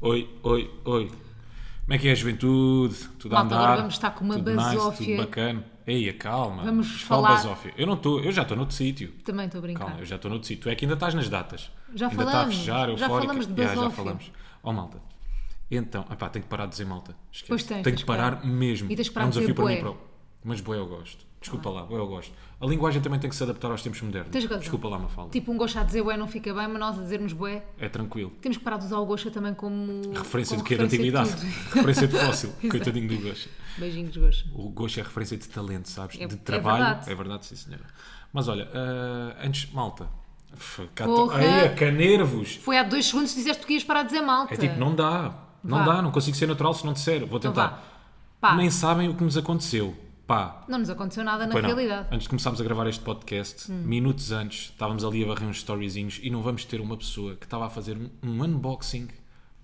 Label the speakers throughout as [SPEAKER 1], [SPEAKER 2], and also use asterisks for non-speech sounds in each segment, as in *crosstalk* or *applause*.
[SPEAKER 1] Oi, oi, oi. Como é que é a juventude? Tudo a
[SPEAKER 2] Malta,
[SPEAKER 1] andar?
[SPEAKER 2] agora vamos estar com uma
[SPEAKER 1] tudo nice,
[SPEAKER 2] basófia.
[SPEAKER 1] tudo bacana. Ei, calma.
[SPEAKER 2] Vamos
[SPEAKER 1] Fala
[SPEAKER 2] falar-
[SPEAKER 1] basófia. Eu não estou, eu já estou noutro sítio.
[SPEAKER 2] Também estou a brincar.
[SPEAKER 1] Calma, eu já estou noutro sítio. Tu é que ainda estás nas datas.
[SPEAKER 2] Já
[SPEAKER 1] ainda está a
[SPEAKER 2] falamos,
[SPEAKER 1] festejar,
[SPEAKER 2] já
[SPEAKER 1] eufórica.
[SPEAKER 2] falamos de
[SPEAKER 1] Já, já
[SPEAKER 2] basófia.
[SPEAKER 1] falamos. Oh, malta. Então, epá, tenho que parar de dizer malta. Esquece.
[SPEAKER 2] Pois tens,
[SPEAKER 1] tenho
[SPEAKER 2] tens
[SPEAKER 1] que
[SPEAKER 2] que
[SPEAKER 1] parar mesmo.
[SPEAKER 2] E tens que parar
[SPEAKER 1] é um
[SPEAKER 2] de
[SPEAKER 1] desafio
[SPEAKER 2] dizer
[SPEAKER 1] para mim
[SPEAKER 2] bué.
[SPEAKER 1] próprio. Mas boé eu gosto. Desculpa lá, boé eu gosto. A linguagem também tem que se adaptar aos tempos modernos.
[SPEAKER 2] Tens razão.
[SPEAKER 1] Desculpa lá, Mafalda.
[SPEAKER 2] Tipo, um gosto a dizer bué não fica bem, mas nós a dizermos bué.
[SPEAKER 1] É tranquilo.
[SPEAKER 2] Temos que parar de usar o gosto também como.
[SPEAKER 1] Referência de
[SPEAKER 2] como
[SPEAKER 1] quê? Da
[SPEAKER 2] Tipo, referência de
[SPEAKER 1] antiguidade.
[SPEAKER 2] tudo.
[SPEAKER 1] referência de fóssil.
[SPEAKER 2] *laughs* Exato.
[SPEAKER 1] Coitadinho do Gosha.
[SPEAKER 2] Beijinhos, gosto.
[SPEAKER 1] O gosto é referência de talento, sabes?
[SPEAKER 2] É-
[SPEAKER 1] de
[SPEAKER 2] é
[SPEAKER 1] trabalho.
[SPEAKER 2] verdade.
[SPEAKER 1] sim, senhora. Mas olha, ah, antes, malta. F- cá to-
[SPEAKER 2] Porra.
[SPEAKER 1] Aí, a canervos.
[SPEAKER 2] Foi há dois segundos que disseste que ias parar de dizer malta.
[SPEAKER 1] É tipo, não dá. Não
[SPEAKER 2] Vá.
[SPEAKER 1] dá, não consigo ser natural se não disser. Vou
[SPEAKER 2] Então
[SPEAKER 1] tentar.
[SPEAKER 2] vá. Pá.
[SPEAKER 1] Nem sabem o que nos aconteceu. Pá.
[SPEAKER 2] Não nos aconteceu nada na
[SPEAKER 1] Pois não.
[SPEAKER 2] realidade. Hum.
[SPEAKER 1] Antes de começarmos a gravar este podcast, minutos antes, estávamos ali a varrer uns storyzinhos e não vamos ter uma pessoa que estava a fazer um, um unboxing.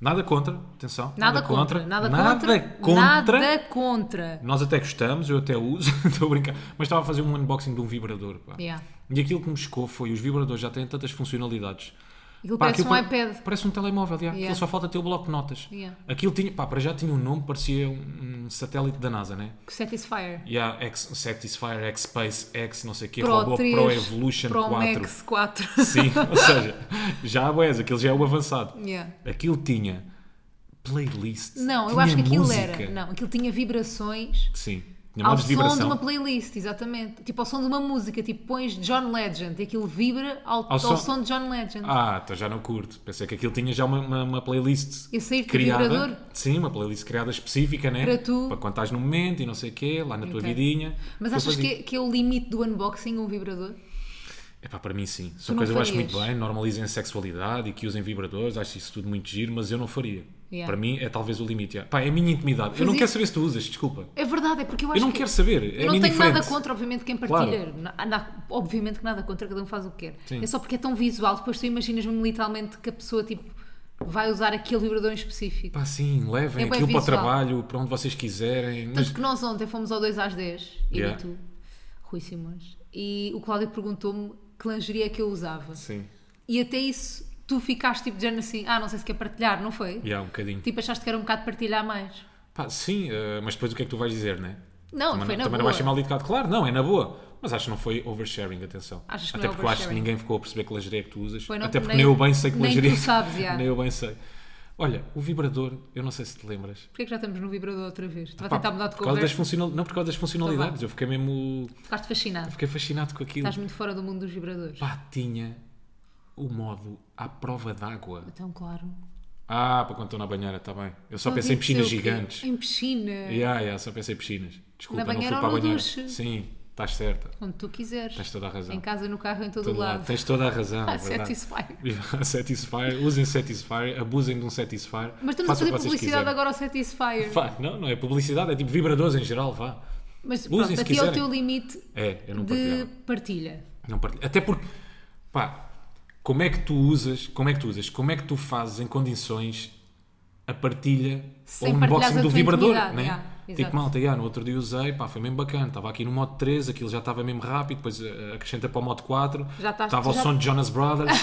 [SPEAKER 1] Nada contra, atenção.
[SPEAKER 2] Nada, contra, Nada, contra. Nada contra.
[SPEAKER 1] Nós até gostamos, eu até uso, *laughs* estou a brincar, mas estava a fazer um unboxing de um vibrador. pá.
[SPEAKER 2] Yeah.
[SPEAKER 1] E aquilo que me chocou foi os vibradores já têm tantas funcionalidades.
[SPEAKER 2] Aquilo
[SPEAKER 1] Pá,
[SPEAKER 2] parece um
[SPEAKER 1] aquilo pare-
[SPEAKER 2] iPad.
[SPEAKER 1] Parece um telemóvel, yeah.
[SPEAKER 2] Yeah.
[SPEAKER 1] aquilo só falta ter o bloco de notas.
[SPEAKER 2] Yeah.
[SPEAKER 1] Aquilo tinha, pá, para já tinha um nome, parecia um, um satélite da NASA, né?
[SPEAKER 2] Satisfyer.
[SPEAKER 1] Yeah, X, Satisfyer, X Space, X, não sei o quê,
[SPEAKER 2] Pro
[SPEAKER 1] Robot
[SPEAKER 2] 3,
[SPEAKER 1] Pro Evolution
[SPEAKER 2] Pro
[SPEAKER 1] 4.
[SPEAKER 2] Max 4.
[SPEAKER 1] Sim, *laughs* ou seja, já há boés, aquilo já é o avançado.
[SPEAKER 2] *laughs* Yeah.
[SPEAKER 1] Aquilo tinha playlist.
[SPEAKER 2] Não, eu
[SPEAKER 1] tinha
[SPEAKER 2] acho que aquilo
[SPEAKER 1] música.
[SPEAKER 2] era. Não, aquilo tinha vibrações.
[SPEAKER 1] Sim, tinha
[SPEAKER 2] Ao
[SPEAKER 1] modos de
[SPEAKER 2] som de
[SPEAKER 1] vibração.
[SPEAKER 2] uma playlist, exatamente. Tipo, ao som de uma música, tipo, pões John Legend e aquilo vibra ao, ao
[SPEAKER 1] som-
[SPEAKER 2] som... de John Legend.
[SPEAKER 1] Ah, então já não curto. Pensei que aquilo tinha já uma, uma, uma playlist
[SPEAKER 2] Eu saí do
[SPEAKER 1] criada.
[SPEAKER 2] vibrador?
[SPEAKER 1] Sim, uma playlist criada específica, né?
[SPEAKER 2] Para tu.
[SPEAKER 1] Para quando estás no momento e não sei o quê, lá na tua
[SPEAKER 2] Ok.
[SPEAKER 1] vidinha.
[SPEAKER 2] Mas
[SPEAKER 1] Tu
[SPEAKER 2] achas
[SPEAKER 1] fazia-
[SPEAKER 2] que, que é o limite do unboxing um vibrador?
[SPEAKER 1] Epá, para mim sim. São
[SPEAKER 2] não
[SPEAKER 1] coisas que eu acho
[SPEAKER 2] farias?
[SPEAKER 1] muito bem, normalizem a sexualidade e que usem vibradores, acho isso tudo muito giro, mas eu não faria.
[SPEAKER 2] Yeah.
[SPEAKER 1] Para mim é talvez o limite. yeah. Pá, é a minha intimidade. Eu não
[SPEAKER 2] Fazia-
[SPEAKER 1] quero saber se tu usas, desculpa.
[SPEAKER 2] É verdade, é porque eu acho
[SPEAKER 1] Eu não
[SPEAKER 2] que...
[SPEAKER 1] quero saber.
[SPEAKER 2] Eu
[SPEAKER 1] é
[SPEAKER 2] não
[SPEAKER 1] a
[SPEAKER 2] tenho
[SPEAKER 1] minha
[SPEAKER 2] nada contra, obviamente, quem partilha. Na- na- obviamente que nada contra, cada um faz o que quer.
[SPEAKER 1] Sim.
[SPEAKER 2] É só porque é tão visual, depois tu imaginas mesmo literalmente que a pessoa tipo, vai usar aquele vibrador em específico.
[SPEAKER 1] Pá, sim, levem
[SPEAKER 2] É
[SPEAKER 1] aquilo
[SPEAKER 2] bué
[SPEAKER 1] para o
[SPEAKER 2] visual. Tipo-
[SPEAKER 1] trabalho, para onde vocês quiserem.
[SPEAKER 2] Tanto
[SPEAKER 1] Mas...
[SPEAKER 2] que nós ontem fomos ao 2 às 10, eu
[SPEAKER 1] Yeah.
[SPEAKER 2] e tu, Rui Simões, e o Cláudio perguntou-me que lingerie é que eu usava.
[SPEAKER 1] Sim,
[SPEAKER 2] E até isso tu ficaste tipo de género assim, ah, não sei se quer partilhar, não foi?
[SPEAKER 1] yeah, um bocadinho.
[SPEAKER 2] Tipo, achaste que era um bocado partilhar mais.
[SPEAKER 1] Pá, sim, eh, mas depois o que é que tu vais dizer, né?
[SPEAKER 2] Não,
[SPEAKER 1] também
[SPEAKER 2] foi na
[SPEAKER 1] também não
[SPEAKER 2] boa.
[SPEAKER 1] vais ser mal educado, claro, não, é na boa. Mas acho que não foi oversharing, atenção.
[SPEAKER 2] Achas que
[SPEAKER 1] Até
[SPEAKER 2] não é
[SPEAKER 1] porque eu acho que
[SPEAKER 2] oversharing?
[SPEAKER 1] ninguém ficou a perceber que lingerie é que tu usas.
[SPEAKER 2] Foi, não,
[SPEAKER 1] Até porque
[SPEAKER 2] nem-
[SPEAKER 1] nem eu bem sei que
[SPEAKER 2] nem tu
[SPEAKER 1] lingerie.
[SPEAKER 2] sabes,
[SPEAKER 1] *laughs*
[SPEAKER 2] já.
[SPEAKER 1] nem eu bem sei. Olha, o vibrador, eu não sei se te lembras.
[SPEAKER 2] Porquê que já estamos no vibrador outra vez? Tu vai
[SPEAKER 1] Pá,
[SPEAKER 2] tentar mudar de
[SPEAKER 1] por causa das
[SPEAKER 2] conversa. Então
[SPEAKER 1] funcional... Não, por causa das funcionalidades. Eu fiquei mesmo.
[SPEAKER 2] Ficaste fascinado.
[SPEAKER 1] Fiquei fascinado com aquilo.
[SPEAKER 2] Estás muito fora do mundo dos vibradores.
[SPEAKER 1] Pá, tinha o modo à prova d'água.
[SPEAKER 2] Então, claro.
[SPEAKER 1] Ah, para quando estou na banheira, está bem. Eu só
[SPEAKER 2] Só
[SPEAKER 1] pensei em
[SPEAKER 2] vi dizer
[SPEAKER 1] piscinas
[SPEAKER 2] o quê?
[SPEAKER 1] gigantes.
[SPEAKER 2] Em piscina.
[SPEAKER 1] Yeah, yeah, só pensei em piscinas. Desculpa, não fui
[SPEAKER 2] banheira
[SPEAKER 1] para a
[SPEAKER 2] ou no
[SPEAKER 1] banheira.
[SPEAKER 2] duche?
[SPEAKER 1] Sim, estás certa.
[SPEAKER 2] Onde tu quiseres.
[SPEAKER 1] Tens toda a razão.
[SPEAKER 2] Em casa, no carro, em todo,
[SPEAKER 1] Todo
[SPEAKER 2] o lado.
[SPEAKER 1] lado. Tens toda a razão.
[SPEAKER 2] Ah,
[SPEAKER 1] é verdade. *laughs*
[SPEAKER 2] Satisfyer.
[SPEAKER 1] Satisfyer. Usem Satisfyer, abusem de um Satisfyer.
[SPEAKER 2] Mas estamos
[SPEAKER 1] Façam
[SPEAKER 2] a
[SPEAKER 1] o que vocês
[SPEAKER 2] fazer publicidade
[SPEAKER 1] quiserem.
[SPEAKER 2] agora ao Satisfyer.
[SPEAKER 1] Vá, não, não é publicidade, é tipo vibradores em geral, vá.
[SPEAKER 2] Mas
[SPEAKER 1] Usem
[SPEAKER 2] pronto,
[SPEAKER 1] se
[SPEAKER 2] aqui é o
[SPEAKER 1] quiserem.
[SPEAKER 2] teu limite
[SPEAKER 1] É, eu não
[SPEAKER 2] de
[SPEAKER 1] partilhava.
[SPEAKER 2] partilha.
[SPEAKER 1] Não partilho. Até porque, pá, como é que tu usas, como é que tu usas, como é que tu fazes em condições a partilha
[SPEAKER 2] Sem
[SPEAKER 1] ou o
[SPEAKER 2] partilhares
[SPEAKER 1] unboxing do
[SPEAKER 2] a tua
[SPEAKER 1] vibrador,
[SPEAKER 2] intimidade,
[SPEAKER 1] né?
[SPEAKER 2] yeah,
[SPEAKER 1] tipo,
[SPEAKER 2] exato.
[SPEAKER 1] malta, yeah, no outro dia usei, pá, foi mesmo bacana. Estava aqui no modo 3, aquilo já estava mesmo rápido, depois eh, acrescenta para o modo 4.
[SPEAKER 2] Já estás-
[SPEAKER 1] estava o
[SPEAKER 2] já-
[SPEAKER 1] som de Jonas
[SPEAKER 2] *laughs*
[SPEAKER 1] Brothers.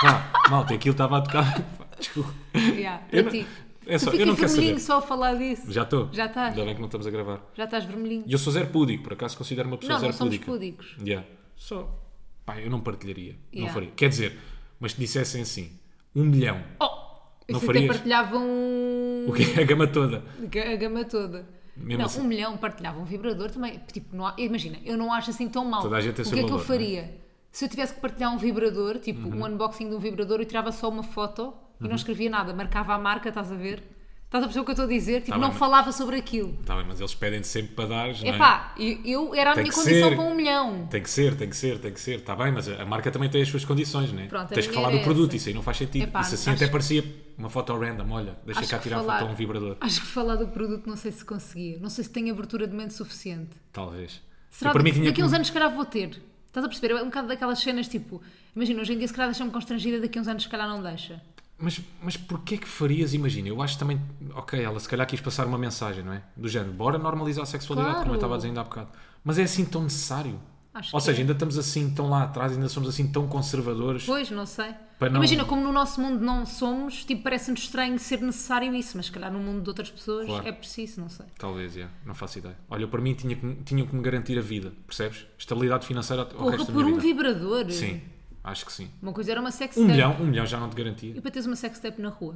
[SPEAKER 1] pá, malta, aquilo estava a tocar. Pá, desculpa.
[SPEAKER 2] Yeah, para
[SPEAKER 1] Eu não-
[SPEAKER 2] ti.
[SPEAKER 1] é só,
[SPEAKER 2] tu
[SPEAKER 1] eu não
[SPEAKER 2] ficas
[SPEAKER 1] quero
[SPEAKER 2] vermelhinho
[SPEAKER 1] saber.
[SPEAKER 2] só a falar disso.
[SPEAKER 1] Já estou.
[SPEAKER 2] Já estás.
[SPEAKER 1] Ainda bem que não estamos a gravar.
[SPEAKER 2] Já estás vermelhinho.
[SPEAKER 1] E eu sou zero púdico, por acaso considero uma pessoa
[SPEAKER 2] Não,
[SPEAKER 1] zero
[SPEAKER 2] não somos
[SPEAKER 1] púdica.
[SPEAKER 2] púdicos.
[SPEAKER 1] Yeah. Só. Pá, eu não partilharia. Não
[SPEAKER 2] Yeah.
[SPEAKER 1] faria. Quer dizer, mas te dissessem assim, um milhão. *laughs*
[SPEAKER 2] Oh!
[SPEAKER 1] Não
[SPEAKER 2] Isso até
[SPEAKER 1] farias?
[SPEAKER 2] partilhavam um...
[SPEAKER 1] O que é a gama toda?
[SPEAKER 2] a gama toda.
[SPEAKER 1] Mesmo
[SPEAKER 2] não,
[SPEAKER 1] assim.
[SPEAKER 2] um milhão partilhavam um vibrador também. Tipo, não há- imagina, eu não acho assim tão mal.
[SPEAKER 1] Toda a gente tem
[SPEAKER 2] o
[SPEAKER 1] seu
[SPEAKER 2] que é que eu
[SPEAKER 1] valor, não é? Uhum.
[SPEAKER 2] faria? Se eu tivesse que partilhar um vibrador, tipo um unboxing de um vibrador, eu tirava só uma foto e não escrevia nada, marcava a marca, estás a ver? Estás a perceber o que eu estou a dizer? Tipo,
[SPEAKER 1] Tá bem,
[SPEAKER 2] não
[SPEAKER 1] mas-
[SPEAKER 2] falava sobre aquilo.
[SPEAKER 1] Tá bem, mas eles pedem-te sempre para dares, não é?
[SPEAKER 2] Epá, eu, eu era a
[SPEAKER 1] Tem
[SPEAKER 2] minha
[SPEAKER 1] que
[SPEAKER 2] condição
[SPEAKER 1] ser.
[SPEAKER 2] para um milhão.
[SPEAKER 1] Tem que ser, tem que ser, tem que ser. Está bem, mas a a marca também tem as suas condições, não é?
[SPEAKER 2] Pronto, a
[SPEAKER 1] Tens que
[SPEAKER 2] minha
[SPEAKER 1] falar
[SPEAKER 2] era
[SPEAKER 1] do produto,
[SPEAKER 2] essa.
[SPEAKER 1] isso aí não faz sentido.
[SPEAKER 2] Epá,
[SPEAKER 1] isso assim
[SPEAKER 2] acho-
[SPEAKER 1] até parecia uma foto random, olha, deixa
[SPEAKER 2] Acho
[SPEAKER 1] cá
[SPEAKER 2] que
[SPEAKER 1] tirar a
[SPEAKER 2] falar-
[SPEAKER 1] foto a um vibrador.
[SPEAKER 2] Acho que falar do produto não sei se conseguia. Não sei se tenho abertura de mente suficiente.
[SPEAKER 1] Talvez.
[SPEAKER 2] Será
[SPEAKER 1] Eu, para
[SPEAKER 2] que
[SPEAKER 1] mim, tinha
[SPEAKER 2] daqui
[SPEAKER 1] que-
[SPEAKER 2] a uns anos, se calhar, vou ter? Estás a perceber? É um bocado daquelas cenas tipo. Imagina, hoje em dia, se calhar, deixa-me constrangida, daqui a uns anos, se calhar, não deixa.
[SPEAKER 1] Mas, mas porquê que farias? Imagina, eu acho também. Ok, ela se calhar quis passar uma mensagem, não é? Do género, bora normalizar a sexualidade,
[SPEAKER 2] Claro.
[SPEAKER 1] como eu estava a dizer ainda há bocado. Mas é assim tão necessário?
[SPEAKER 2] Acho
[SPEAKER 1] Ou
[SPEAKER 2] que
[SPEAKER 1] seja,
[SPEAKER 2] é.
[SPEAKER 1] ainda estamos assim tão lá atrás, ainda somos assim tão conservadores.
[SPEAKER 2] Pois, não sei.
[SPEAKER 1] Para não-
[SPEAKER 2] Imagina, como no nosso mundo não somos, tipo, parece-nos estranho ser necessário isso, mas se calhar no mundo de outras pessoas
[SPEAKER 1] Claro.
[SPEAKER 2] é preciso, não sei.
[SPEAKER 1] Talvez, já. Não faço ideia. Olha, para mim tinha que, tinha que me garantir a vida, percebes? Estabilidade financeira ao
[SPEAKER 2] Porra,
[SPEAKER 1] resto da
[SPEAKER 2] por
[SPEAKER 1] minha
[SPEAKER 2] um
[SPEAKER 1] vida.
[SPEAKER 2] vibrador.
[SPEAKER 1] Sim, acho que sim.
[SPEAKER 2] Uma coisa era uma sextape.
[SPEAKER 1] Um milhão, um milhão já não te
[SPEAKER 2] E
[SPEAKER 1] garantia.
[SPEAKER 2] para teres uma sextape na rua.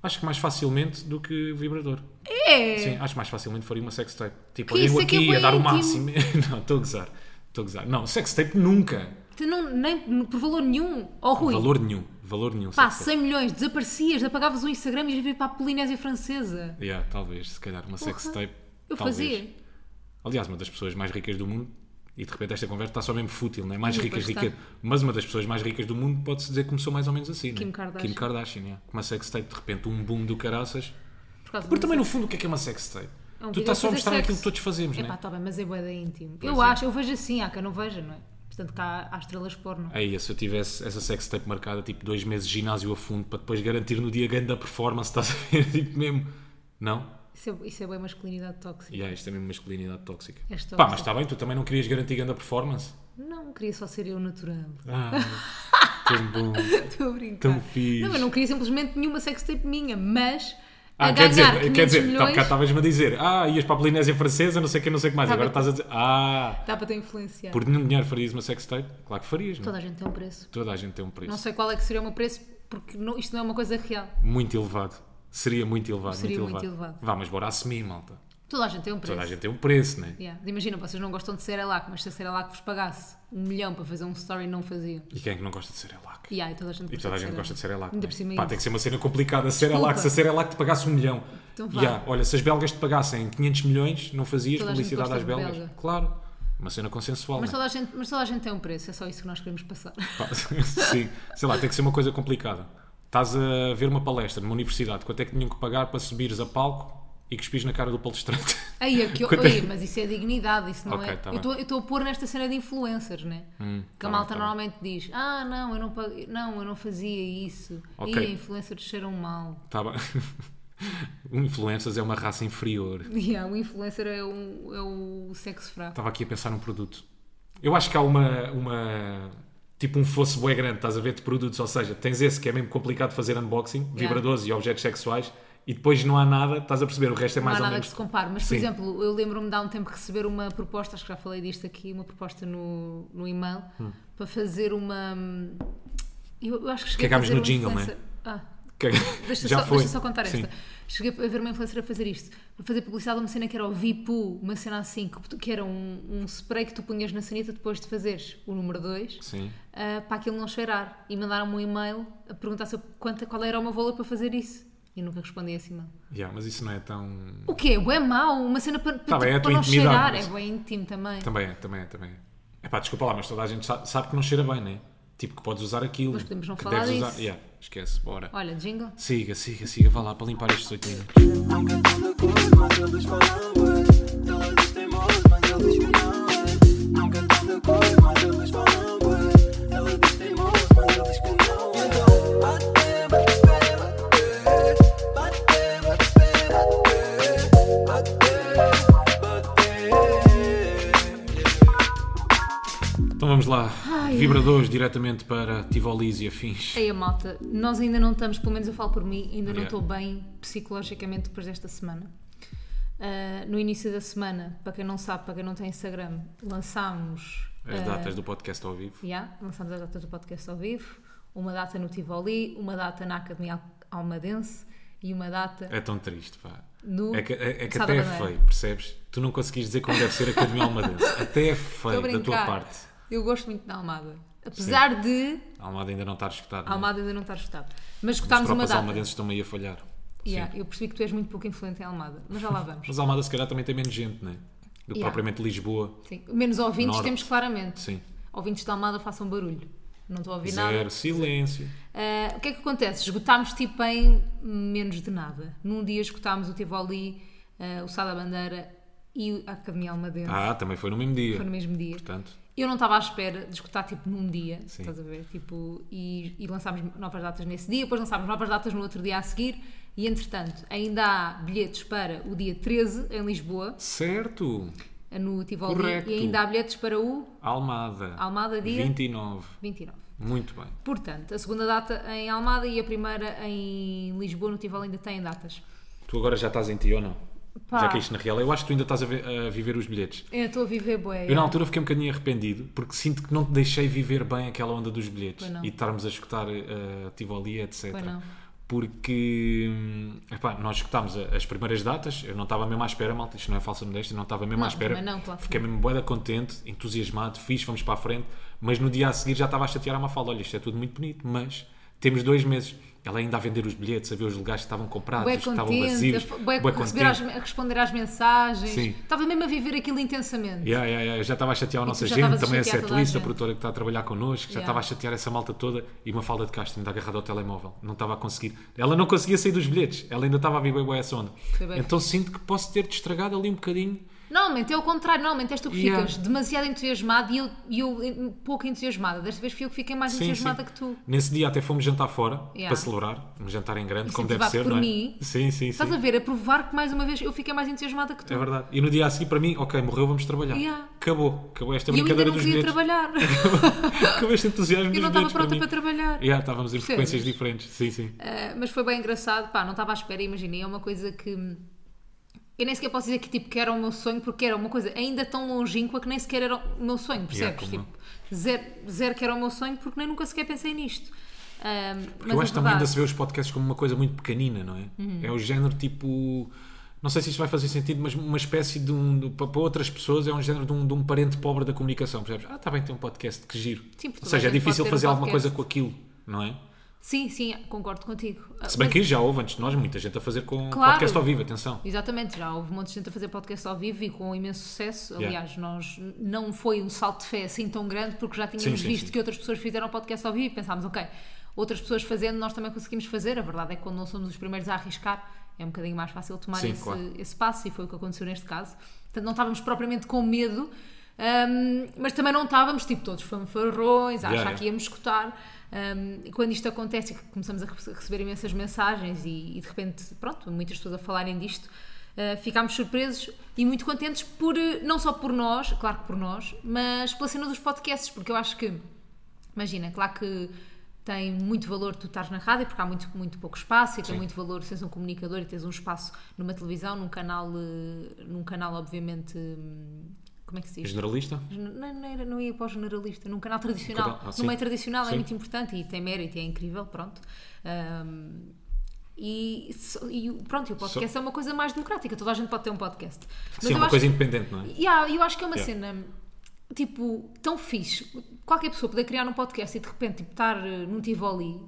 [SPEAKER 1] Acho que mais facilmente do que vibrador.
[SPEAKER 2] É!
[SPEAKER 1] Sim, acho que mais facilmente faria uma sextape. Tipo,
[SPEAKER 2] Que
[SPEAKER 1] eu
[SPEAKER 2] isso
[SPEAKER 1] digo
[SPEAKER 2] é que é
[SPEAKER 1] aqui
[SPEAKER 2] bué
[SPEAKER 1] a dar o
[SPEAKER 2] íntimo.
[SPEAKER 1] máximo. *laughs* não, estou a gozar. Estou a gozar. Não, sextape nunca.
[SPEAKER 2] Tu não, nem por valor nenhum. Ó Rui,
[SPEAKER 1] Valor nenhum. Valor nenhum.
[SPEAKER 2] pá,
[SPEAKER 1] sextape.
[SPEAKER 2] 100 milhões, desaparecias, apagavas o Instagram e ias viver para a Polinésia Francesa.
[SPEAKER 1] Yeah, talvez, se calhar, uma sextape.
[SPEAKER 2] Eu
[SPEAKER 1] talvez.
[SPEAKER 2] fazia.
[SPEAKER 1] Aliás, uma das pessoas mais ricas do mundo, e de repente esta conversa está só mesmo fútil, não é? Mais
[SPEAKER 2] Sim,
[SPEAKER 1] ricas,
[SPEAKER 2] pois
[SPEAKER 1] rica.
[SPEAKER 2] está.
[SPEAKER 1] Mas uma das pessoas mais ricas do mundo pode-se dizer que começou mais ou menos assim, não é?
[SPEAKER 2] Kim Kardashian.
[SPEAKER 1] Kim Kardashian, yeah. Uma sextape, de repente, um boom do caraças.
[SPEAKER 2] Por causa
[SPEAKER 1] Porque
[SPEAKER 2] do
[SPEAKER 1] também, no fundo, o que é que é uma sextape?
[SPEAKER 2] É um
[SPEAKER 1] tu
[SPEAKER 2] vídeo
[SPEAKER 1] estás
[SPEAKER 2] a
[SPEAKER 1] só a
[SPEAKER 2] fazer
[SPEAKER 1] mostrar
[SPEAKER 2] sexo.
[SPEAKER 1] aquilo que todos fazemos, não
[SPEAKER 2] Epá,
[SPEAKER 1] é?
[SPEAKER 2] tá bem, mas é bué da íntimo.
[SPEAKER 1] Pois
[SPEAKER 2] eu
[SPEAKER 1] é.
[SPEAKER 2] acho, eu vejo assim, há quem não veja, não é? Portanto, cá há estrelas porno.
[SPEAKER 1] Aí, se eu tivesse essa sextape marcada, tipo, dois meses de ginásio a fundo, para depois garantir no dia grande da performance, *laughs* estás a ver? Tipo, mesmo. Não?
[SPEAKER 2] Isso é, isso é bué masculinidade tóxica.
[SPEAKER 1] E yeah, isto é mesmo masculinidade tóxica.
[SPEAKER 2] És
[SPEAKER 1] Pá,
[SPEAKER 2] tóxica.
[SPEAKER 1] mas está bem, tu também não querias garantir grande performance?
[SPEAKER 2] Não, queria só ser eu natural.
[SPEAKER 1] É.
[SPEAKER 2] *laughs*
[SPEAKER 1] Ah, tão bom.
[SPEAKER 2] Estou a brincar.
[SPEAKER 1] Tão fixe.
[SPEAKER 2] Não, eu não queria simplesmente nenhuma sextape minha, mas a
[SPEAKER 1] Ah, quer
[SPEAKER 2] ganhar
[SPEAKER 1] dizer, tá,
[SPEAKER 2] 500
[SPEAKER 1] quer dizer, há
[SPEAKER 2] milhões
[SPEAKER 1] bocado estavas-me a dizer, ah, ias para a Polinésia Francesa, não sei o que, não sei o que mais.
[SPEAKER 2] Tá
[SPEAKER 1] Agora
[SPEAKER 2] bem.
[SPEAKER 1] estás a dizer, ah,
[SPEAKER 2] dá para ter influenciado.
[SPEAKER 1] por nenhum dinheiro farias uma sextape? Claro que farias, não? é? Toda,
[SPEAKER 2] Toda a gente tem um preço.
[SPEAKER 1] a gente tem um preço
[SPEAKER 2] Não sei qual é que seria o meu preço, porque não- isto não é uma coisa real.
[SPEAKER 1] muito elevado. Seria muito elevado,
[SPEAKER 2] Seria
[SPEAKER 1] muito,
[SPEAKER 2] muito
[SPEAKER 1] elevado.
[SPEAKER 2] elevado.
[SPEAKER 1] Vá, mas bora assumir, malta.
[SPEAKER 2] Toda a gente tem um preço.
[SPEAKER 1] Toda a gente tem um preço, né?
[SPEAKER 2] Yeah. Imagina, vocês não gostam de ser lac, mas se a Cerelac vos pagasse um milhão para fazer um story, não faziam.
[SPEAKER 1] E quem é que não gosta de ser elac?
[SPEAKER 2] Yeah, e toda a gente,
[SPEAKER 1] E toda a gente gosta de ser elac.
[SPEAKER 2] Ainda
[SPEAKER 1] né?
[SPEAKER 2] por cima é
[SPEAKER 1] Pá,
[SPEAKER 2] isso.
[SPEAKER 1] tem que ser uma cena complicada. Ser elac, se a ser elac te pagasse um milhão.
[SPEAKER 2] Então vá.
[SPEAKER 1] Ya, olha, se as belgas te pagassem 500 milhões, não fazias
[SPEAKER 2] Toda a gente
[SPEAKER 1] publicidade
[SPEAKER 2] gosta
[SPEAKER 1] às
[SPEAKER 2] de
[SPEAKER 1] belgas?
[SPEAKER 2] belga.
[SPEAKER 1] Claro. Uma cena consensual.
[SPEAKER 2] Mas
[SPEAKER 1] né?
[SPEAKER 2] toda, a gente, mas toda a gente tem um preço, é só isso que nós
[SPEAKER 1] *laughs*
[SPEAKER 2] queremos passar.
[SPEAKER 1] Pá, Sim, sei lá, tem que ser uma coisa complicada. Estás a ver uma palestra numa universidade, quanto é que tinham que pagar para subires a palco e cuspires na cara do palestrante? *laughs*
[SPEAKER 2] Aí, aqui,
[SPEAKER 1] Quanto é-
[SPEAKER 2] aí, mas isso é dignidade, isso não
[SPEAKER 1] Ok,
[SPEAKER 2] é.
[SPEAKER 1] tá
[SPEAKER 2] eu
[SPEAKER 1] bem.
[SPEAKER 2] estou- eu estou a pôr nesta cena de influencers, né?
[SPEAKER 1] tá
[SPEAKER 2] que a
[SPEAKER 1] bem,
[SPEAKER 2] malta
[SPEAKER 1] tá bem.
[SPEAKER 2] normalmente diz: Ah, não eu não, pag- não, eu não fazia isso.
[SPEAKER 1] Ok.
[SPEAKER 2] E influencers cheiram mal. *laughs*
[SPEAKER 1] Tá bem. *laughs* O Influencers é uma raça inferior.
[SPEAKER 2] Yeah, o influencer é o, é o sexo fraco.
[SPEAKER 1] Estava aqui a pensar num produto. Eu acho que há uma. uma tipo um fosso bué grande, estás a ver, de produtos. Ou seja, tens esse que é mesmo complicado de fazer unboxing, vibradores e objetos sexuais, e depois não há nada, estás a perceber, o resto é
[SPEAKER 2] Não
[SPEAKER 1] mais
[SPEAKER 2] há
[SPEAKER 1] ou
[SPEAKER 2] nada que
[SPEAKER 1] menos.
[SPEAKER 2] se compare, mas por
[SPEAKER 1] Sim.
[SPEAKER 2] exemplo, eu lembro-me de há um tempo receber uma proposta, acho que já falei disto aqui, uma proposta no, no e-mail
[SPEAKER 1] Hum.
[SPEAKER 2] para fazer uma. hum, Eu, eu acho que cheguei a
[SPEAKER 1] Cagámos
[SPEAKER 2] fazer
[SPEAKER 1] no
[SPEAKER 2] um
[SPEAKER 1] jingle, né?
[SPEAKER 2] influencer- Ah, *laughs*
[SPEAKER 1] Que-
[SPEAKER 2] Deixa,
[SPEAKER 1] Já
[SPEAKER 2] só,
[SPEAKER 1] foi.
[SPEAKER 2] deixa só contar
[SPEAKER 1] Sim.
[SPEAKER 2] esta. Cheguei a ver uma influencer a fazer isto. A fazer publicidade de uma cena que era o Vipu, uma cena assim, que, tu- que era um, um spray que tu punhas na sanita depois de fazeres o número 2,
[SPEAKER 1] Sim.
[SPEAKER 2] para aquilo não cheirar. E mandaram-me um e-mail a perguntar se eu, quanto, qual era o meu valor para fazer isso. E eu nunca respondi esse e-mail.
[SPEAKER 1] Ya, mas isso não é tão.
[SPEAKER 2] O quê? É mau? Uma cena para,
[SPEAKER 1] Tá
[SPEAKER 2] para,
[SPEAKER 1] bem, é a
[SPEAKER 2] para
[SPEAKER 1] tua
[SPEAKER 2] não
[SPEAKER 1] intimidade,
[SPEAKER 2] cheirar.
[SPEAKER 1] mas-
[SPEAKER 2] É bem íntimo também.
[SPEAKER 1] Também é, também é, também é. Epá, desculpa lá, mas toda a gente sa- sabe, que não cheira bem, né? Tipo, que podes usar aquilo.
[SPEAKER 2] Mas podemos não
[SPEAKER 1] que
[SPEAKER 2] falar
[SPEAKER 1] deves
[SPEAKER 2] disso.
[SPEAKER 1] Yeah, esquece, bora.
[SPEAKER 2] Olha, jingle.
[SPEAKER 1] Siga, siga, siga, vá lá para limpar estes 8 minutos.
[SPEAKER 3] Nunca estão de acordo, mas eles falam bué. Ela diz teimoso, mas ele diz que não é. Nunca estão de acordo, mas eles falam bué. Ela diz teimoso, mas ele diz que não é. Então, bate, bate, bate, bate. Bate, bate, bate, bate, bate.
[SPEAKER 1] Então vamos lá.
[SPEAKER 2] Ai.
[SPEAKER 1] Vibradores diretamente para Tivolis e afins.
[SPEAKER 2] Aí a malta, nós ainda não estamos, pelo menos eu falo por mim, ainda não
[SPEAKER 1] Yeah.
[SPEAKER 2] estou bem psicologicamente depois desta semana. Ah, no início da semana, para quem não sabe, para quem não tem Instagram, lançámos
[SPEAKER 1] As
[SPEAKER 2] ah,
[SPEAKER 1] datas do podcast ao vivo.
[SPEAKER 2] yeah, lançámos as datas do podcast ao vivo, uma data no Tivoli, uma data na Academia Al- Almadense e uma data
[SPEAKER 1] É tão triste, pá.
[SPEAKER 2] no.
[SPEAKER 1] É que, é, é que
[SPEAKER 2] Sá
[SPEAKER 1] até
[SPEAKER 2] da
[SPEAKER 1] é
[SPEAKER 2] Madeira.
[SPEAKER 1] feio, percebes? Tu não conseguis dizer como deve ser a Academia
[SPEAKER 2] *laughs*
[SPEAKER 1] Almadense. Até é feio
[SPEAKER 2] Estou a
[SPEAKER 1] da tua
[SPEAKER 2] brincar.
[SPEAKER 1] parte.
[SPEAKER 2] Eu gosto muito da Almada. Apesar de
[SPEAKER 1] A Almada ainda não está a escutar.
[SPEAKER 2] a
[SPEAKER 1] Né?
[SPEAKER 2] Almada ainda não estar escutada. Mas
[SPEAKER 1] As
[SPEAKER 2] escutámos uma
[SPEAKER 1] tropas
[SPEAKER 2] data.
[SPEAKER 1] almadenses estão meio a falhar.
[SPEAKER 2] Yeah,
[SPEAKER 1] Sim.
[SPEAKER 2] eu percebi que tu és muito pouco influente em Almada, mas já lá vamos.
[SPEAKER 1] Mas a Almada se calhar também tem menos gente, né? Do que
[SPEAKER 2] Yeah.
[SPEAKER 1] propriamente Lisboa.
[SPEAKER 2] Sim. Menos ouvintes
[SPEAKER 1] Norte.
[SPEAKER 2] temos claramente.
[SPEAKER 1] Sim.
[SPEAKER 2] Ouvintes da Almada façam barulho. Não estou a ouvir nada.
[SPEAKER 1] Zero, silêncio.
[SPEAKER 2] Ah, o que é que acontece? Esgotámos tipo em menos de nada. Num dia esgotámos o Tivoli, ah, o Sá da Bandeira e a Academia Almadense.
[SPEAKER 1] Ah, também foi no mesmo dia.
[SPEAKER 2] Foi no mesmo dia.
[SPEAKER 1] Portanto,
[SPEAKER 2] Eu não estava à espera de escutar tipo num dia,
[SPEAKER 1] Sim.
[SPEAKER 2] estás a ver? Tipo, e, e lançámos novas datas nesse dia, depois lançámos novas datas no outro dia a seguir, e entretanto ainda há bilhetes para o dia 13 em Lisboa,
[SPEAKER 1] certo.
[SPEAKER 2] no Tivoli.
[SPEAKER 1] Correcto.
[SPEAKER 2] E ainda há bilhetes para o
[SPEAKER 1] Almada.
[SPEAKER 2] Almada, dia
[SPEAKER 1] 29.
[SPEAKER 2] 29.
[SPEAKER 1] Muito bem.
[SPEAKER 2] Portanto, a segunda data em Almada e a primeira em Lisboa, no Tivoli, ainda têm datas.
[SPEAKER 1] Tu agora já estás em ti ou não?
[SPEAKER 2] Pá.
[SPEAKER 1] Já caíste na real. Eu acho que tu ainda estás a, vi- a viver os bilhetes.
[SPEAKER 2] Eu estou a viver bué.
[SPEAKER 1] Eu na altura fiquei um bocadinho arrependido porque sinto que não te deixei viver bem aquela onda dos bilhetes
[SPEAKER 2] Pois não.
[SPEAKER 1] e de estarmos a escutar eh, a Tivoli, etc.
[SPEAKER 2] Pois não.
[SPEAKER 1] Porque hum, epá, nós escutámos a- as primeiras datas, eu não estava mesmo à espera, malta, isto não é falsa modéstia, não estava mesmo
[SPEAKER 2] Não,
[SPEAKER 1] à espera.
[SPEAKER 2] também não, claro que
[SPEAKER 1] Fiquei mesmo boeda contente, entusiasmado, fiz, vamos para a frente, mas no dia a seguir já estava a chatear a Mafalda, olha, isto é tudo muito bonito, mas temos dois meses. Ela ainda a vender os bilhetes, a ver os lugares que estavam comprados,
[SPEAKER 2] Bué
[SPEAKER 1] os que estavam vazios,
[SPEAKER 2] contente, bué
[SPEAKER 1] bué
[SPEAKER 2] a receber às- a responder às mensagens.
[SPEAKER 1] Sim.
[SPEAKER 2] Estava mesmo a viver aquilo intensamente.
[SPEAKER 1] Yeah, yeah, yeah. Eu Já estava a chatear a nossa
[SPEAKER 2] já
[SPEAKER 1] gente,
[SPEAKER 2] estavas a
[SPEAKER 1] também a
[SPEAKER 2] chatear toda a
[SPEAKER 1] setlist, a,
[SPEAKER 2] gente.
[SPEAKER 1] produtora que está a trabalhar connosco, já
[SPEAKER 2] Yeah.
[SPEAKER 1] estava a chatear essa malta toda e uma falda de casting ainda agarrada ao telemóvel. Não estava a conseguir. Ela não conseguia sair dos bilhetes, ela ainda estava a viver boa essa onda.
[SPEAKER 2] Foi bem
[SPEAKER 1] Então sinto que posso ter-te estragado ali um bocadinho.
[SPEAKER 2] Normalmente é o contrário, normalmente és tu que
[SPEAKER 1] Yeah.
[SPEAKER 2] ficas demasiado entusiasmado e eu, e eu em- pouco entusiasmada. Desta vez fui eu que fiquei mais
[SPEAKER 1] Sim,
[SPEAKER 2] entusiasmada
[SPEAKER 1] sim.
[SPEAKER 2] que tu.
[SPEAKER 1] Nesse dia até fomos jantar fora
[SPEAKER 2] Yeah.
[SPEAKER 1] para celebrar, um jantar em grande, como deve
[SPEAKER 2] Incentivado
[SPEAKER 1] ser, não
[SPEAKER 2] por
[SPEAKER 1] é?
[SPEAKER 2] mim.
[SPEAKER 1] Sim, sim, sim.
[SPEAKER 2] Estás a ver, a provar que mais uma vez eu fiquei mais entusiasmada que tu.
[SPEAKER 1] É verdade. E no dia a seguir, para mim, ok, morreu, vamos trabalhar.
[SPEAKER 2] Yeah.
[SPEAKER 1] Acabou, acabou esta
[SPEAKER 2] E eu ainda
[SPEAKER 1] brincadeira
[SPEAKER 2] não
[SPEAKER 1] dos
[SPEAKER 2] queria
[SPEAKER 1] bilhetes. *laughs*
[SPEAKER 2] trabalhar.
[SPEAKER 1] Acabou este entusiasmo
[SPEAKER 2] eu
[SPEAKER 1] dos
[SPEAKER 2] não estava
[SPEAKER 1] bilhetes para
[SPEAKER 2] pronta
[SPEAKER 1] mim.
[SPEAKER 2] para, trabalhar.
[SPEAKER 1] Yeah, estávamos em
[SPEAKER 2] Percebes?
[SPEAKER 1] frequências diferentes. Sim, sim.
[SPEAKER 2] Uh, mas foi bem engraçado, pá, não estava à espera, imaginei, é uma coisa que hum, eu nem sequer posso dizer que tipo que era o meu sonho, porque era uma coisa ainda tão longínqua que nem sequer era o meu sonho,
[SPEAKER 1] Yeah,
[SPEAKER 2] percebes?
[SPEAKER 1] como
[SPEAKER 2] tipo, zero, zero que era o meu sonho, porque nem nunca sequer pensei nisto. Um, mas
[SPEAKER 1] eu
[SPEAKER 2] a
[SPEAKER 1] acho que também ainda
[SPEAKER 2] verdade- Uhum.
[SPEAKER 1] se vê os podcasts como uma coisa muito pequenina, não é? É o género tipo. Não sei se isto vai fazer sentido, mas uma espécie de um. de- pa- para outras pessoas é um género de um, de um parente pobre da comunicação, percebes? Ah, está bem, tem um podcast, que giro.
[SPEAKER 2] Sim, porque
[SPEAKER 1] Ou
[SPEAKER 2] toda
[SPEAKER 1] seja,
[SPEAKER 2] a
[SPEAKER 1] é
[SPEAKER 2] gente
[SPEAKER 1] difícil
[SPEAKER 2] pode ter
[SPEAKER 1] fazer
[SPEAKER 2] um
[SPEAKER 1] alguma coisa
[SPEAKER 2] podcast.
[SPEAKER 1] com aquilo, não é?
[SPEAKER 2] Sim, sim, concordo contigo. Uh,
[SPEAKER 1] Se bem
[SPEAKER 2] mas-
[SPEAKER 1] que já houve antes de nós muita gente a fazer com
[SPEAKER 2] Claro.
[SPEAKER 1] podcast ao vivo, atenção.
[SPEAKER 2] Exatamente, já houve um monte de gente a fazer podcast ao vivo e com imenso sucesso.
[SPEAKER 1] Yeah.
[SPEAKER 2] Aliás, nós não foi um salto de fé assim tão grande porque já tínhamos
[SPEAKER 1] Sim, sim,
[SPEAKER 2] visto
[SPEAKER 1] sim.
[SPEAKER 2] que outras pessoas fizeram podcast ao vivo e pensámos, ok, outras pessoas fazendo, nós também conseguimos fazer. A verdade é que quando não somos os primeiros a arriscar, é um bocadinho mais fácil tomar
[SPEAKER 1] Sim,
[SPEAKER 2] esse,
[SPEAKER 1] claro.
[SPEAKER 2] esse passo e foi o que aconteceu neste caso. Portanto, não estávamos propriamente com medo, hum, mas também não estávamos, tipo, todos fanfarrões,
[SPEAKER 1] Yeah,
[SPEAKER 2] a achar
[SPEAKER 1] yeah.
[SPEAKER 2] que íamos escutar. Hum, e quando isto acontece e que começamos a rece- receber imensas mensagens e, e de repente, pronto, muitas pessoas a falarem disto, uh, ficámos surpresos e muito contentes por, uh, não só por nós, claro que por nós, mas pela cena dos podcasts, porque eu acho que, imagina, claro que tem muito valor tu estás na rádio, porque há muito, muito pouco espaço e tem
[SPEAKER 1] Sim.
[SPEAKER 2] muito valor seres um comunicador e tens um espaço numa televisão, num canal, uh, num canal obviamente, hum, como é que se diz?
[SPEAKER 1] Generalista?
[SPEAKER 2] Não, não, era- não ia para o generalista, num canal tradicional.
[SPEAKER 1] Num canal, ah, sim.
[SPEAKER 2] no meio tradicional
[SPEAKER 1] Sim.
[SPEAKER 2] é muito importante e tem mérito, e é incrível, pronto. Ahm, e, so- e o- pronto, e o podcast é uma coisa mais democrática, toda a gente pode ter um podcast. Mas
[SPEAKER 1] Sim, é
[SPEAKER 2] eu
[SPEAKER 1] uma
[SPEAKER 2] acho
[SPEAKER 1] coisa
[SPEAKER 2] que-
[SPEAKER 1] independente, não é?
[SPEAKER 2] Yeah, eu acho que é uma
[SPEAKER 1] Yeah.
[SPEAKER 2] cena tipo tão fixe. Qualquer pessoa poder criar um podcast e de repente tipo, estar eh, num Tivoli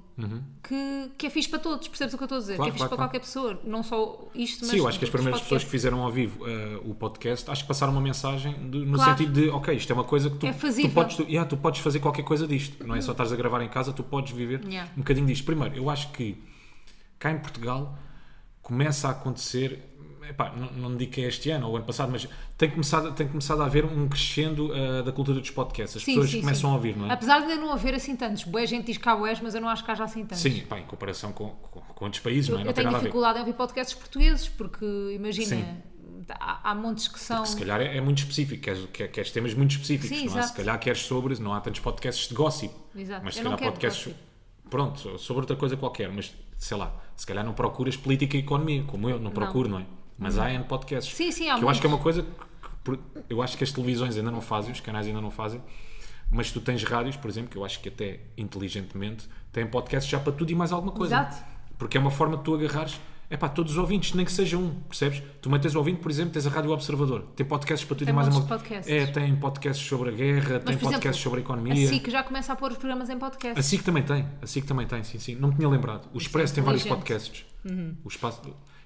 [SPEAKER 2] que, que é fixe para todos, percebes o que eu estou a dizer?
[SPEAKER 1] Uhum. Claro,
[SPEAKER 2] que é fixe
[SPEAKER 1] claro,
[SPEAKER 2] para qualquer pessoa, não só isto, mas
[SPEAKER 1] Sim, eu acho que as
[SPEAKER 2] todos os
[SPEAKER 1] primeiras pessoas que
[SPEAKER 2] podcasts.
[SPEAKER 1] fizeram ao vivo eh, o podcast, acho que passaram uma mensagem de- no
[SPEAKER 2] Claro.
[SPEAKER 1] sentido de, ok, isto é uma coisa que tu,
[SPEAKER 2] É
[SPEAKER 1] tu
[SPEAKER 2] fazível.
[SPEAKER 1] podes, tu, yeah, tu podes fazer qualquer coisa disto, não é só estás a gravar em casa, tu podes viver
[SPEAKER 2] Yeah.
[SPEAKER 1] um bocadinho disto. Primeiro, eu acho que cá em Portugal começa a acontecer, epá, não, não digo que é este ano ou ano passado, mas tem começado, tem começado a haver um crescendo eh, da cultura dos podcasts. As
[SPEAKER 2] Sim,
[SPEAKER 1] pessoas
[SPEAKER 2] sim,
[SPEAKER 1] começam
[SPEAKER 2] sim.
[SPEAKER 1] a ouvir, não é?
[SPEAKER 2] Apesar de ainda não haver assim tantos, boa gente diz que há bués, mas eu não acho que haja assim tantos.
[SPEAKER 1] Sim, epá, em comparação com, com, com outros países,
[SPEAKER 2] eu,
[SPEAKER 1] não é? Não
[SPEAKER 2] eu
[SPEAKER 1] tem
[SPEAKER 2] tenho
[SPEAKER 1] nada a ver.
[SPEAKER 2] dificuldade em ouvir podcasts portugueses, porque
[SPEAKER 1] Sim.
[SPEAKER 2] imagina, há, há montes que são.
[SPEAKER 1] Porque se calhar é, é muito específico, queres, que- queres temas muito específicos,
[SPEAKER 2] Sim,
[SPEAKER 1] não é?
[SPEAKER 2] exato.
[SPEAKER 1] Se calhar queres sobre, não há tantos podcasts de gossip,
[SPEAKER 2] Exato.
[SPEAKER 1] mas se
[SPEAKER 2] Eu
[SPEAKER 1] calhar
[SPEAKER 2] não quero
[SPEAKER 1] podcasts,
[SPEAKER 2] gossip.
[SPEAKER 1] pronto, sobre outra coisa qualquer, mas sei lá, se calhar não procuras política e economia, como eu, não procuro, não, é? Mas há N podcasts.
[SPEAKER 2] Sim, sim, há
[SPEAKER 1] que eu acho que é
[SPEAKER 2] muitos.
[SPEAKER 1] uma coisa que, por- eu acho que as televisões ainda não fazem, os canais ainda não fazem, mas tu tens rádios, por exemplo, que eu acho que até inteligentemente têm podcasts já para tudo e mais alguma coisa.
[SPEAKER 2] Exato.
[SPEAKER 1] Porque é uma forma de tu agarrares. É pá, todos os ouvintes, nem que seja um, percebes? Tu mantens o ouvinte, por exemplo, tens a Rádio Observador, tem podcasts para tudo
[SPEAKER 2] Tem
[SPEAKER 1] e mais
[SPEAKER 2] montes
[SPEAKER 1] uma
[SPEAKER 2] de podcasts.
[SPEAKER 1] É, tem podcasts sobre a guerra, tem
[SPEAKER 2] por exemplo,
[SPEAKER 1] podcasts sobre a economia.
[SPEAKER 2] Assim que já começa a pôr os programas em podcast.
[SPEAKER 1] A SIC também tem, a SIC também tem, sim, sim. Não me tinha lembrado.
[SPEAKER 2] é
[SPEAKER 1] O Expresso tem vários podcasts.
[SPEAKER 2] Uhum.
[SPEAKER 1] O espaço.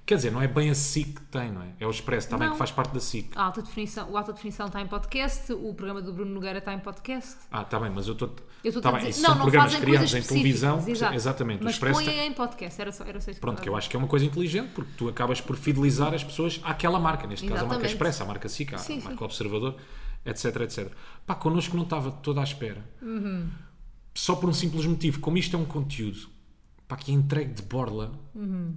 [SPEAKER 1] Quer dizer, não é bem a SIC que tem, não é? É o Expresso também
[SPEAKER 2] Não.
[SPEAKER 1] que faz parte da SIC.
[SPEAKER 2] A alta definição, o Alta Definição está em podcast, o programa do Bruno Nogueira está em podcast.
[SPEAKER 1] Ah, está bem, mas eu estou.
[SPEAKER 2] Eu estou
[SPEAKER 1] tá
[SPEAKER 2] a
[SPEAKER 1] bem,
[SPEAKER 2] dizer-
[SPEAKER 1] isso
[SPEAKER 2] não,
[SPEAKER 1] são
[SPEAKER 2] não
[SPEAKER 1] programas
[SPEAKER 2] fazem
[SPEAKER 1] criados em
[SPEAKER 2] coisas
[SPEAKER 1] televisão.
[SPEAKER 2] específicas, exato.
[SPEAKER 1] Exatamente. o
[SPEAKER 2] Mas
[SPEAKER 1] Expresso tá-
[SPEAKER 2] põem
[SPEAKER 1] tem-
[SPEAKER 2] em podcast, era só, era só isso
[SPEAKER 1] Pronto, que eu
[SPEAKER 2] estava a
[SPEAKER 1] acho que é uma coisa inteligente, porque tu acabas por fidelizar as pessoas àquela marca, neste caso a marca
[SPEAKER 2] Exatamente.
[SPEAKER 1] Expressa, a marca SICA,
[SPEAKER 2] Sim,
[SPEAKER 1] a
[SPEAKER 2] sim.
[SPEAKER 1] marca Observador, etc, etc. Pá, connosco não estava toda à espera.
[SPEAKER 2] Uhum.
[SPEAKER 1] Só por um simples motivo, como isto é um conteúdo pá, que é entregue de
[SPEAKER 2] Uhum.
[SPEAKER 1] borla,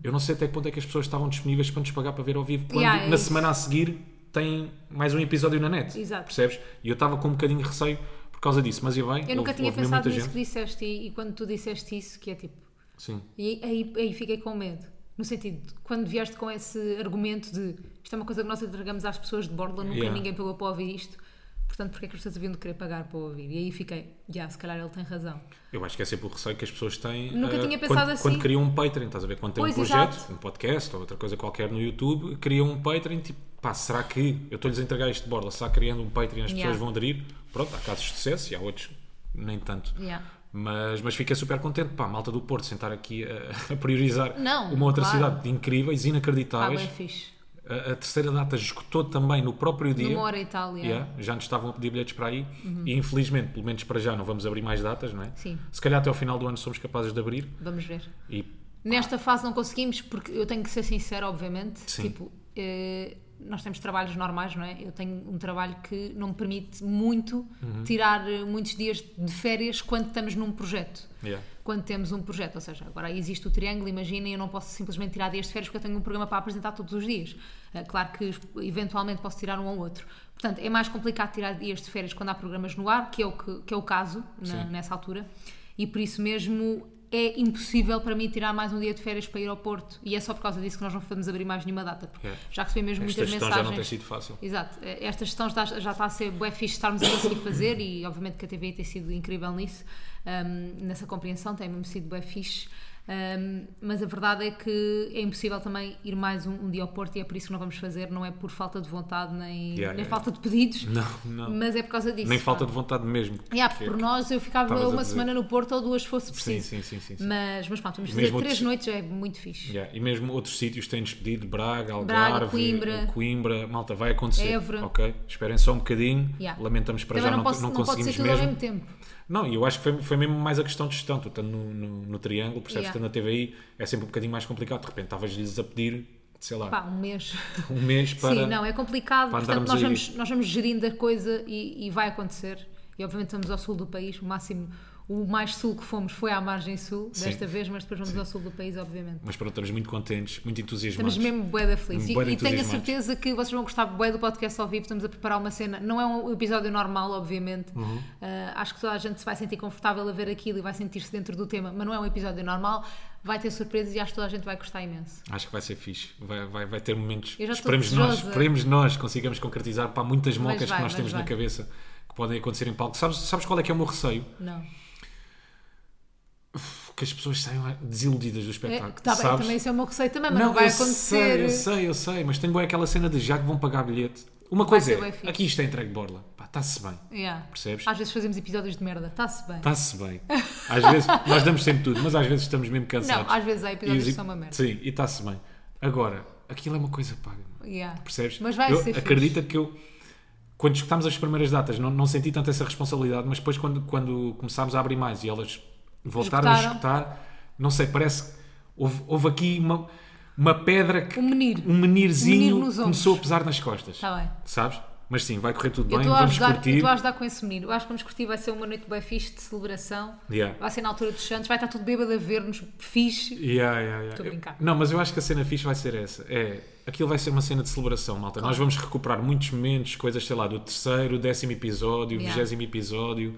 [SPEAKER 1] eu não sei até que ponto é que as pessoas estavam disponíveis para nos pagar para ver ao vivo, quando
[SPEAKER 2] Yeah, é
[SPEAKER 1] na
[SPEAKER 2] isso.
[SPEAKER 1] semana a seguir tem mais um episódio na net.
[SPEAKER 2] Exato.
[SPEAKER 1] Percebes? E eu estava com um bocadinho de receio por causa disso, mas ia bem.
[SPEAKER 2] Eu nunca
[SPEAKER 1] houve-
[SPEAKER 2] tinha
[SPEAKER 1] houve
[SPEAKER 2] pensado
[SPEAKER 1] muita
[SPEAKER 2] nisso
[SPEAKER 1] gente.
[SPEAKER 2] que disseste e, e quando tu disseste isso, que é tipo.
[SPEAKER 1] Sim.
[SPEAKER 2] E aí, aí fiquei com medo. No sentido, de quando vieste com esse argumento de isto é uma coisa que nós entregamos às pessoas de Borla, nunca
[SPEAKER 1] Yeah.
[SPEAKER 2] ninguém pagou para ouvir isto, portanto, porque é que as pessoas haviam de querer pagar para ouvir? E aí fiquei, já, se calhar ele tem razão.
[SPEAKER 1] Eu acho que é sempre o receio que as pessoas têm.
[SPEAKER 2] Nunca
[SPEAKER 1] eh,
[SPEAKER 2] tinha
[SPEAKER 1] quando-
[SPEAKER 2] pensado
[SPEAKER 1] quando,
[SPEAKER 2] assim.
[SPEAKER 1] criam um Patreon, estás a ver? Quando tem
[SPEAKER 2] Pois,
[SPEAKER 1] um projeto,
[SPEAKER 2] exato.
[SPEAKER 1] um podcast ou outra coisa qualquer no YouTube, criam um Patreon, tipo, pá, será que eu estou-lhes a entregar este borla? Será que criando um Patreon as
[SPEAKER 2] Yeah.
[SPEAKER 1] pessoas vão aderir? Pronto, há casos de sucesso e há outros nem tanto.
[SPEAKER 2] Yeah.
[SPEAKER 1] Mas, mas fiquei super contente, pá, a malta do Porto, sentar aqui a, *laughs* a priorizar
[SPEAKER 2] Não,
[SPEAKER 1] uma outra
[SPEAKER 2] claro.
[SPEAKER 1] cidade de incríveis,
[SPEAKER 2] Pá,
[SPEAKER 1] inacreditáveis.
[SPEAKER 2] bem fixe.
[SPEAKER 1] A, a terceira data esgotou também no próprio dia.
[SPEAKER 2] Numa hora e tal, yeah. Uhum.
[SPEAKER 1] Yeah, já nos estavam a pedir bilhetes para aí e infelizmente, pelo menos para já, não vamos abrir mais datas, não é?
[SPEAKER 2] Sim.
[SPEAKER 1] Se calhar até ao final do ano somos capazes de abrir
[SPEAKER 2] Vamos ver.
[SPEAKER 1] e
[SPEAKER 2] Nesta fase não conseguimos, porque eu tenho que ser sincera, obviamente.
[SPEAKER 1] Sim.
[SPEAKER 2] Tipo, eh, nós temos trabalhos normais, não é? Eu tenho um trabalho que não me permite muito
[SPEAKER 1] Uhum.
[SPEAKER 2] tirar eh, muitos dias de férias quando estamos num projeto.
[SPEAKER 1] Yeah.
[SPEAKER 2] Quando temos um projeto, ou seja, agora existe o triângulo, imaginem, eu não posso simplesmente tirar dias de férias porque eu tenho um programa para apresentar todos os dias. Eh, Claro que eventualmente posso tirar um ou outro. Portanto, é mais complicado tirar dias de férias quando há programas no ar, que é o, que, que é o caso na-
[SPEAKER 1] Sim.
[SPEAKER 2] nessa altura, e por isso mesmo é impossível para mim tirar mais um dia de férias para ir ao Porto. E é só por causa disso que nós não vamos abrir mais nenhuma data, porque
[SPEAKER 1] É.
[SPEAKER 2] já recebi mesmo
[SPEAKER 1] esta
[SPEAKER 2] muitas
[SPEAKER 1] gestão
[SPEAKER 2] mensagens.
[SPEAKER 1] já não tem sido
[SPEAKER 2] *laughs*
[SPEAKER 1] fácil.
[SPEAKER 2] Exato, Eh, esta gestão está- já está a ser bué fixe estarmos a conseguir fazer e obviamente que a TVI tem sido incrível nisso, ahm, nessa compreensão, tem mesmo sido bué fixe, ahm, mas a verdade é que é impossível também ir mais um, um dia ao Porto e é por isso que não vamos fazer, não é por falta de vontade nem,
[SPEAKER 1] Yeah, yeah,
[SPEAKER 2] nem falta de pedidos,
[SPEAKER 1] Não, não.
[SPEAKER 2] *laughs* mas é por causa disso.
[SPEAKER 1] Nem
[SPEAKER 2] pá.
[SPEAKER 1] falta de vontade mesmo.
[SPEAKER 2] Yeah, por nós eu ficava
[SPEAKER 1] Estavas a
[SPEAKER 2] uma
[SPEAKER 1] dizer.
[SPEAKER 2] semana no Porto ou duas se fosse
[SPEAKER 1] Sim,
[SPEAKER 2] preciso.
[SPEAKER 1] sim, sim, sim. sim.
[SPEAKER 2] Mas, mas pronto, vamos fazer
[SPEAKER 1] Mesmo
[SPEAKER 2] três
[SPEAKER 1] outros-
[SPEAKER 2] noites, é muito fixe.
[SPEAKER 1] Yeah, E mesmo outros sítios têm-nos pedido, Braga, Algarve,
[SPEAKER 2] Braga, Coimbra.
[SPEAKER 1] Coimbra, malta, vai acontecer.
[SPEAKER 2] Évora.
[SPEAKER 1] Ok, esperem só um bocadinho.
[SPEAKER 2] Yeah.
[SPEAKER 1] Lamentamos para já
[SPEAKER 2] Também não,
[SPEAKER 1] não,
[SPEAKER 2] posso,
[SPEAKER 1] não
[SPEAKER 2] não pode ser
[SPEAKER 1] conseguimos
[SPEAKER 2] tudo ao
[SPEAKER 1] mesmo.
[SPEAKER 2] mesmo tempo.
[SPEAKER 1] Não, e eu acho que foi, foi mesmo mais a questão de gestão. Tu estando no, no, no Triângulo, percebes?
[SPEAKER 2] Yeah.
[SPEAKER 1] Estando na TVI, é sempre um bocadinho mais complicado. De repente, estavas-lhes a pedir, sei lá,
[SPEAKER 2] Pá, um mês.
[SPEAKER 1] um mês para.
[SPEAKER 2] Sim, não, é complicado.
[SPEAKER 1] para
[SPEAKER 2] Portanto,
[SPEAKER 1] andarmos
[SPEAKER 2] nós
[SPEAKER 1] aí.
[SPEAKER 2] vamos, nós vamos gerindo a coisa e, e vai acontecer. E obviamente estamos ao sul do país, o máximo, o mais sul que fomos foi à margem sul
[SPEAKER 1] Sim.
[SPEAKER 2] desta vez, mas depois vamos ao sul do país, obviamente.
[SPEAKER 1] Mas pronto, estamos muito contentes, muito entusiasmados.
[SPEAKER 2] Estamos mesmo bué da feliz. E,
[SPEAKER 1] Bué de
[SPEAKER 2] e tenho a
[SPEAKER 1] entusiasmados.
[SPEAKER 2] certeza que vocês vão gostar bué do podcast ao vivo. Estamos a preparar uma cena. Não é um episódio normal, obviamente.
[SPEAKER 1] Uhum.
[SPEAKER 2] Ah, acho que toda a gente se vai sentir confortável a ver aquilo e vai sentir-se dentro do tema. Mas não é um episódio normal. Vai ter surpresas e acho que toda a gente vai gostar imenso.
[SPEAKER 1] Acho que vai ser fixe. Vai, vai, vai ter momentos.
[SPEAKER 2] Eu já estou
[SPEAKER 1] Esperemos nós,
[SPEAKER 2] desejosa.
[SPEAKER 1] esperemos nós consigamos concretizar para muitas mocas
[SPEAKER 2] vai,
[SPEAKER 1] que nós
[SPEAKER 2] mas
[SPEAKER 1] temos na
[SPEAKER 2] vai.
[SPEAKER 1] cabeça que podem acontecer em palco. Sabes, sabes qual é que é o meu receio?
[SPEAKER 2] Não.
[SPEAKER 1] Que as pessoas saiam desiludidas do
[SPEAKER 2] É,
[SPEAKER 1] espetáculo.
[SPEAKER 2] tá bem,
[SPEAKER 1] sabes?
[SPEAKER 2] também isso é uma receita também, mas não, vai
[SPEAKER 1] eu sei,
[SPEAKER 2] acontecer.
[SPEAKER 1] eu sei, eu sei, mas tenho bem aquela cena de já que vão pagar bilhete. Uma
[SPEAKER 2] Vai
[SPEAKER 1] coisa
[SPEAKER 2] ser bué
[SPEAKER 1] é,
[SPEAKER 2] fixe.
[SPEAKER 1] aqui isto é entregue de borla. Pá, Está-se bem.
[SPEAKER 2] Yeah.
[SPEAKER 1] Percebes? Tá.
[SPEAKER 2] Às vezes fazemos episódios de merda, está-se bem.
[SPEAKER 1] Está-se bem. Às vezes, nós damos sempre tudo, mas às vezes estamos mesmo cansados.
[SPEAKER 2] Não, às vezes há
[SPEAKER 1] E
[SPEAKER 2] episódios
[SPEAKER 1] os-
[SPEAKER 2] que são uma merda.
[SPEAKER 1] Sim, e está-se bem. Agora, aquilo é uma coisa paga. mano.
[SPEAKER 2] Yeah.
[SPEAKER 1] Percebes?
[SPEAKER 2] Mas vai
[SPEAKER 1] eu,
[SPEAKER 2] ser fixe.
[SPEAKER 1] Acredita que eu, quando escutámos as primeiras datas, não, não senti tanto essa responsabilidade, mas depois quando, quando começámos a abrir mais e elas voltaram a
[SPEAKER 2] Esgotaram.
[SPEAKER 1] escutar, não sei, parece que houve, houve aqui uma, uma pedra que.
[SPEAKER 2] Um menino.
[SPEAKER 1] Um menirzinho
[SPEAKER 2] Um menir nos ombros.
[SPEAKER 1] começou a pesar nas costas.
[SPEAKER 2] Tá bem.
[SPEAKER 1] Sabes? Mas sim, vai correr tudo
[SPEAKER 2] Eu
[SPEAKER 1] bem,
[SPEAKER 2] estou a
[SPEAKER 1] vamos
[SPEAKER 2] ajudar- eu
[SPEAKER 1] curtir.
[SPEAKER 2] estou a ajudar com esse menino. Eu acho que vamos curtir, vai ser uma noite bem fixe de celebração.
[SPEAKER 1] Yeah.
[SPEAKER 2] Vai ser na altura dos Santos, vai estar tudo bêbado a ver-nos, fixe.
[SPEAKER 1] Yeah, yeah, yeah.
[SPEAKER 2] Estou a brincar.
[SPEAKER 1] Eu- Não, mas eu acho que a cena fixe vai ser essa. É, aquilo vai ser uma cena de celebração, malta. Nós vamos recuperar muitos momentos, coisas, sei lá, do terceiro, décimo episódio,
[SPEAKER 2] Yeah.
[SPEAKER 1] vigésimo episódio.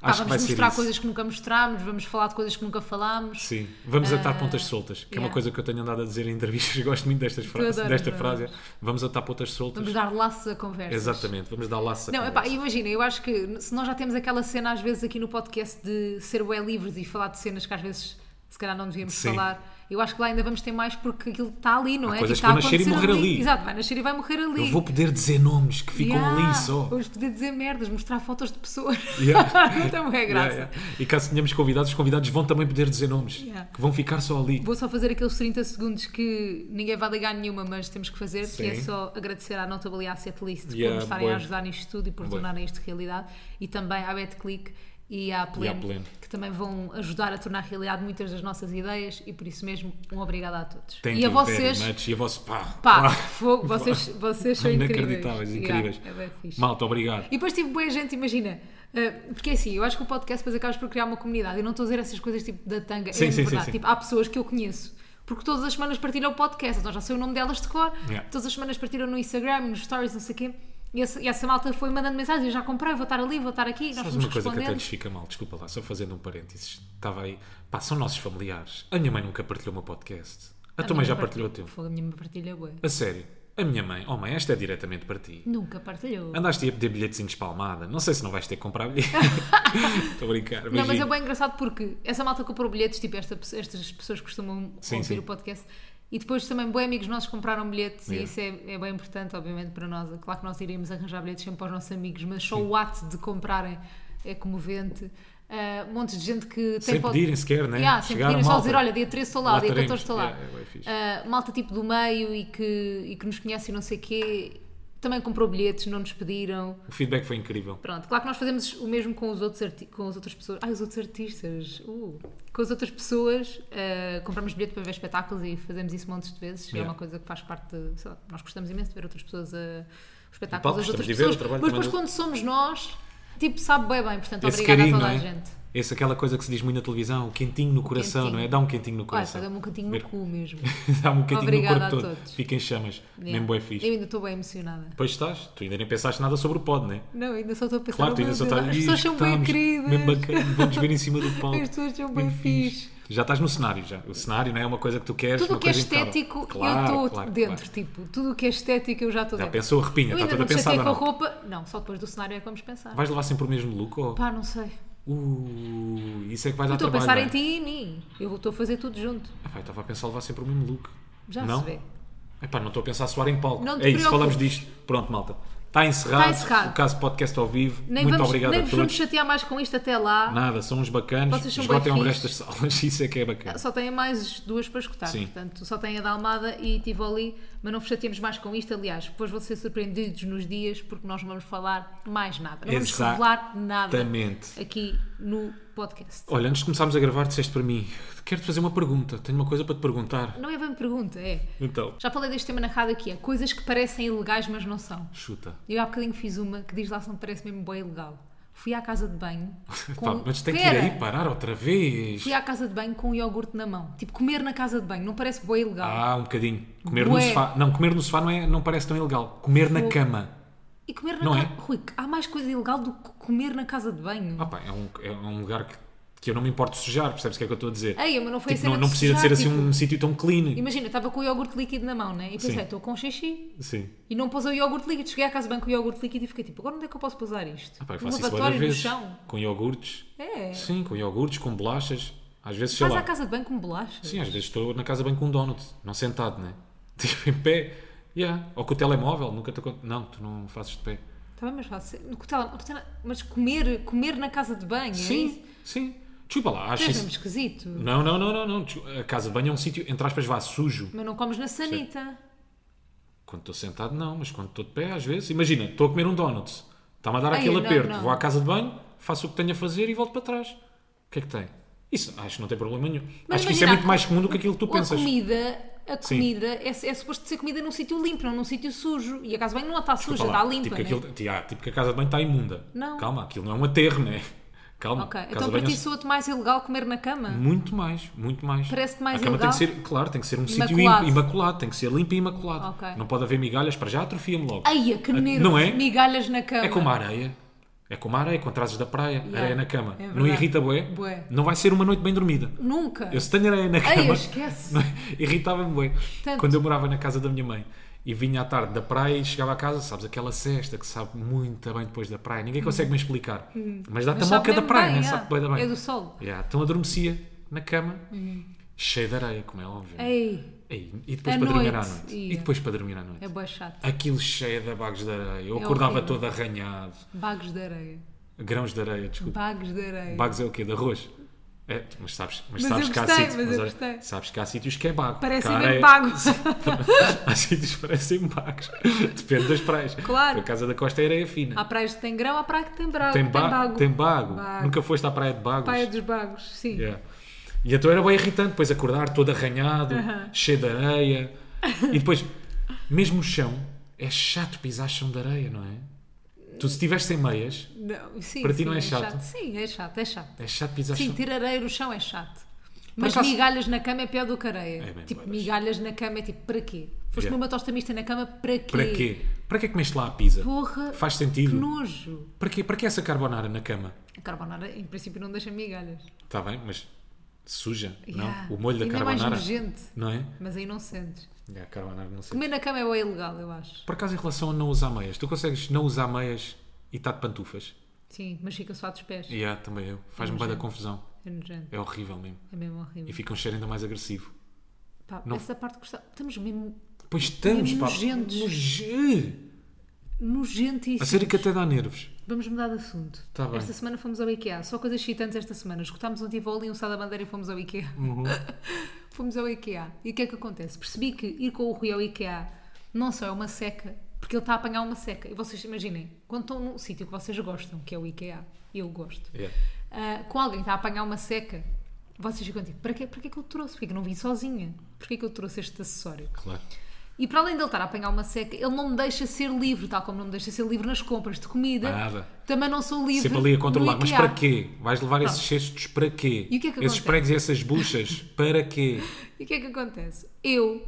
[SPEAKER 2] Pá,
[SPEAKER 1] acho que vai
[SPEAKER 2] vamos
[SPEAKER 1] ser
[SPEAKER 2] mostrar
[SPEAKER 1] isso.
[SPEAKER 2] coisas que nunca mostrámos, vamos falar de coisas que nunca falámos.
[SPEAKER 1] Sim, vamos atar pontas soltas, que é
[SPEAKER 2] Ah, yeah.
[SPEAKER 1] uma coisa que eu tenho andado a dizer em entrevistas, *laughs* gosto muito destas frases,
[SPEAKER 2] adoras,
[SPEAKER 1] desta
[SPEAKER 2] adoras.
[SPEAKER 1] frase. Vamos atar pontas soltas.
[SPEAKER 2] Vamos dar laços a conversa.
[SPEAKER 1] Exatamente, vamos dar laço a
[SPEAKER 2] Não,
[SPEAKER 1] conversa.
[SPEAKER 2] epá, imagina, eu acho que se nós já temos aquela cena às vezes aqui no podcast de ser bem livres e falar de cenas que às vezes se calhar não devíamos
[SPEAKER 1] Sim.
[SPEAKER 2] falar, eu acho que lá ainda vamos ter mais porque aquilo está ali, não
[SPEAKER 1] Há
[SPEAKER 2] é?
[SPEAKER 1] coisas
[SPEAKER 2] Aquilo
[SPEAKER 1] que
[SPEAKER 2] está
[SPEAKER 1] vão nascer e
[SPEAKER 2] a acontecer
[SPEAKER 1] morrer ali.
[SPEAKER 2] Exato, vai nascer e vai morrer ali.
[SPEAKER 1] Eu vou um poder dizer nomes que ficam
[SPEAKER 2] Yeah, é
[SPEAKER 1] ali só.
[SPEAKER 2] Vamos poder dizer merdas, mostrar fotos de pessoas.
[SPEAKER 1] Yeah.
[SPEAKER 2] *laughs* não tem é
[SPEAKER 1] Yeah,
[SPEAKER 2] graça.
[SPEAKER 1] yeah. E caso tenhamos convidados, os convidados vão também poder dizer nomes,
[SPEAKER 2] Yeah.
[SPEAKER 1] que vão ficar só ali.
[SPEAKER 2] Vou só fazer aqueles 30 segundos que ninguém vai ligar nenhuma, mas temos que fazer, que é
[SPEAKER 1] Sim.
[SPEAKER 2] só agradecer à Notable e à Setlist por
[SPEAKER 1] Yeah,
[SPEAKER 2] nos estarem a
[SPEAKER 1] bué.
[SPEAKER 2] ajudar nisto tudo e por
[SPEAKER 1] Bué.
[SPEAKER 2] tornarem isto realidade. E também à BetClick e à Pleno,
[SPEAKER 1] Pleno.
[SPEAKER 2] que também vão ajudar a tornar realidade muitas das nossas ideias e por isso mesmo, um obrigado a todos.
[SPEAKER 1] Thank
[SPEAKER 2] e a
[SPEAKER 1] you very
[SPEAKER 2] vocês,
[SPEAKER 1] much. E a vocês, pá,
[SPEAKER 2] pá,
[SPEAKER 1] *laughs* pá.
[SPEAKER 2] fogo, vocês, vocês são
[SPEAKER 1] inacreditáveis, incríveis.
[SPEAKER 2] incríveis. Yeah, é bem fixe.
[SPEAKER 1] Malta, obrigado.
[SPEAKER 2] E depois tive boa gente, imagina. uh, porque é assim, eu acho que o podcast depois acabas por criar uma comunidade. Eu não estou a dizer essas coisas tipo da tanga,
[SPEAKER 1] Sim,
[SPEAKER 2] é
[SPEAKER 1] sim, sim,
[SPEAKER 2] verdade.
[SPEAKER 1] sim.
[SPEAKER 2] Tipo, há pessoas que eu conheço. porque todas as semanas partilham o podcast, então já sei o nome delas de cor,
[SPEAKER 1] Yeah.
[SPEAKER 2] todas as semanas partilham no Instagram, nos stories, não sei o quê. E essa, e essa malta foi mandando mensagens, eu já comprei, vou estar ali, vou estar aqui, nós
[SPEAKER 1] Sabes
[SPEAKER 2] fomos
[SPEAKER 1] uma coisa que até
[SPEAKER 2] respondendo.
[SPEAKER 1] lhes fica mal, desculpa lá, só fazendo um parênteses. Estava aí, pá, são nossos familiares. A minha mãe nunca partilhou o meu podcast. A, tua mãe
[SPEAKER 2] minha
[SPEAKER 1] já
[SPEAKER 2] mãe
[SPEAKER 1] partilhou o teu.
[SPEAKER 2] é Fogo, a minha mãe partilha, bué.
[SPEAKER 1] A sério, a minha mãe, oh mãe, esta é diretamente para ti.
[SPEAKER 2] Nunca partilhou.
[SPEAKER 1] Andaste aí a pedir bilhetes em espalmada. Não sei se não vais ter que comprar
[SPEAKER 2] *laughs*
[SPEAKER 1] bilhete. Estou a brincar.
[SPEAKER 2] Não, mas é
[SPEAKER 1] beijinho.
[SPEAKER 2] bem engraçado porque essa malta comprou bilhetes, tipo esta, pe- estas pessoas costumam
[SPEAKER 1] Sim,
[SPEAKER 2] ouvir
[SPEAKER 1] sim.
[SPEAKER 2] o podcast. E depois também bem amigos nossos compraram bilhetes
[SPEAKER 1] Yeah.
[SPEAKER 2] e isso é, é bem importante, obviamente, para nós. É Claro que nós iríamos arranjar bilhetes sempre para os nossos amigos, mas só o ato de comprarem é comovente. Ah, montes de gente que tem
[SPEAKER 1] Sem
[SPEAKER 2] pod-
[SPEAKER 1] pedirem sequer, né?
[SPEAKER 2] Yeah, sem
[SPEAKER 1] Chegaram,
[SPEAKER 2] pedirem, só
[SPEAKER 1] malta.
[SPEAKER 2] dizer, olha, dia 13 estou lá,
[SPEAKER 1] Lá
[SPEAKER 2] dia 14
[SPEAKER 1] estaremos.
[SPEAKER 2] estou lá.
[SPEAKER 1] Yeah, é bué fixe.
[SPEAKER 2] Ah, malta tipo do meio e que, e que nos conhece e não sei quê, também comprou bilhetes, não nos pediram.
[SPEAKER 1] O feedback foi incrível.
[SPEAKER 2] Pronto, claro que nós fazemos o mesmo com, os outros arti- com as outras pessoas. Ah, os outros artistas! uh, com as outras pessoas, eh, compramos bilhete para ver espetáculos e fazemos isso montes de vezes. É
[SPEAKER 1] Yeah.
[SPEAKER 2] uma coisa que faz parte. de- sei lá, nós gostamos imenso de ver outras pessoas
[SPEAKER 1] E
[SPEAKER 2] a os
[SPEAKER 1] palco,
[SPEAKER 2] espetáculos das
[SPEAKER 1] gostamos
[SPEAKER 2] outras
[SPEAKER 1] de ver o
[SPEAKER 2] pessoas.
[SPEAKER 1] trabalho
[SPEAKER 2] Mas
[SPEAKER 1] também
[SPEAKER 2] depois,
[SPEAKER 1] do-
[SPEAKER 2] quando somos nós, tipo, sabe bem bem. Portanto,
[SPEAKER 1] Esse
[SPEAKER 2] obrigada
[SPEAKER 1] carinho,
[SPEAKER 2] a toda
[SPEAKER 1] não é?
[SPEAKER 2] a gente.
[SPEAKER 1] Esse, aquela coisa que se diz muito na televisão, o quentinho no coração,
[SPEAKER 2] quentinho.
[SPEAKER 1] não é? Dá um quentinho no
[SPEAKER 2] Olha,
[SPEAKER 1] coração.
[SPEAKER 2] dá-me um cantinho no
[SPEAKER 1] Ver-
[SPEAKER 2] cu mesmo.
[SPEAKER 1] *laughs* Dá-me um quentinho no
[SPEAKER 2] Obrigada
[SPEAKER 1] corpo
[SPEAKER 2] a
[SPEAKER 1] todo.
[SPEAKER 2] todos.
[SPEAKER 1] Fica em chamas.
[SPEAKER 2] *laughs* Yeah.
[SPEAKER 1] Mesmo bué fixe.
[SPEAKER 2] Eu ainda estou bem emocionada.
[SPEAKER 1] Pois estás, tu ainda nem pensaste nada sobre o pod, não é?
[SPEAKER 2] Não, ainda só estou a pensar.
[SPEAKER 1] Claro,
[SPEAKER 2] oh,
[SPEAKER 1] tu ainda
[SPEAKER 2] meu
[SPEAKER 1] só
[SPEAKER 2] Deus,
[SPEAKER 1] estás.
[SPEAKER 2] As pessoas são bem
[SPEAKER 1] Estamos
[SPEAKER 2] queridas.
[SPEAKER 1] Mesmo bacana, vamos ver em cima do palco.
[SPEAKER 2] *laughs* As pessoas são bem
[SPEAKER 1] Mesmo
[SPEAKER 2] fixe.
[SPEAKER 1] Já estás no cenário, já. O cenário não é uma coisa que tu queres.
[SPEAKER 2] Tudo
[SPEAKER 1] uma
[SPEAKER 2] o que é
[SPEAKER 1] coisa impecável.
[SPEAKER 2] estético,
[SPEAKER 1] Claro,
[SPEAKER 2] eu estou
[SPEAKER 1] claro,
[SPEAKER 2] dentro.
[SPEAKER 1] claro.
[SPEAKER 2] Tipo, tudo o que é estético, eu já estou
[SPEAKER 1] Já
[SPEAKER 2] dentro.
[SPEAKER 1] pensou a repinha,
[SPEAKER 2] Eu
[SPEAKER 1] está
[SPEAKER 2] ainda
[SPEAKER 1] toda
[SPEAKER 2] não me chatei
[SPEAKER 1] pensada.
[SPEAKER 2] com é a
[SPEAKER 1] Não?
[SPEAKER 2] roupa. Não, só depois do cenário é que vamos pensar.
[SPEAKER 1] Vais levar sempre o mesmo look ou.
[SPEAKER 2] Pá, não sei.
[SPEAKER 1] Uh, isso é que vai
[SPEAKER 2] Eu
[SPEAKER 1] dar
[SPEAKER 2] estou a
[SPEAKER 1] trabalho.
[SPEAKER 2] pensar
[SPEAKER 1] não é?
[SPEAKER 2] em ti e em mim. Eu estou a fazer tudo junto.
[SPEAKER 1] Ah, pá, eu estava a pensar levar sempre o mesmo look.
[SPEAKER 2] Já
[SPEAKER 1] não?
[SPEAKER 2] se vê.
[SPEAKER 1] Epá, não estou a pensar suar em palco.
[SPEAKER 2] Não te
[SPEAKER 1] é isso,
[SPEAKER 2] preocupes.
[SPEAKER 1] falamos disto. Pronto, malta. Está encerrado,
[SPEAKER 2] Está encerrado.
[SPEAKER 1] o caso podcast ao vivo.
[SPEAKER 2] Nem
[SPEAKER 1] Muito
[SPEAKER 2] vamos,
[SPEAKER 1] obrigado
[SPEAKER 2] nem
[SPEAKER 1] a
[SPEAKER 2] vos
[SPEAKER 1] todos.
[SPEAKER 2] vamos chatear mais com isto até lá.
[SPEAKER 1] Nada, são uns bacanos.
[SPEAKER 2] Vocês são
[SPEAKER 1] Esgotem
[SPEAKER 2] bué
[SPEAKER 1] o resto das *laughs* salas, isso é que é bacana.
[SPEAKER 2] Só têm mais duas para escutar.
[SPEAKER 1] Sim.
[SPEAKER 2] Portanto, só têm a da Almada e Tivoli. Mas não vos chateemos mais com isto. Aliás, depois vão ser surpreendidos nos dias porque nós não vamos falar mais nada. Não vamos revelar nada
[SPEAKER 1] Exatamente.
[SPEAKER 2] aqui no podcast.
[SPEAKER 1] Olha, antes de começarmos a gravar, disseste para mim: quero-te fazer uma pergunta, tenho uma coisa para te perguntar.
[SPEAKER 2] Não é bem pergunta, é.
[SPEAKER 1] Então,
[SPEAKER 2] Já falei deste tema na rádio aqui, é coisas que parecem ilegais, mas não são.
[SPEAKER 1] chuta.
[SPEAKER 2] Eu há bocadinho fiz uma que diz lá se não parece mesmo bem ilegal. Fui à casa de banho.
[SPEAKER 1] *laughs*
[SPEAKER 2] Com...
[SPEAKER 1] Pá, mas tem que ir
[SPEAKER 2] Pera!
[SPEAKER 1] aí parar outra vez.
[SPEAKER 2] Fui à casa de banho com um iogurte na mão. Tipo, comer na casa de banho não parece bem ilegal.
[SPEAKER 1] Ah, um bocadinho. Comer no
[SPEAKER 2] Bué.
[SPEAKER 1] sofá. Não, comer no sofá não, é, não parece tão ilegal. Comer na
[SPEAKER 2] Fogo.
[SPEAKER 1] cama.
[SPEAKER 2] E comer na
[SPEAKER 1] Não
[SPEAKER 2] casa.
[SPEAKER 1] é?
[SPEAKER 2] Rui, há mais coisa ilegal do que comer na casa de banho.
[SPEAKER 1] Ah, pá, é um, é um lugar que, que eu não me importo de sujar, percebes o que é que eu estou a dizer?
[SPEAKER 2] Ei, mas não foi
[SPEAKER 1] Tipo,
[SPEAKER 2] a cena
[SPEAKER 1] não, não
[SPEAKER 2] de
[SPEAKER 1] precisa de
[SPEAKER 2] sujar,
[SPEAKER 1] ser assim
[SPEAKER 2] tipo,
[SPEAKER 1] um sítio tão clean.
[SPEAKER 2] Imagina, estava com o iogurte líquido na mão, né? E
[SPEAKER 1] Sim.
[SPEAKER 2] pensei, estou com xixi.
[SPEAKER 1] Sim.
[SPEAKER 2] E não pus o iogurte líquido. Cheguei à casa de banho com o iogurte líquido e fiquei tipo, agora onde é que eu posso pousar isto?
[SPEAKER 1] Ah, pá, eu
[SPEAKER 2] no
[SPEAKER 1] faço isso várias
[SPEAKER 2] lavatório, no
[SPEAKER 1] vezes.
[SPEAKER 2] chão.
[SPEAKER 1] Com iogurtes.
[SPEAKER 2] É.
[SPEAKER 1] Sim, com iogurtes, com bolachas. Às vezes, sei
[SPEAKER 2] Faz
[SPEAKER 1] lá.
[SPEAKER 2] à casa de banho com bolachas.
[SPEAKER 1] Sim, às vezes estou na casa bem com um donut, não sentado, né? *laughs* Tipo, em pé. Yeah. Ou com o telemóvel, nunca te acon- Não, tu não fazes de pé.
[SPEAKER 2] Está bem, mas fácil. No cutela- no cutela- Mas comer, comer na casa de banho, é isso?
[SPEAKER 1] Sim, sim. Desculpa lá,
[SPEAKER 2] Tu
[SPEAKER 1] acho
[SPEAKER 2] és
[SPEAKER 1] isso.
[SPEAKER 2] mesmo esquisito.
[SPEAKER 1] Não, não, não, não, não. Desculpa, A casa de banho é um sítio, entre aspas, vá sujo.
[SPEAKER 2] Mas não comes na sanita.
[SPEAKER 1] Quando estou sentado, não, mas quando estou de pé, às vezes. Imagina, estou a comer um donut, está-me a dar
[SPEAKER 2] Ai,
[SPEAKER 1] aquele
[SPEAKER 2] não,
[SPEAKER 1] aperto,
[SPEAKER 2] não.
[SPEAKER 1] vou à casa de banho, faço o que tenho a fazer e volto para trás. O que é que tem? Isso acho que não tem problema nenhum.
[SPEAKER 2] Mas
[SPEAKER 1] acho que isso é
[SPEAKER 2] imagina,
[SPEAKER 1] muito mais comum do que aquilo que tu
[SPEAKER 2] a co-
[SPEAKER 1] pensas.
[SPEAKER 2] A comida, a
[SPEAKER 1] Sim.
[SPEAKER 2] comida é, é suposto ser comida num sítio limpo, não num sítio sujo. E a casa de banho não está suja,
[SPEAKER 1] Desculpa lá,
[SPEAKER 2] está limpa.
[SPEAKER 1] Tipo que,
[SPEAKER 2] né?
[SPEAKER 1] aquilo- ti- ah, tipo que a casa de banho está imunda.
[SPEAKER 2] Não.
[SPEAKER 1] Calma, aquilo não é um aterro, né? *laughs* Calma.
[SPEAKER 2] Ok,
[SPEAKER 1] casa
[SPEAKER 2] então
[SPEAKER 1] de
[SPEAKER 2] para
[SPEAKER 1] banho
[SPEAKER 2] ti
[SPEAKER 1] é-
[SPEAKER 2] soa-te mais ilegal comer na cama?
[SPEAKER 1] Muito mais, muito mais.
[SPEAKER 2] Parece-te mais
[SPEAKER 1] A cama tem
[SPEAKER 2] ilegal?
[SPEAKER 1] que ser, claro, tem que ser um sítio
[SPEAKER 2] Imaculado.
[SPEAKER 1] im- imaculado, tem que ser limpo e imaculado.
[SPEAKER 2] Ok.
[SPEAKER 1] Não pode haver migalhas, para já atrofia-me logo.
[SPEAKER 2] Aia, que nervo.
[SPEAKER 1] Não é?
[SPEAKER 2] Migalhas na cama.
[SPEAKER 1] É como a areia. É como a areia, quando trazes da praia, areia na cama.
[SPEAKER 2] é
[SPEAKER 1] não
[SPEAKER 2] verdade.
[SPEAKER 1] irrita bué?
[SPEAKER 2] Bué.
[SPEAKER 1] Não vai ser uma noite bem dormida.
[SPEAKER 2] Nunca.
[SPEAKER 1] Eu se tenho areia na
[SPEAKER 2] Ai,
[SPEAKER 1] cama,
[SPEAKER 2] esquece.
[SPEAKER 1] não- *laughs* irritava-me bué.
[SPEAKER 2] Tanto.
[SPEAKER 1] Quando eu morava na casa da minha mãe e vinha à tarde da praia e chegava a casa, sabes, aquela cesta que sabe muito bem depois da praia. Ninguém consegue me explicar. Mas dá-te a
[SPEAKER 2] Hum. Mas sabe
[SPEAKER 1] moca da
[SPEAKER 2] mesmo
[SPEAKER 1] praia,
[SPEAKER 2] bem,
[SPEAKER 1] né?
[SPEAKER 2] é.
[SPEAKER 1] sabe bué da bem.
[SPEAKER 2] É do sol. Hum.
[SPEAKER 1] Yeah, Então adormecia na cama, cheio de areia, como é óbvio.
[SPEAKER 2] Ei,
[SPEAKER 1] Ei, E depois
[SPEAKER 2] À
[SPEAKER 1] para dormir à
[SPEAKER 2] noite,
[SPEAKER 1] noite. E
[SPEAKER 2] ia.
[SPEAKER 1] depois para dormir à noite.
[SPEAKER 2] é boa chato.
[SPEAKER 1] Aquilo cheio de bagos de areia. Eu acordava
[SPEAKER 2] horrível.
[SPEAKER 1] todo arranhado.
[SPEAKER 2] Bagos de areia.
[SPEAKER 1] Grãos de areia, desculpa.
[SPEAKER 2] Bagos de areia.
[SPEAKER 1] Bagos é o quê? De arroz? É, mas sabes, mas
[SPEAKER 2] Mas
[SPEAKER 1] sabes
[SPEAKER 2] eu
[SPEAKER 1] que há
[SPEAKER 2] gostei,
[SPEAKER 1] sítios.
[SPEAKER 2] mas eu
[SPEAKER 1] olha,
[SPEAKER 2] gostei.
[SPEAKER 1] sabes que há sítios que é bago.
[SPEAKER 2] Parecem
[SPEAKER 1] Que a
[SPEAKER 2] mesmo
[SPEAKER 1] areia-
[SPEAKER 2] bagos.
[SPEAKER 1] há sítios que parecem bagos. Depende das praias.
[SPEAKER 2] Claro.
[SPEAKER 1] Por casa da costa é areia fina.
[SPEAKER 2] Há praias que têm grão, há praia que tem, bra...
[SPEAKER 1] tem, ba-
[SPEAKER 2] bago.
[SPEAKER 1] tem bago.
[SPEAKER 2] Bago.
[SPEAKER 1] Nunca foste à praia de bagos.
[SPEAKER 2] Praia dos bagos, sim.
[SPEAKER 1] Yeah. E então era bem irritante, depois acordar todo arranhado, cheio de areia. E depois, mesmo o chão, é chato pisar chão de areia, não é? Tu se estiveres sem meias,
[SPEAKER 2] Não, sim,
[SPEAKER 1] Para ti
[SPEAKER 2] sim,
[SPEAKER 1] não é chato?
[SPEAKER 2] Sim, é chato, é chato.
[SPEAKER 1] é chato pisar
[SPEAKER 2] Sim,
[SPEAKER 1] chão.
[SPEAKER 2] ter areia no chão é chato. Mas
[SPEAKER 1] acaso-
[SPEAKER 2] migalhas na cama é pior do que areia.
[SPEAKER 1] É mesmo,
[SPEAKER 2] tipo,
[SPEAKER 1] bué das.
[SPEAKER 2] migalhas na cama é tipo, para quê? Foste
[SPEAKER 1] Yeah.
[SPEAKER 2] comer uma tosta mista na cama, para quê?
[SPEAKER 1] Para quê? Para que é que comeste lá a pizza?
[SPEAKER 2] Porra,
[SPEAKER 1] Faz
[SPEAKER 2] que
[SPEAKER 1] sentido.
[SPEAKER 2] nojo.
[SPEAKER 1] Para quê? Para que essa carbonara na cama?
[SPEAKER 2] A carbonara, em princípio, não deixa migalhas.
[SPEAKER 1] Está bem, mas suja,
[SPEAKER 2] Yeah.
[SPEAKER 1] não? O molho da
[SPEAKER 2] Ainda é mais
[SPEAKER 1] carbonara.
[SPEAKER 2] nojento.
[SPEAKER 1] não é?
[SPEAKER 2] Mas aí não sentes.
[SPEAKER 1] É, a carbonara não sei.
[SPEAKER 2] Comer na cama é bué ilegal, eu acho.
[SPEAKER 1] Por acaso, em relação a não usar meias, tu consegues não usar meias e estar de pantufas?
[SPEAKER 2] Sim, mas fica só dos pés.
[SPEAKER 1] E yeah, também eu. Faz-me bem da confusão.
[SPEAKER 2] É nojento.
[SPEAKER 1] É horrível mesmo.
[SPEAKER 2] É mesmo
[SPEAKER 1] E
[SPEAKER 2] horrível.
[SPEAKER 1] fica um cheiro ainda mais agressivo.
[SPEAKER 2] Pá,
[SPEAKER 1] não-
[SPEAKER 2] essa parte gostava. Estamos mesmo
[SPEAKER 1] Pois estamos,
[SPEAKER 2] Mesmo
[SPEAKER 1] pá.
[SPEAKER 2] nojentos.
[SPEAKER 1] Noje- A
[SPEAKER 2] nojentíssimos.
[SPEAKER 1] sério que até dá nervos.
[SPEAKER 2] Vamos mudar de assunto.
[SPEAKER 1] Assim- Tá bem.
[SPEAKER 2] Esta semana fomos ao IKEA. Só coisas excitantes esta semana. Escutámos um Tivoli e um Sá da Bandeira e fomos ao IKEA.
[SPEAKER 1] Uhum.
[SPEAKER 2] *laughs* fomos ao IKEA. E o que é que acontece? Percebi que ir com o Rui ao IKEA não só é uma seca, porque ele está a apanhar uma seca. E vocês imaginem, quando estão num sítio que vocês gostam, que é o IKEA, eu gosto,
[SPEAKER 1] Yeah.
[SPEAKER 2] ah, com alguém que está a apanhar uma seca, vocês ficam tipo, para que, para que é que eu trouxe? Porque é que eu não vim sozinha? Porquê é que eu trouxe este acessório?
[SPEAKER 1] Claro.
[SPEAKER 2] E para além dele estar a apanhar uma seca, ele não me deixa ser livre, tal como não me deixa ser livre nas compras de comida.
[SPEAKER 1] Nada.
[SPEAKER 2] Também não sou livre.
[SPEAKER 1] Sempre ali a
[SPEAKER 2] no
[SPEAKER 1] controlar. Mas
[SPEAKER 2] IKEA.
[SPEAKER 1] para quê? Vais levar esses cestos para quê?
[SPEAKER 2] E o que é que
[SPEAKER 1] esses
[SPEAKER 2] acontece?
[SPEAKER 1] pregos e essas buchas para
[SPEAKER 2] *laughs*
[SPEAKER 1] quê?
[SPEAKER 2] E o que é que acontece? Eu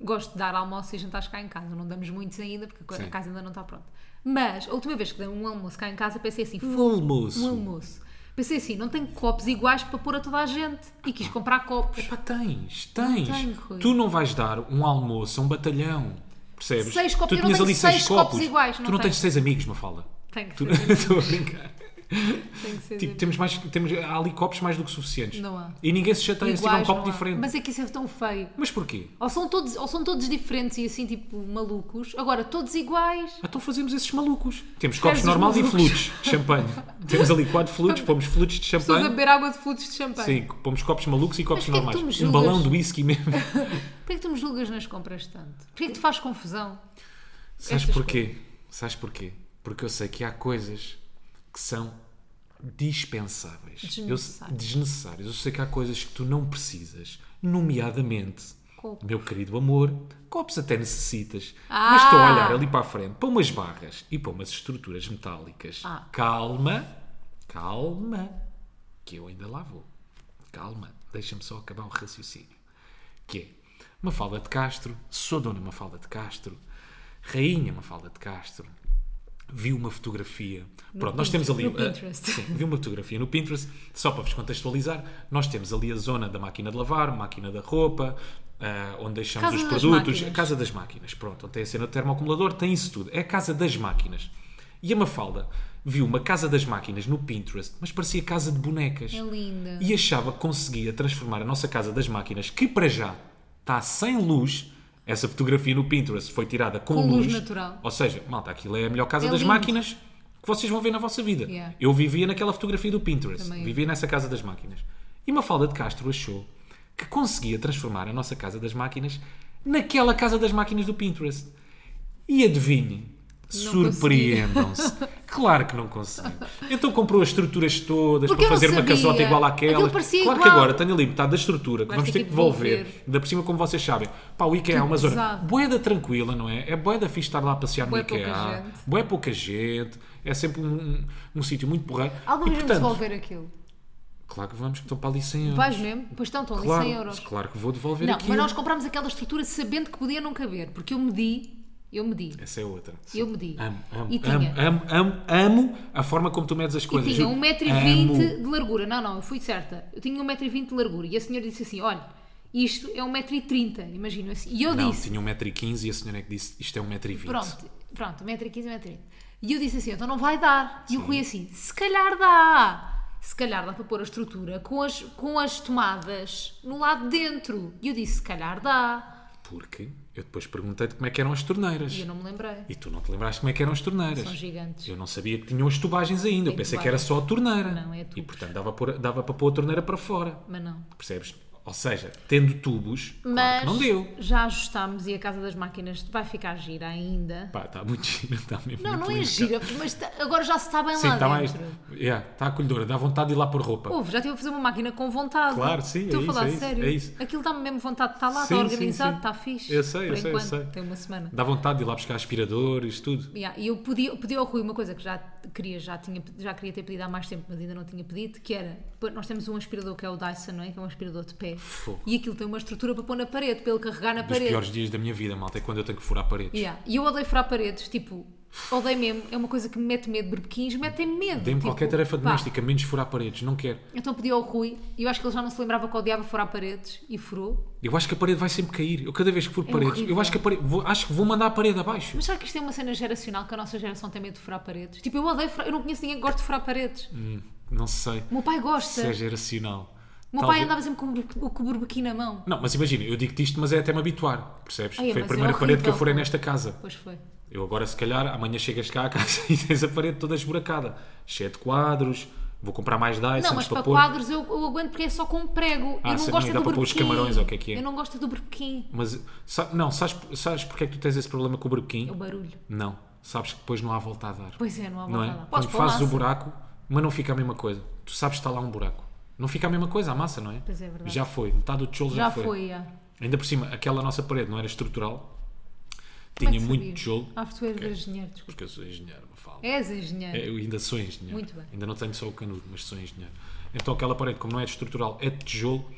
[SPEAKER 2] gosto de dar almoço e jantares cá em casa. Não damos muitos ainda, porque a
[SPEAKER 1] Sim.
[SPEAKER 2] casa ainda não está pronta. Mas, a última vez que dei um almoço cá em casa, pensei assim:
[SPEAKER 1] Um
[SPEAKER 2] "Fogo,
[SPEAKER 1] almoço.
[SPEAKER 2] Um almoço. Pensei assim: não tenho copos iguais para pôr a toda a gente. E quis comprar copos.
[SPEAKER 1] Pá, tens, tens.
[SPEAKER 2] tenho, Rui.
[SPEAKER 1] tu não vais dar um almoço a um batalhão. Percebes?
[SPEAKER 2] Seis copos,
[SPEAKER 1] tu
[SPEAKER 2] eu não tenho seis copos iguais, não
[SPEAKER 1] tu não
[SPEAKER 2] tenho.
[SPEAKER 1] tens seis amigos, Mafalda.
[SPEAKER 2] Tenho que
[SPEAKER 1] Tu- *laughs*
[SPEAKER 2] ser.
[SPEAKER 1] Estou a brincar.
[SPEAKER 2] Tenho que ser.
[SPEAKER 1] Tipo, temos mais, temos, há ali copos mais do que suficientes.
[SPEAKER 2] Não há.
[SPEAKER 1] E ninguém se chateia se tiver um
[SPEAKER 2] iguais,
[SPEAKER 1] copo
[SPEAKER 2] não há.
[SPEAKER 1] diferente. Mas,
[SPEAKER 2] Mas é que isso é tão feio.
[SPEAKER 1] porquê?
[SPEAKER 2] Ou são, todos, ou são todos diferentes e assim, tipo, malucos. Agora, todos iguais.
[SPEAKER 1] Então fazemos esses malucos. Temos
[SPEAKER 2] Queres
[SPEAKER 1] copos
[SPEAKER 2] os
[SPEAKER 1] normais e
[SPEAKER 2] malucos?
[SPEAKER 1] flutes.
[SPEAKER 2] *laughs*
[SPEAKER 1] Champanhe. Temos ali quatro flutes, pomos flutes de
[SPEAKER 2] Pessoas a
[SPEAKER 1] champanhe.
[SPEAKER 2] beber água de flutos de champanhe.
[SPEAKER 1] Sim, pomos copos malucos e copos
[SPEAKER 2] porquê é que tu me
[SPEAKER 1] normais. Um
[SPEAKER 2] julgas?
[SPEAKER 1] balão de whisky mesmo.
[SPEAKER 2] Porquê que tu me julgas nas compras tanto? Porquê que te faz confusão?
[SPEAKER 1] Sabes
[SPEAKER 2] Estas
[SPEAKER 1] porquê? Sabes porquê? Porque eu sei que há coisas que são dispensáveis.
[SPEAKER 2] Desnecessárias.
[SPEAKER 1] Eu, desnecessárias. Eu sei que há coisas que tu não precisas, nomeadamente,
[SPEAKER 2] Copos.
[SPEAKER 1] meu querido amor, copos até necessitas.
[SPEAKER 2] Ah!
[SPEAKER 1] Mas estou a olhar ali para a frente, para umas barras e para umas estruturas metálicas.
[SPEAKER 2] Ah.
[SPEAKER 1] Calma, calma, que eu ainda lá vou. Calma, deixa-me só acabar o raciocínio. Que é Mafalda de Castro, sou dona Mafalda de Castro, rainha Mafalda de Castro, vi uma fotografia. Pronto, nós temos ali.
[SPEAKER 2] no
[SPEAKER 1] eh,
[SPEAKER 2] Pinterest.
[SPEAKER 1] sim, vi uma fotografia no Pinterest, só para vos contextualizar, nós temos ali a zona da máquina de lavar, máquina da roupa, ah, onde deixamos
[SPEAKER 2] Casa
[SPEAKER 1] os
[SPEAKER 2] das
[SPEAKER 1] produtos,
[SPEAKER 2] máquinas.
[SPEAKER 1] a casa das máquinas. Pronto, onde tem a cena do termoacumulador, tem isso tudo. É a casa das máquinas. E a Mafalda viu uma casa das máquinas no Pinterest, mas parecia casa de bonecas.
[SPEAKER 2] É linda.
[SPEAKER 1] E achava que conseguia transformar a nossa casa das máquinas, que para já está sem luz. Essa fotografia no Pinterest foi tirada com,
[SPEAKER 2] Com luz natural.
[SPEAKER 1] Ou seja, malta, aquilo é a melhor casa
[SPEAKER 2] É
[SPEAKER 1] das
[SPEAKER 2] lindo.
[SPEAKER 1] máquinas que vocês vão ver na vossa vida.
[SPEAKER 2] Yeah.
[SPEAKER 1] Eu vivia naquela fotografia do Pinterest,
[SPEAKER 2] Também eu.
[SPEAKER 1] vivia nessa casa das máquinas. E Mafalda de Castro achou que conseguia transformar a nossa casa das máquinas naquela casa das máquinas do Pinterest. E adivinhem, surpreendam-se. *laughs* Claro que não conseguiu. Então comprou as estruturas todas
[SPEAKER 2] Porque
[SPEAKER 1] para
[SPEAKER 2] eu
[SPEAKER 1] Tipo, fazer
[SPEAKER 2] não
[SPEAKER 1] uma
[SPEAKER 2] sabia.
[SPEAKER 1] casota igual àquela.
[SPEAKER 2] Aquilo
[SPEAKER 1] Claro
[SPEAKER 2] parecia
[SPEAKER 1] que
[SPEAKER 2] igual.
[SPEAKER 1] agora tenho ali metade da estrutura que
[SPEAKER 2] Vais
[SPEAKER 1] vamos
[SPEAKER 2] ter
[SPEAKER 1] ter que
[SPEAKER 2] que
[SPEAKER 1] devolver.
[SPEAKER 2] devolver. Tipo,
[SPEAKER 1] Ainda por cima, como vocês sabem, pá, o IKEA é uma zona
[SPEAKER 2] pesado.
[SPEAKER 1] boeda tranquila, não é? É boeda fixe estar lá a passear
[SPEAKER 2] Bué
[SPEAKER 1] no IKEA.
[SPEAKER 2] pouca gente.
[SPEAKER 1] Bué pouca gente. É sempre um, um, um sítio muito porreiro.
[SPEAKER 2] Alguma
[SPEAKER 1] E,
[SPEAKER 2] vez vamos devolver aquilo.
[SPEAKER 1] Claro que vamos, que estão para ali 100 euros.
[SPEAKER 2] Vais mesmo? Pois estão, estão ali 100
[SPEAKER 1] Claro,
[SPEAKER 2] euros.
[SPEAKER 1] claro que vou devolver
[SPEAKER 2] Não,
[SPEAKER 1] aquilo.
[SPEAKER 2] mas nós comprámos aquela estrutura sabendo que podia não caber, porque eu medi, eu medi,
[SPEAKER 1] Essa é outra.
[SPEAKER 2] eu medi.
[SPEAKER 1] Amo, amo,
[SPEAKER 2] e tinha,
[SPEAKER 1] amo, amo, amo, amo a forma como tu medes as
[SPEAKER 2] e
[SPEAKER 1] coisas.
[SPEAKER 2] tinha
[SPEAKER 1] juro.
[SPEAKER 2] 1,20m
[SPEAKER 1] Amo.
[SPEAKER 2] de largura. Não, não, eu fui certa. Eu tinha 1,20m de largura. E a senhora disse assim: olha, isto é 1,30m, imagino assim. E eu
[SPEAKER 1] Não,
[SPEAKER 2] disse:
[SPEAKER 1] tinha 1,15m e a senhora é que disse isto é 1,20m.
[SPEAKER 2] Pronto, pronto, 1,15m, 1,30m. E eu disse assim, então não vai dar. E o Rui assim, se calhar dá. Se calhar dá para pôr a estrutura com as, com as tomadas no lado de dentro. E eu disse, se calhar dá.
[SPEAKER 1] Porque eu depois perguntei-te como é que eram as torneiras.
[SPEAKER 2] E eu não me lembrei.
[SPEAKER 1] E tu não te lembraste como é que eram as torneiras.
[SPEAKER 2] São gigantes.
[SPEAKER 1] Eu não sabia que tinham as tubagens ainda. Eu
[SPEAKER 2] Tem
[SPEAKER 1] pensei
[SPEAKER 2] tubagens.
[SPEAKER 1] que era só a torneira.
[SPEAKER 2] Não, é tubos.
[SPEAKER 1] E portanto dava, por- dava para pôr a torneira para fora.
[SPEAKER 2] Mas não.
[SPEAKER 1] Percebes? Ou seja, tendo tubos, claro
[SPEAKER 2] Mas
[SPEAKER 1] que não deu.
[SPEAKER 2] já ajustámos e a casa das máquinas vai ficar gira ainda.
[SPEAKER 1] Pá, está muito *laughs* gira, está mesmo
[SPEAKER 2] Não,
[SPEAKER 1] muito
[SPEAKER 2] não é
[SPEAKER 1] lindo,
[SPEAKER 2] gira, mas tá- agora já se está bem
[SPEAKER 1] cara. Sim,
[SPEAKER 2] lá
[SPEAKER 1] está mais.
[SPEAKER 2] dentro.
[SPEAKER 1] Yeah, está acolhedora, dá vontade de ir lá por roupa.
[SPEAKER 2] Ouve, já estive a fazer uma máquina com vontade.
[SPEAKER 1] Claro, sim, é
[SPEAKER 2] Estou
[SPEAKER 1] isso,
[SPEAKER 2] a falar
[SPEAKER 1] é isso,
[SPEAKER 2] sério.
[SPEAKER 1] é isso.
[SPEAKER 2] Aquilo dá-me mesmo vontade de estar lá,
[SPEAKER 1] Sim,
[SPEAKER 2] está
[SPEAKER 1] sim,
[SPEAKER 2] organizado,
[SPEAKER 1] sim.
[SPEAKER 2] está fixe.
[SPEAKER 1] Eu sei, eu
[SPEAKER 2] Por
[SPEAKER 1] sei, eu
[SPEAKER 2] enquanto,
[SPEAKER 1] sei.
[SPEAKER 2] Tem uma semana.
[SPEAKER 1] Dá vontade de ir lá buscar aspiradores, tudo.
[SPEAKER 2] Yeah, e eu pedi, eu pedi ao Rui uma coisa que já queria, já, tinha, já queria ter pedido há mais tempo, mas ainda não tinha pedido, que era, pô, nós temos um aspirador que é o Dyson, não é? Que é um aspirador de pé.
[SPEAKER 1] Fogo.
[SPEAKER 2] E aquilo tem uma estrutura para pôr na parede, para ele carregar na
[SPEAKER 1] Dos
[SPEAKER 2] parede.
[SPEAKER 1] piores dias da minha vida, malta, é quando eu tenho que furar paredes.
[SPEAKER 2] Yeah. E eu odeio furar paredes, tipo, odeio mesmo, é uma coisa que me mete medo, berbequins, metem medo.
[SPEAKER 1] Dê-me
[SPEAKER 2] tipo,
[SPEAKER 1] qualquer tarefa
[SPEAKER 2] pá.
[SPEAKER 1] doméstica, menos furar paredes, não quero.
[SPEAKER 2] Então pedi ao Rui, e eu acho que ele já não se lembrava que odiava furar paredes, e furou.
[SPEAKER 1] Eu acho que a parede vai sempre cair. Eu cada vez que for paredes,
[SPEAKER 2] É horrível.
[SPEAKER 1] eu acho que a parede, vou, acho que vou mandar a parede abaixo.
[SPEAKER 2] Mas será que isto é uma cena geracional, que a nossa geração tem medo de furar paredes? Tipo, eu odeio furar, eu não conheço ninguém que goste de furar paredes.
[SPEAKER 1] Não sei
[SPEAKER 2] O meu pai gosta.
[SPEAKER 1] se é geracional.
[SPEAKER 2] o meu
[SPEAKER 1] Talvez-
[SPEAKER 2] pai andava sempre com o berbe- com o berbequim na mão.
[SPEAKER 1] Não, mas imagina, eu digo-te isto, mas é até me habituar, percebes?
[SPEAKER 2] Ai,
[SPEAKER 1] Foi a
[SPEAKER 2] mas é
[SPEAKER 1] primeira parede que eu
[SPEAKER 2] horrível,
[SPEAKER 1] furei
[SPEAKER 2] pô.
[SPEAKER 1] nesta casa.
[SPEAKER 2] Pois foi.
[SPEAKER 1] Eu agora, se calhar, amanhã chegas cá à casa *laughs* e tens a parede toda esburacada, cheia de quadros. Vou comprar mais
[SPEAKER 2] Não,
[SPEAKER 1] Dysons
[SPEAKER 2] mas
[SPEAKER 1] para
[SPEAKER 2] para
[SPEAKER 1] pôr.
[SPEAKER 2] quadros eu, eu aguento porque é só com um prego.
[SPEAKER 1] Ah,
[SPEAKER 2] eu não
[SPEAKER 1] sim,
[SPEAKER 2] gosto é
[SPEAKER 1] dá
[SPEAKER 2] do
[SPEAKER 1] para pôr os
[SPEAKER 2] berbequim.
[SPEAKER 1] camarões, ou o que é que é?
[SPEAKER 2] Eu não gosto do berbequim.
[SPEAKER 1] Mas, sa- não, sabes, sabes porque é que tu tens esse problema com o
[SPEAKER 2] É o
[SPEAKER 1] burquinho?
[SPEAKER 2] barulho.
[SPEAKER 1] Não, sabes que depois não há volta a dar.
[SPEAKER 2] Pois é, não há
[SPEAKER 1] não
[SPEAKER 2] vontade.
[SPEAKER 1] é?
[SPEAKER 2] Podes
[SPEAKER 1] Quando
[SPEAKER 2] pôr
[SPEAKER 1] fazes o
[SPEAKER 2] massa.
[SPEAKER 1] buraco, mas não fica a mesma coisa. Tu sabes que está lá um buraco. Não fica a mesma coisa a massa, não é?
[SPEAKER 2] Pois é, é verdade.
[SPEAKER 1] Já foi, metade do tijolo já,
[SPEAKER 2] Já foi, é. já.
[SPEAKER 1] Ainda por cima, aquela nossa parede não era estrutural,
[SPEAKER 2] Como é que
[SPEAKER 1] tinha muito
[SPEAKER 2] sabias?
[SPEAKER 1] tijolo.
[SPEAKER 2] Ah, porque tu eras engenheiro, desculpa.
[SPEAKER 1] Porque eu sou engenheiro, me fala.
[SPEAKER 2] És engenheiro.
[SPEAKER 1] É, eu ainda sou engenheiro.
[SPEAKER 2] Muito bem.
[SPEAKER 1] Ainda não tenho só o canudo, mas sou engenheiro. Então aquela parede, como não é de estrutural, é de tijolo.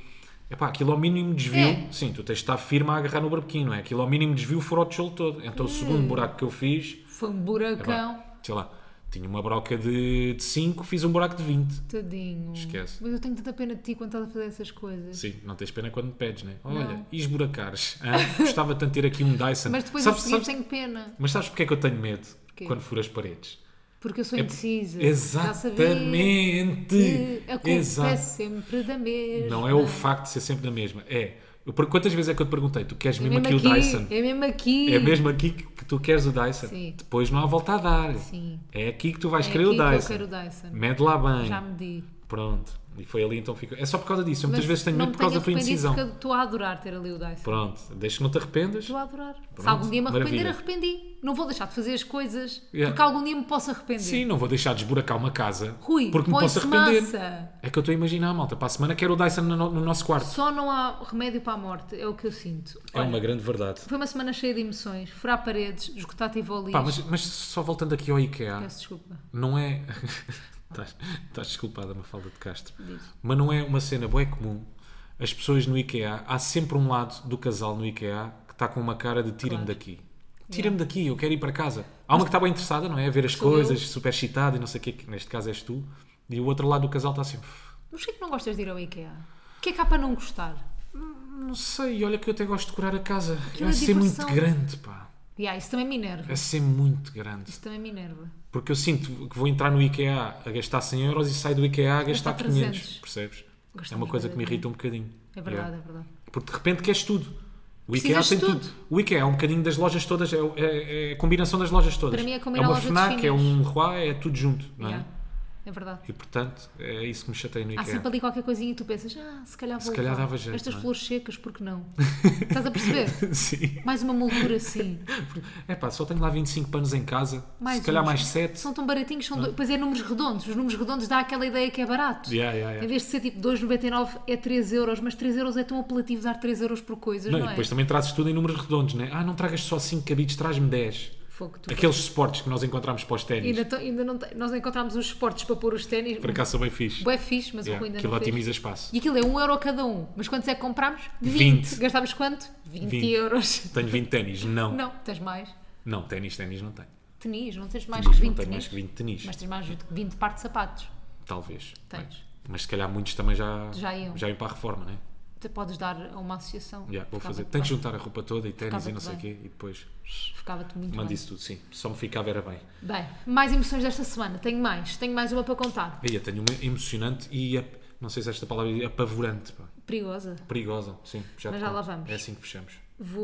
[SPEAKER 1] Epá, aquilo ao mínimo desvio,
[SPEAKER 2] É.
[SPEAKER 1] sim, tu tens de estar firme a agarrar no barbequinho, não é? Aquilo ao mínimo desvio furou o tijolo todo. Então o
[SPEAKER 2] Hum.
[SPEAKER 1] segundo buraco que eu fiz,
[SPEAKER 2] Foi um
[SPEAKER 1] epá,
[SPEAKER 2] buracão.
[SPEAKER 1] É sei lá, tinha uma broca de 5, fiz um buraco de 20.
[SPEAKER 2] Tadinho.
[SPEAKER 1] Esquece.
[SPEAKER 2] Mas eu tenho tanta pena de ti quando estás a fazer essas coisas.
[SPEAKER 1] Sim, não tens pena quando me pedes, né? Olha,
[SPEAKER 2] Não.
[SPEAKER 1] e esburacares? hã? Gostava tanto de ter aqui um Dyson.
[SPEAKER 2] Mas depois
[SPEAKER 1] sabes,
[SPEAKER 2] a seguir
[SPEAKER 1] sabes,
[SPEAKER 2] tenho pena.
[SPEAKER 1] Mas sabes porque é que eu tenho medo
[SPEAKER 2] Quê?
[SPEAKER 1] quando furo as paredes?
[SPEAKER 2] Porque eu sou indecisa. Já sabia
[SPEAKER 1] É Exatamente!
[SPEAKER 2] que A culpa é
[SPEAKER 1] Exato.
[SPEAKER 2] sempre da mesma.
[SPEAKER 1] Não é o facto de ser sempre da mesma. É. Eu, per- quantas vezes é que eu te perguntei? Tu queres
[SPEAKER 2] É
[SPEAKER 1] mesmo,
[SPEAKER 2] mesmo
[SPEAKER 1] aqui, o Dyson?
[SPEAKER 2] aqui. É mesmo aqui.
[SPEAKER 1] É mesmo aqui que que tu queres o Dyson?
[SPEAKER 2] Sim.
[SPEAKER 1] Depois não há volta a dar.
[SPEAKER 2] Sim.
[SPEAKER 1] É aqui que tu vais
[SPEAKER 2] É
[SPEAKER 1] querer o
[SPEAKER 2] aqui que eu
[SPEAKER 1] Dyson.
[SPEAKER 2] quero o Dyson.
[SPEAKER 1] Mede lá bem.
[SPEAKER 2] Já medi.
[SPEAKER 1] Pronto. E foi ali então fica. É só por causa disso. Eu
[SPEAKER 2] Mas
[SPEAKER 1] muitas vezes tenho
[SPEAKER 2] não
[SPEAKER 1] medo
[SPEAKER 2] me
[SPEAKER 1] por causa da tua
[SPEAKER 2] tenho arrependido
[SPEAKER 1] indecisão.
[SPEAKER 2] porque eu Estou a adorar ter ali o Dyson.
[SPEAKER 1] Pronto. Deixa que não te arrependas.
[SPEAKER 2] Estou a adorar. Se
[SPEAKER 1] Pronto,
[SPEAKER 2] algum dia me arrepender,
[SPEAKER 1] maravilha.
[SPEAKER 2] arrependi. Não vou deixar de fazer as coisas
[SPEAKER 1] Yeah.
[SPEAKER 2] porque algum dia me posso arrepender.
[SPEAKER 1] Sim, não vou deixar de esburacar uma casa
[SPEAKER 2] Rui,
[SPEAKER 1] porque me posso
[SPEAKER 2] põe-se
[SPEAKER 1] arrepender.
[SPEAKER 2] massa.
[SPEAKER 1] É que eu estou a imaginar, malta. Para a semana quero o Dyson no, no nosso quarto.
[SPEAKER 2] Só não há remédio para a morte, é o que eu sinto.
[SPEAKER 1] É
[SPEAKER 2] Olha,
[SPEAKER 1] uma grande verdade.
[SPEAKER 2] Foi uma semana cheia de emoções. Furar paredes, esgotar tivolis.
[SPEAKER 1] Pá, mas, mas só voltando aqui ao IKEA,
[SPEAKER 2] Peço desculpa.
[SPEAKER 1] não é. *laughs* Estás- Estás desculpada, Mafalda de Castro.
[SPEAKER 2] Diz.
[SPEAKER 1] Mas não é uma cena bem comum. As pessoas no IKEA, há sempre um lado do casal no IKEA que está com uma cara de tira-me
[SPEAKER 2] Claro.
[SPEAKER 1] daqui. Tira-me daqui, eu quero ir para casa. Há uma que está bem interessada, não é? A ver as
[SPEAKER 2] Sou
[SPEAKER 1] coisas, super excitada e não sei o quê, que neste caso és tu. E o outro lado do casal está sempre.
[SPEAKER 2] Mas porquê que não gostas de ir ao IKEA? O que é que há para não gostar?
[SPEAKER 1] Não sei, olha que eu até gosto de decorar a casa. Vai
[SPEAKER 2] Aquilo é
[SPEAKER 1] ser muito
[SPEAKER 2] diversão.
[SPEAKER 1] grande, pá.
[SPEAKER 2] Yeah, ah, isso também me enerva.
[SPEAKER 1] Vai ser muito grande.
[SPEAKER 2] Isso também me enerva.
[SPEAKER 1] Porque eu sinto que vou entrar no IKEA a gastar 100 euros e saio do IKEA a gastar 500,
[SPEAKER 2] 300.
[SPEAKER 1] percebes?
[SPEAKER 2] Gostamos
[SPEAKER 1] é uma coisa que me
[SPEAKER 2] bem.
[SPEAKER 1] irrita um bocadinho.
[SPEAKER 2] É verdade,
[SPEAKER 1] Yeah.
[SPEAKER 2] é verdade.
[SPEAKER 1] Porque de repente queres tudo. O IKEA
[SPEAKER 2] Precisas
[SPEAKER 1] tem
[SPEAKER 2] de
[SPEAKER 1] tudo.
[SPEAKER 2] tudo.
[SPEAKER 1] O IKEA é um bocadinho das lojas todas, é, é- é a combinação das lojas todas.
[SPEAKER 2] Para mim é como ir à
[SPEAKER 1] uma
[SPEAKER 2] loja de
[SPEAKER 1] FNAC, é
[SPEAKER 2] chinês.
[SPEAKER 1] um Roi, é tudo junto, não é?
[SPEAKER 2] Yeah. É verdade.
[SPEAKER 1] E portanto, é isso que me chateia no
[SPEAKER 2] Há
[SPEAKER 1] IKEA.
[SPEAKER 2] sempre ali qualquer coisinha e tu pensas, ah, se calhar vou
[SPEAKER 1] Se calhar
[SPEAKER 2] levar.
[SPEAKER 1] dava jeito,
[SPEAKER 2] Estas
[SPEAKER 1] não é?
[SPEAKER 2] flores secas,
[SPEAKER 1] *laughs*
[SPEAKER 2] porque não? Estás a perceber?
[SPEAKER 1] Sim.
[SPEAKER 2] Mais uma moldura assim.
[SPEAKER 1] É pá, só tenho lá 25 panos em casa,
[SPEAKER 2] Mais
[SPEAKER 1] se calhar
[SPEAKER 2] uns.
[SPEAKER 1] mais 7.
[SPEAKER 2] São tão baratinhos, são dois- pois é números redondos. Os números redondos dá aquela ideia que é barato.
[SPEAKER 1] Yeah, yeah,
[SPEAKER 2] Em
[SPEAKER 1] yeah.
[SPEAKER 2] vez de ser tipo 2,99 é 3 euros, mas 3 euros é tão apelativo dar 3 euros por coisas,
[SPEAKER 1] Não,
[SPEAKER 2] não,
[SPEAKER 1] e
[SPEAKER 2] é?
[SPEAKER 1] depois também trazes tudo em números redondos, né? Ah, não tragas só 5 cabides, traz-me 10.
[SPEAKER 2] Fogo, tu-
[SPEAKER 1] Aqueles suportes que nós encontramos para os ténis.
[SPEAKER 2] Ainda, to- ainda não te- Nós encontramos os esportes para pôr os ténis.
[SPEAKER 1] Por acaso são bem fixe.
[SPEAKER 2] Bué fixe, mas o
[SPEAKER 1] Yeah,
[SPEAKER 2] Rui ainda
[SPEAKER 1] Aquilo
[SPEAKER 2] não fez.
[SPEAKER 1] otimiza espaço.
[SPEAKER 2] E aquilo é 1 euro cada um. Mas quantos é que comprámos?
[SPEAKER 1] 20.
[SPEAKER 2] Gastámos quanto? 20,
[SPEAKER 1] 20.
[SPEAKER 2] euros. *laughs*
[SPEAKER 1] Tenho 20 ténis? Não. Não,
[SPEAKER 2] Não, tens mais.
[SPEAKER 1] ténis, ténis não tenho.
[SPEAKER 2] Tenis, não tens mais
[SPEAKER 1] Ténis,
[SPEAKER 2] que
[SPEAKER 1] não tenho
[SPEAKER 2] 20 tenis.
[SPEAKER 1] mais que 20 ténis.
[SPEAKER 2] Mas tens mais do que 20 partes de sapatos.
[SPEAKER 1] Talvez.
[SPEAKER 2] Tens.
[SPEAKER 1] Bem, Mas se calhar muitos também já,
[SPEAKER 2] Já iam.
[SPEAKER 1] para a reforma, né?
[SPEAKER 2] Tu podes dar a uma associação.
[SPEAKER 1] Já, vou
[SPEAKER 2] Ficava-te
[SPEAKER 1] fazer. Tenho que
[SPEAKER 2] bem.
[SPEAKER 1] juntar a roupa toda e ténis e
[SPEAKER 2] Ficava-te
[SPEAKER 1] não sei o quê
[SPEAKER 2] bem.
[SPEAKER 1] e depois
[SPEAKER 2] Ficava-te muito
[SPEAKER 1] mando
[SPEAKER 2] bem.
[SPEAKER 1] isso tudo, sim. Só me ficava era bem.
[SPEAKER 2] Bem, mais emoções desta semana. Tenho mais. Tenho mais uma para contar.
[SPEAKER 1] Aí eu tenho uma emocionante e ap- não sei se esta palavra é apavorante, pá.
[SPEAKER 2] Perigosa.
[SPEAKER 1] Perigosa, sim. Já
[SPEAKER 2] Mas
[SPEAKER 1] te
[SPEAKER 2] já
[SPEAKER 1] conto.
[SPEAKER 2] lá vamos.
[SPEAKER 1] É assim que fechamos.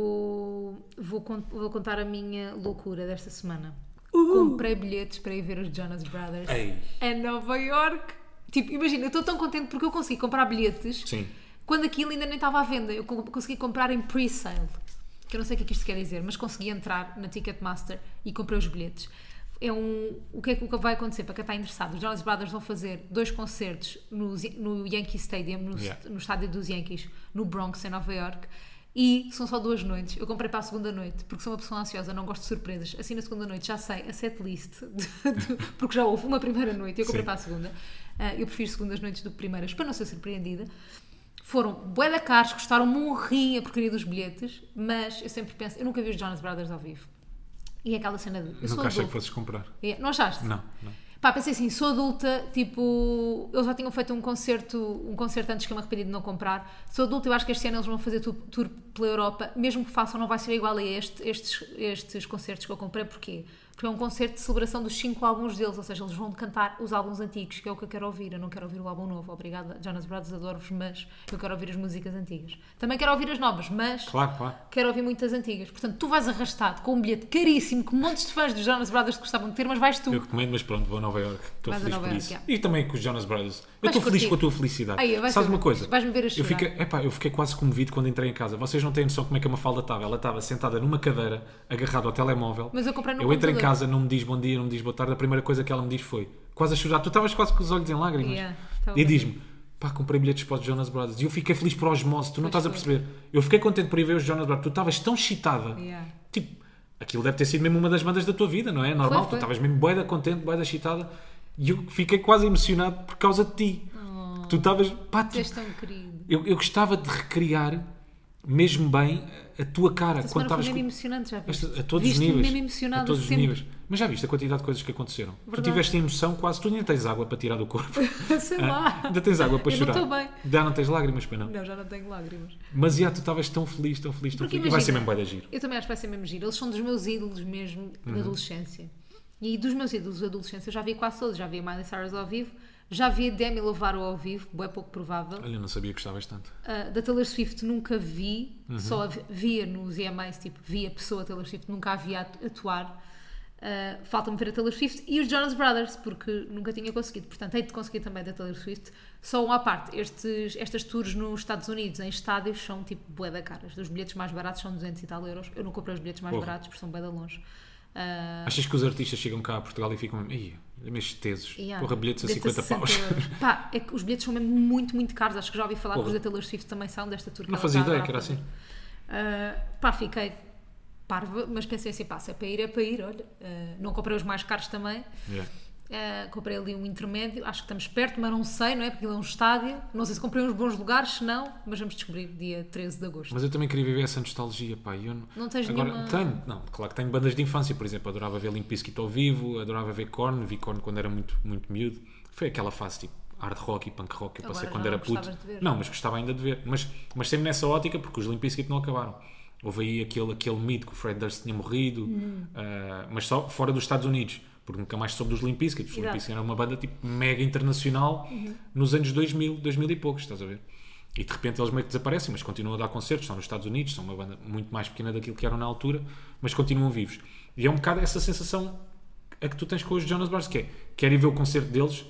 [SPEAKER 2] Vou, vou, con- vou contar a minha loucura desta semana. Comprei bilhetes para ir ver os Jonas Brothers
[SPEAKER 1] Uh! Ei.
[SPEAKER 2] em Nova York. Tipo, imagina, eu estou tão contente porque eu consegui comprar bilhetes
[SPEAKER 1] Sim.
[SPEAKER 2] quando aquilo ainda nem estava à venda. Eu co- consegui comprar em pre-sale, que eu não sei o que é que isto quer dizer, mas consegui entrar na Ticketmaster e comprei os bilhetes. É um, o que é que vai acontecer para quem está interessado? Os Jonas Brothers vão fazer dois concertos no, no Yankee Stadium, no,
[SPEAKER 1] Yeah.
[SPEAKER 2] no estádio dos Yankees, no Bronx, em Nova York. E são só duas noites. Eu comprei para a segunda noite, porque sou uma pessoa ansiosa, não gosto de surpresas. Assim, na segunda noite, já sei a setlist, de- de- porque já houve uma primeira noite e eu comprei
[SPEAKER 1] Sim.
[SPEAKER 2] para a segunda. Ah, eu prefiro segundas noites do que primeiras, para não ser surpreendida. Foram bué da caros, custaram-me um rim a porcaria dos bilhetes, mas eu sempre penso, eu nunca vi os Jonas Brothers ao vivo. E é aquela cena de. Eu sou
[SPEAKER 1] Nunca achei
[SPEAKER 2] adulto.
[SPEAKER 1] que fosses comprar.
[SPEAKER 2] É, Não achaste?
[SPEAKER 1] Não, não.
[SPEAKER 2] Pá, pensei assim, sou adulta, tipo, eles já tinham feito um concerto, um concerto antes que eu me arrependi de não comprar. Sou adulta, eu acho que este ano eles vão fazer tu- tour pela Europa, mesmo que façam, não vai ser igual a este, estes, estes concertos que eu comprei, porquê? Porque é um concerto de celebração dos cinco álbuns deles, ou seja, eles vão cantar os álbuns antigos, que é o que eu quero ouvir. Eu não quero ouvir o álbum novo, obrigada, Jonas Brothers, adoro-vos, mas eu quero ouvir as músicas antigas. Também quero ouvir as novas, mas
[SPEAKER 1] Claro, claro.
[SPEAKER 2] quero ouvir muitas antigas. Portanto, tu vais arrastado com um bilhete caríssimo que montes de fãs dos Jonas Brothers gostavam de ter, mas vais tu.
[SPEAKER 1] Eu recomendo, mas pronto, vou a Nova York. Estou
[SPEAKER 2] Vais a
[SPEAKER 1] feliz
[SPEAKER 2] Nova
[SPEAKER 1] por
[SPEAKER 2] Iorque,
[SPEAKER 1] isso.
[SPEAKER 2] já.
[SPEAKER 1] E também com os Jonas Brothers. Eu
[SPEAKER 2] Vais
[SPEAKER 1] estou feliz
[SPEAKER 2] curtir.
[SPEAKER 1] com a tua felicidade.
[SPEAKER 2] Aí, vais
[SPEAKER 1] Sabes
[SPEAKER 2] ver-
[SPEAKER 1] uma coisa?
[SPEAKER 2] vais-me ver a
[SPEAKER 1] eu
[SPEAKER 2] chorar.
[SPEAKER 1] fiquei, epá, eu fiquei quase comovido quando entrei em casa. Vocês não têm noção como é que a Mafalda estava. Ela estava sentada numa cadeira, agarrada ao telemóvel.
[SPEAKER 2] Mas eu comprei no
[SPEAKER 1] Eu entro em
[SPEAKER 2] computador.
[SPEAKER 1] casa, não me diz bom dia, não me diz boa tarde. A primeira coisa que ela me diz foi, quase a chorar. Tu estavas quase com os olhos em lágrimas.
[SPEAKER 2] Yeah, estava
[SPEAKER 1] e
[SPEAKER 2] bem.
[SPEAKER 1] diz-me, pá, comprei bilhetes para os Jonas Brothers. E eu fiquei feliz por osmose. Tu não
[SPEAKER 2] Pois
[SPEAKER 1] estás a
[SPEAKER 2] foi.
[SPEAKER 1] perceber. Eu fiquei contente por ir ver os Jonas Brothers. Tu estavas tão excitada.
[SPEAKER 2] Yeah.
[SPEAKER 1] Tipo, aquilo deve ter sido mesmo uma das bandas da tua vida, não é? Normal,
[SPEAKER 2] Foi, foi.
[SPEAKER 1] tu estavas mesmo boeda contente, boeda excitada e eu fiquei quase emocionado por causa de ti. Tu estavas. Pá, tu-
[SPEAKER 2] Tu és tão querido.
[SPEAKER 1] eu, eu gostava de recriar mesmo bem a tua cara quando
[SPEAKER 2] Esta semana foi
[SPEAKER 1] estavas
[SPEAKER 2] mesmo
[SPEAKER 1] com.
[SPEAKER 2] emocionante, já viste?
[SPEAKER 1] Esta- a todos os
[SPEAKER 2] Viste-me
[SPEAKER 1] níveis.
[SPEAKER 2] mesmo emocionada
[SPEAKER 1] a todos os
[SPEAKER 2] sempre.
[SPEAKER 1] níveis. Mas já viste a quantidade de coisas que aconteceram?
[SPEAKER 2] Verdade.
[SPEAKER 1] Tu tiveste emoção quase, tu ainda tens água para tirar do
[SPEAKER 2] *laughs*
[SPEAKER 1] corpo.
[SPEAKER 2] *laughs* Sei lá.
[SPEAKER 1] Ah, ainda tens água para
[SPEAKER 2] Eu não
[SPEAKER 1] chorar.
[SPEAKER 2] estou bem.
[SPEAKER 1] Já não tens lágrimas para não.
[SPEAKER 2] Não, já não tenho lágrimas.
[SPEAKER 1] Mas já tu estavas tão feliz, tão feliz, tão
[SPEAKER 2] Porque
[SPEAKER 1] feliz. E Então vai ser
[SPEAKER 2] imagina-
[SPEAKER 1] mesmo boeda giro. Uhum.
[SPEAKER 2] Eu também acho que vai ser mesmo giro. Eles são dos meus ídolos mesmo da adolescência. E dos meus ídolos da adolescência eu já vi quase todos. Já vi a Miley Cyrus ao vivo, já vi a Demi Lovato ao vivo, é pouco provável.
[SPEAKER 1] Olha, eu não sabia que gostavas tanto.
[SPEAKER 2] Uh, da Taylor Swift nunca vi,
[SPEAKER 1] Uhum.
[SPEAKER 2] só a vi- via nos EMAs, tipo, via a pessoa Taylor Swift, nunca a via atu- atuar. Uh, Falta-me ver a Taylor Swift e os Jonas Brothers, porque nunca tinha conseguido. Portanto, hei de conseguir também da Taylor Swift. Só um à parte, estes, estas tours nos Estados Unidos, em estádios, são tipo bué da caras. Os bilhetes mais baratos são 200 e tal euros. Eu não comprei os bilhetes mais
[SPEAKER 1] Porra.
[SPEAKER 2] baratos, porque são bué da longe. Uh,
[SPEAKER 1] Achas que os artistas chegam cá a Portugal e ficam mesmo, "Ih, meus tesos,
[SPEAKER 2] Yeah.
[SPEAKER 1] porra, bilhetes a 50
[SPEAKER 2] 60
[SPEAKER 1] paus.
[SPEAKER 2] euros. Pá, é que os bilhetes são mesmo muito, muito caros. Acho que já ouvi falar que
[SPEAKER 1] Porra.
[SPEAKER 2] os da Taylor Swift também são desta
[SPEAKER 1] *laughs*
[SPEAKER 2] turca.
[SPEAKER 1] Não
[SPEAKER 2] ela
[SPEAKER 1] fazia
[SPEAKER 2] está
[SPEAKER 1] ideia
[SPEAKER 2] a
[SPEAKER 1] que era
[SPEAKER 2] fazer.
[SPEAKER 1] assim.
[SPEAKER 2] Uh, pá, fiquei parva, mas pensei assim, pá, se é para ir, é para ir, olha. Uh, não comprei os mais caros também.
[SPEAKER 1] Yeah.
[SPEAKER 2] Uh, comprei ali um intermédio, acho que estamos perto, mas não sei, não é? Porque ele é um estádio. Não sei se comprei uns bons lugares, se não, mas vamos descobrir dia 13 de agosto.
[SPEAKER 1] Mas eu também queria viver essa nostalgia, pá. e Eu não...
[SPEAKER 2] Não tens
[SPEAKER 1] Agora,
[SPEAKER 2] nenhuma-
[SPEAKER 1] Tenho, não, claro que tenho bandas de infância, por exemplo. Adorava ver Limp Bizkit ao vivo, adorava ver Korn, vi Korn quando era muito, muito miúdo. Foi aquela fase tipo hard rock e punk rock que eu
[SPEAKER 2] Agora
[SPEAKER 1] passei
[SPEAKER 2] já
[SPEAKER 1] quando
[SPEAKER 2] não
[SPEAKER 1] era puto.
[SPEAKER 2] gostavas de ver.
[SPEAKER 1] Não, mas gostava ainda de ver. Mas, mas sempre nessa ótica, porque os Limp Bizkit não acabaram. Houve aí aquele, aquele mito que o Fred Durst tinha morrido, ah, mas só fora dos Estados Unidos. Porque nunca mais soube dos Limp Bizkit. Os Limp
[SPEAKER 2] Exato.
[SPEAKER 1] Bizkit era uma banda tipo mega internacional nos anos 2000, 2000 e poucos, estás a ver? E de repente eles meio que desaparecem, mas continuam a dar concertos, estão nos Estados Unidos, são uma banda muito mais pequena daquilo que eram na altura, mas continuam vivos. E é um bocado essa sensação a que tu tens com os Jonas Brothers, que é, quero ir ver o concerto deles,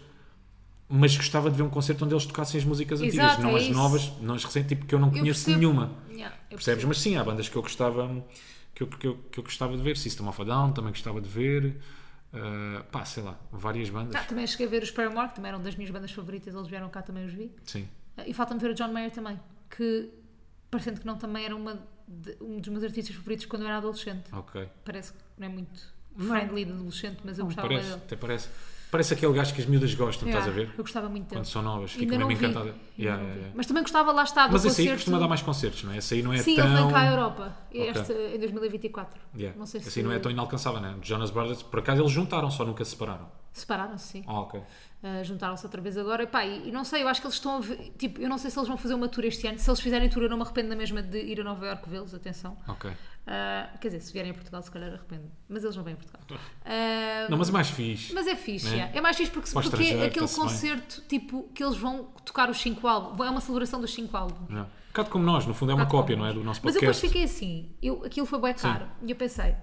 [SPEAKER 1] mas gostava de ver um concerto onde eles tocassem as músicas antigas,
[SPEAKER 2] Exato,
[SPEAKER 1] não
[SPEAKER 2] é
[SPEAKER 1] as
[SPEAKER 2] isso.
[SPEAKER 1] novas, não as recentes, tipo, que eu não conheço
[SPEAKER 2] percebo.
[SPEAKER 1] nenhuma.
[SPEAKER 2] Yeah, eu
[SPEAKER 1] Percebes?
[SPEAKER 2] percebo.
[SPEAKER 1] Mas sim, há bandas que eu gostava que eu, que eu, que eu gostava de ver. System of a Down também gostava de ver. Ah, pá, sei lá, várias bandas.
[SPEAKER 2] Ah, também cheguei a ver os Paramore, que também eram das minhas bandas favoritas, eles vieram cá, também os vi. Ah,
[SPEAKER 1] Sim.
[SPEAKER 2] E falta-me ver o John Mayer também, que parecendo que não também era uma de- um dos meus artistas favoritos quando eu era adolescente.
[SPEAKER 1] Ok.
[SPEAKER 2] Parece que não é muito friendly de adolescente, mas eu gostava
[SPEAKER 1] Parece,
[SPEAKER 2] dele.
[SPEAKER 1] até parece. Parece aquele gajo que as miúdas gostam,
[SPEAKER 2] Yeah,
[SPEAKER 1] estás a ver?
[SPEAKER 2] Eu gostava muito dele.
[SPEAKER 1] Quando são novas,
[SPEAKER 2] Ainda
[SPEAKER 1] fico mesmo
[SPEAKER 2] não vi.
[SPEAKER 1] encantada.
[SPEAKER 2] Ainda
[SPEAKER 1] Yeah,
[SPEAKER 2] não
[SPEAKER 1] yeah,
[SPEAKER 2] vi.
[SPEAKER 1] yeah.
[SPEAKER 2] Mas também gostava lá estar do
[SPEAKER 1] Mas esse aí
[SPEAKER 2] concerto.
[SPEAKER 1] costuma dar mais concertos, não é? Esse aí não é
[SPEAKER 2] Sim,
[SPEAKER 1] tão.
[SPEAKER 2] ele vem cá à Europa. Este,
[SPEAKER 1] Ok.
[SPEAKER 2] em 2024.
[SPEAKER 1] Yeah.
[SPEAKER 2] Não sei se
[SPEAKER 1] Esse aí não é tão inalcançável, não é? Jonas Brothers, por acaso eles juntaram, só nunca se separaram.
[SPEAKER 2] separaram-se, sim.
[SPEAKER 1] Ah, ok.
[SPEAKER 2] Uh, juntaram-se outra vez agora. Epá, e, e não sei, eu acho que eles estão a ver, tipo, eu não sei se eles vão fazer uma tour este ano. Se eles fizerem tour, eu não me arrependo da mesma de ir a Nova Iorque vê-los, atenção.
[SPEAKER 1] Ok.
[SPEAKER 2] Uh, quer dizer, se vierem a Portugal, se calhar arrependo. Mas eles não vêm a Portugal. Uh,
[SPEAKER 1] Então. Não, mas é mais fixe.
[SPEAKER 2] Mas é fixe,
[SPEAKER 1] Né?
[SPEAKER 2] yeah. é. mais fixe porque,
[SPEAKER 1] Para o
[SPEAKER 2] porque é
[SPEAKER 1] estrangeiro,
[SPEAKER 2] aquele
[SPEAKER 1] está-se bem.
[SPEAKER 2] concerto tipo, que eles vão tocar os cinco álbuns, é uma celebração dos cinco álbuns.
[SPEAKER 1] Não. Um bocado como nós, no fundo é uma cópia, não é? Do nosso
[SPEAKER 2] Mas eu depois
[SPEAKER 1] podcast.
[SPEAKER 2] fiquei assim, eu, aquilo foi bem caro, e eu pensei,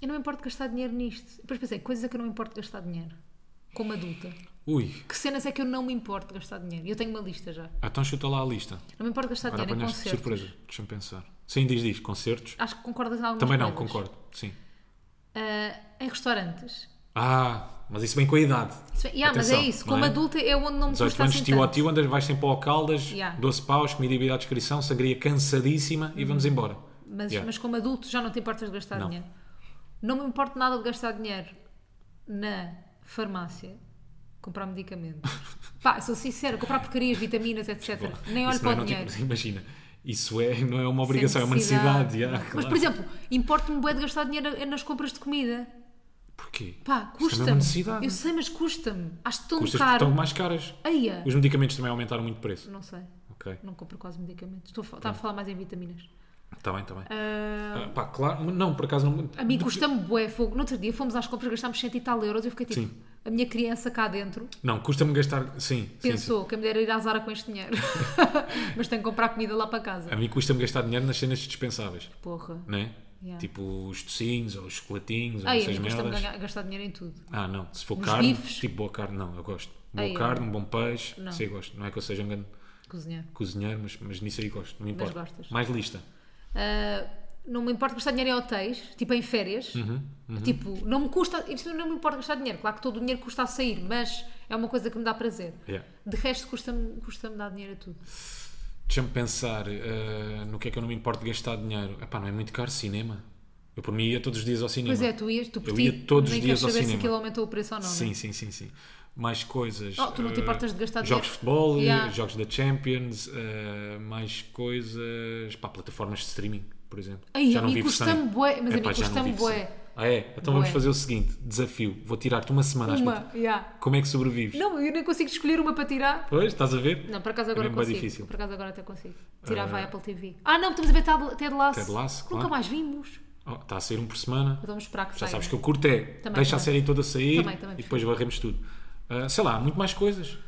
[SPEAKER 2] eu não me importo gastar dinheiro nisto. Depois pensei, coisas é que eu não me importo gastar dinheiro, como adulta.
[SPEAKER 1] Ui,
[SPEAKER 2] Que cenas é que eu não me importo gastar dinheiro? Eu tenho uma lista já.
[SPEAKER 1] então chuta lá a lista.
[SPEAKER 2] Não me importo gastar
[SPEAKER 1] Agora
[SPEAKER 2] dinheiro em
[SPEAKER 1] apanhaste de
[SPEAKER 2] concertos. Ah,
[SPEAKER 1] surpresa. Deixa-me pensar. Sim, diz, diz. Concertos.
[SPEAKER 2] Acho que concordas em algumas
[SPEAKER 1] Também não,
[SPEAKER 2] coisas.
[SPEAKER 1] concordo. Sim.
[SPEAKER 2] Ah, em restaurantes,
[SPEAKER 1] Ah, mas isso vem com a idade.
[SPEAKER 2] Isso- Yeah, mas é
[SPEAKER 1] Atenção,
[SPEAKER 2] isso,
[SPEAKER 1] não
[SPEAKER 2] como
[SPEAKER 1] é?
[SPEAKER 2] adulta é onde não me
[SPEAKER 1] 18
[SPEAKER 2] custa
[SPEAKER 1] anos,
[SPEAKER 2] assim
[SPEAKER 1] tio ao
[SPEAKER 2] tanto.
[SPEAKER 1] tio, andas, vais sempre ao Caldas,
[SPEAKER 2] Yeah.
[SPEAKER 1] 12 paus, comida e bebida à descrição, sangria cansadíssima e vamos embora.
[SPEAKER 2] Uhum. Mas,
[SPEAKER 1] Yeah.
[SPEAKER 2] mas como adulto já não te importas de gastar
[SPEAKER 1] Não.
[SPEAKER 2] dinheiro. Não me importo nada de gastar dinheiro na farmácia,
[SPEAKER 1] *laughs*
[SPEAKER 2] comprar medicamentos. Pá, sou sincera, comprar porcarias, vitaminas, etc. *laughs* Nem olho
[SPEAKER 1] Isso não é
[SPEAKER 2] para o
[SPEAKER 1] não-
[SPEAKER 2] dinheiro.
[SPEAKER 1] *laughs* Imagina, isso é, não é uma
[SPEAKER 2] Sem
[SPEAKER 1] obrigação, é uma necessidade. yeah,
[SPEAKER 2] Mas,
[SPEAKER 1] claro.
[SPEAKER 2] por exemplo, importa-me bué de gastar dinheiro é nas compras de comida.
[SPEAKER 1] Porquê? Isso também
[SPEAKER 2] Pá,
[SPEAKER 1] é uma
[SPEAKER 2] custa-me.
[SPEAKER 1] necessidade.
[SPEAKER 2] Eu um sei, mas custa-me. Acho tão
[SPEAKER 1] Custas porque
[SPEAKER 2] caro.
[SPEAKER 1] estão mais caras.
[SPEAKER 2] Aia.
[SPEAKER 1] Os medicamentos também aumentaram muito o preço.
[SPEAKER 2] Não sei.
[SPEAKER 1] Ok.
[SPEAKER 2] Não compro quase medicamentos. Estou a, fa- estava a falar mais em vitaminas.
[SPEAKER 1] Está Tá bem, está bem.
[SPEAKER 2] Ah,
[SPEAKER 1] Ah, pá, claro, mas não, por acaso não.
[SPEAKER 2] a mim custa-me bué fogo. No outro dia fomos às compras, gastámos 100 e tal euros. Eu fiquei tipo,
[SPEAKER 1] Sim.
[SPEAKER 2] a minha criança cá dentro
[SPEAKER 1] Não, custa-me gastar. Sim, sim,
[SPEAKER 2] pensou que a mulher era ir à Zara com este
[SPEAKER 1] *laughs*
[SPEAKER 2] dinheiro. mas tenho que comprar comida lá para casa.
[SPEAKER 1] sim. A mim custa-me gastar dinheiro nas cenas dispensáveis,
[SPEAKER 2] Porra.
[SPEAKER 1] não é?
[SPEAKER 2] Yeah.
[SPEAKER 1] Tipo os tocinhos ou os chocolatinhos ou
[SPEAKER 2] Ai, Ah, a
[SPEAKER 1] essas
[SPEAKER 2] mim custa-me
[SPEAKER 1] merdas.
[SPEAKER 2] ganhar- gastar dinheiro em tudo.
[SPEAKER 1] Ah, não. Se for
[SPEAKER 2] Uns
[SPEAKER 1] carne,
[SPEAKER 2] bifes.
[SPEAKER 1] tipo boa carne, não, eu gosto. Boa
[SPEAKER 2] Ai, eu-
[SPEAKER 1] carne, um bom peixe,
[SPEAKER 2] Não.
[SPEAKER 1] não. sei, eu gosto. Não é que eu seja um grande
[SPEAKER 2] Cozinhar.
[SPEAKER 1] cozinheiro, mas, mas nisso aí gosto, não me
[SPEAKER 2] Mas
[SPEAKER 1] importa.
[SPEAKER 2] gostas.
[SPEAKER 1] Mais lista.
[SPEAKER 2] Uh, não me importa gastar dinheiro em hotéis, tipo em férias.
[SPEAKER 1] Uhum,
[SPEAKER 2] Tipo, não me custa, isso não me importa gastar dinheiro. Claro que todo o dinheiro custa a sair, mas é uma coisa que me dá prazer.
[SPEAKER 1] Yeah.
[SPEAKER 2] De resto, custa-me custa dar dinheiro a tudo.
[SPEAKER 1] Deixa-me pensar ah, no que é que eu não me importo de gastar dinheiro. Epá, não é muito caro cinema. Eu por mim ia todos os dias ao cinema.
[SPEAKER 2] Pois é, tu ias, tu por
[SPEAKER 1] Eu
[SPEAKER 2] ti,
[SPEAKER 1] ia todos os
[SPEAKER 2] nem
[SPEAKER 1] dias ao
[SPEAKER 2] queres saber se
[SPEAKER 1] cinema.
[SPEAKER 2] aquilo aumentou o preço ou não.
[SPEAKER 1] Sim,
[SPEAKER 2] não é?
[SPEAKER 1] sim, sim, sim. Mais coisas.
[SPEAKER 2] Oh, tu não te
[SPEAKER 1] eh,
[SPEAKER 2] importas de gastar
[SPEAKER 1] Jogos
[SPEAKER 2] dinheiro?
[SPEAKER 1] de futebol,
[SPEAKER 2] Yeah.
[SPEAKER 1] jogos da Champions, eh, mais coisas. Pá, plataformas de streaming, por exemplo.
[SPEAKER 2] Ai, a mim
[SPEAKER 1] vivo
[SPEAKER 2] custa-me
[SPEAKER 1] sem.
[SPEAKER 2] bué, mas
[SPEAKER 1] Epá,
[SPEAKER 2] a
[SPEAKER 1] já
[SPEAKER 2] mim
[SPEAKER 1] não
[SPEAKER 2] custa-me
[SPEAKER 1] vivo sem.
[SPEAKER 2] bué.
[SPEAKER 1] Ah, é? Então
[SPEAKER 2] Bué.
[SPEAKER 1] vamos fazer o seguinte: desafio. Vou tirar-te uma semana às
[SPEAKER 2] Uma,
[SPEAKER 1] plata-
[SPEAKER 2] yeah.
[SPEAKER 1] Como é que sobrevives?
[SPEAKER 2] Não, eu nem consigo escolher uma para tirar.
[SPEAKER 1] Pois, estás a ver?
[SPEAKER 2] Não, por acaso
[SPEAKER 1] É
[SPEAKER 2] agora
[SPEAKER 1] mesmo bué
[SPEAKER 2] consigo.
[SPEAKER 1] difícil.
[SPEAKER 2] Por acaso agora até consigo. Tirar
[SPEAKER 1] Ah.
[SPEAKER 2] vai a Apple TV. Ah, não, estamos a ver Ted- Ted Lasso.
[SPEAKER 1] Ted Lasso,
[SPEAKER 2] Nunca
[SPEAKER 1] claro.
[SPEAKER 2] mais vimos.
[SPEAKER 1] Oh, está a sair um por semana.
[SPEAKER 2] Então vamos esperar que
[SPEAKER 1] Já
[SPEAKER 2] saia.
[SPEAKER 1] sabes que eu curto é.
[SPEAKER 2] Também,
[SPEAKER 1] Deixa a
[SPEAKER 2] também.
[SPEAKER 1] série toda sair
[SPEAKER 2] Também, também,
[SPEAKER 1] e depois varremos tudo. Ah, sei lá, muito mais coisas.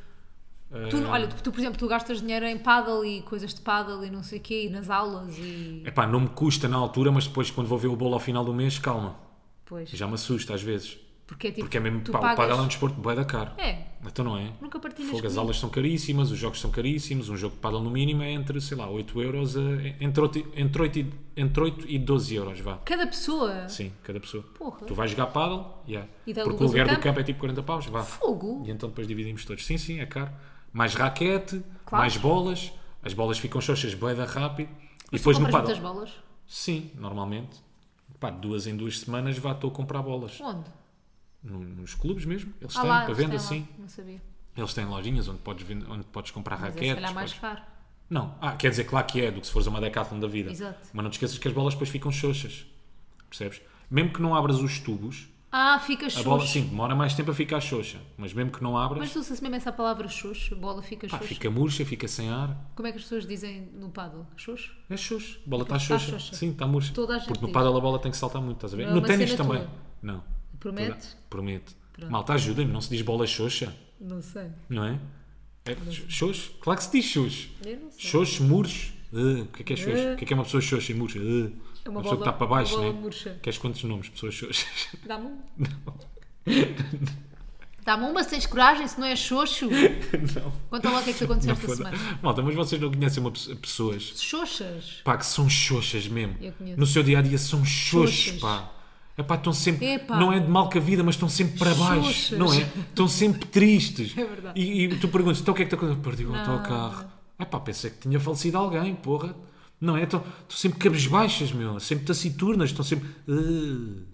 [SPEAKER 2] Tu,
[SPEAKER 1] é-
[SPEAKER 2] olha, tu, tu, por exemplo, tu gastas dinheiro em paddle e coisas de paddle e não sei o quê, e nas aulas e...
[SPEAKER 1] Ah, Epá, não me custa na altura, mas depois quando vou ver o bolo ao final do mês, calma.
[SPEAKER 2] Pois,
[SPEAKER 1] Já me assusta às vezes.
[SPEAKER 2] porque é tipo,
[SPEAKER 1] Porque é mesmo
[SPEAKER 2] tu
[SPEAKER 1] pá, o
[SPEAKER 2] pagas...
[SPEAKER 1] padel é um desporto bué da caro.
[SPEAKER 2] É,
[SPEAKER 1] Então não é?
[SPEAKER 2] nunca partilhas
[SPEAKER 1] Fogo, as
[SPEAKER 2] comigo.
[SPEAKER 1] aulas são caríssimas, os jogos são caríssimos, um jogo de padel no mínimo é entre, sei lá, 8 euros, a, entre, 8, e- entre, 8 e, entre 8 e 12 euros, vá.
[SPEAKER 2] Cada pessoa...
[SPEAKER 1] Sim, cada pessoa.
[SPEAKER 2] Porra.
[SPEAKER 1] Tu vais jogar padel, yeah.
[SPEAKER 2] E dá
[SPEAKER 1] porque o
[SPEAKER 2] lucas o
[SPEAKER 1] lugar do
[SPEAKER 2] campo?
[SPEAKER 1] campo é tipo 40 paus, vá.
[SPEAKER 2] Fogo!
[SPEAKER 1] E então depois dividimos todos. Sim, sim, é caro. Mais raquete,
[SPEAKER 2] Claro.
[SPEAKER 1] mais bolas, as bolas ficam xoxas bué da rápido. e
[SPEAKER 2] Mas tu
[SPEAKER 1] depois no
[SPEAKER 2] compras
[SPEAKER 1] padel.
[SPEAKER 2] muitas bolas?
[SPEAKER 1] Sim, normalmente. Pá, de duas em duas semanas vá estou a comprar bolas.
[SPEAKER 2] Onde?
[SPEAKER 1] No- Nos clubes mesmo, eles
[SPEAKER 2] Ah
[SPEAKER 1] têm,
[SPEAKER 2] lá,
[SPEAKER 1] para
[SPEAKER 2] eles
[SPEAKER 1] venda,
[SPEAKER 2] têm lá.
[SPEAKER 1] sim.
[SPEAKER 2] Não sabia.
[SPEAKER 1] Eles têm lojinhas onde podes, vend- onde podes comprar
[SPEAKER 2] Mas é se
[SPEAKER 1] raquetes.
[SPEAKER 2] calhar mais
[SPEAKER 1] podes-
[SPEAKER 2] caro.
[SPEAKER 1] Não, ah, quer dizer, claro que é, do que se fores a uma Decathlon da vida.
[SPEAKER 2] Exato.
[SPEAKER 1] Mas não te esqueças que as bolas depois ficam xoxas. Percebes? Mesmo que não abras os tubos,
[SPEAKER 2] Ah, fica
[SPEAKER 1] a bola,
[SPEAKER 2] xoxo.
[SPEAKER 1] sim, demora mais tempo a ficar xoxa. Mas mesmo que não abras,
[SPEAKER 2] Mas tu se mesmo essa palavra xoxo, bola fica
[SPEAKER 1] pá,
[SPEAKER 2] xoxo.
[SPEAKER 1] fica murcha, fica sem ar.
[SPEAKER 2] Como é que as pessoas dizem no paddle? Xoxo?
[SPEAKER 1] É xoxo. A bola está
[SPEAKER 2] Tá
[SPEAKER 1] xoxa.
[SPEAKER 2] xoxa.
[SPEAKER 1] Sim, está murcha.
[SPEAKER 2] Toda a gente
[SPEAKER 1] Porque no
[SPEAKER 2] diz.
[SPEAKER 1] pádel a bola tem que saltar muito, estás a ver?
[SPEAKER 2] Não é
[SPEAKER 1] no
[SPEAKER 2] uma
[SPEAKER 1] ténis
[SPEAKER 2] cena
[SPEAKER 1] também.
[SPEAKER 2] tua.
[SPEAKER 1] Não.
[SPEAKER 2] Prometes?
[SPEAKER 1] Prometo.
[SPEAKER 2] Pronto.
[SPEAKER 1] Malta, ajudem-me, não se diz bola xoxa,
[SPEAKER 2] Não sei.
[SPEAKER 1] não é? É xo- xoxo? Claro que se diz xoxo.
[SPEAKER 2] Eu não sei.
[SPEAKER 1] Xoxo, murcho. Uh, o que é que é xoxo?
[SPEAKER 2] Uh.
[SPEAKER 1] O que é que é uma pessoa xoxa e murcha? Uh.
[SPEAKER 2] É
[SPEAKER 1] uma, pessoa
[SPEAKER 2] uma bola-
[SPEAKER 1] que está para baixo,
[SPEAKER 2] uma
[SPEAKER 1] não
[SPEAKER 2] bola
[SPEAKER 1] é?
[SPEAKER 2] murcha.
[SPEAKER 1] Queres quantos nomes? Pessoas xoxas.
[SPEAKER 2] Dá-me
[SPEAKER 1] *laughs*
[SPEAKER 2] um. *laughs* Dá-me uma se tens coragem, se não é
[SPEAKER 1] *laughs*
[SPEAKER 2] xoxo.
[SPEAKER 1] não.
[SPEAKER 2] Conta lá o que é que te aconteceu
[SPEAKER 1] Não
[SPEAKER 2] esta
[SPEAKER 1] foi
[SPEAKER 2] semana.
[SPEAKER 1] nada. Malta, mas vocês não conhecem uma pe- pessoas
[SPEAKER 2] Xoxas.
[SPEAKER 1] pá, que são xoxas mesmo.
[SPEAKER 2] Eu conheço.
[SPEAKER 1] No seu dia a dia são xoxos,
[SPEAKER 2] Xoxas.
[SPEAKER 1] pá. Epá, estão sempre.
[SPEAKER 2] Epá.
[SPEAKER 1] Não é de mal com a vida, mas estão sempre para baixo,
[SPEAKER 2] Xoxas.
[SPEAKER 1] não é? Estão sempre tristes.
[SPEAKER 2] *laughs* É verdade.
[SPEAKER 1] E, e tu perguntas, então o que é que está acontecendo? Perdi o
[SPEAKER 2] Nada.
[SPEAKER 1] autocarro. Epá, pensei que tinha falecido alguém, porra. Não é? Estão estão sempre cabisbaixas, meu. Sempre taciturnas, estão sempre. "Ugh".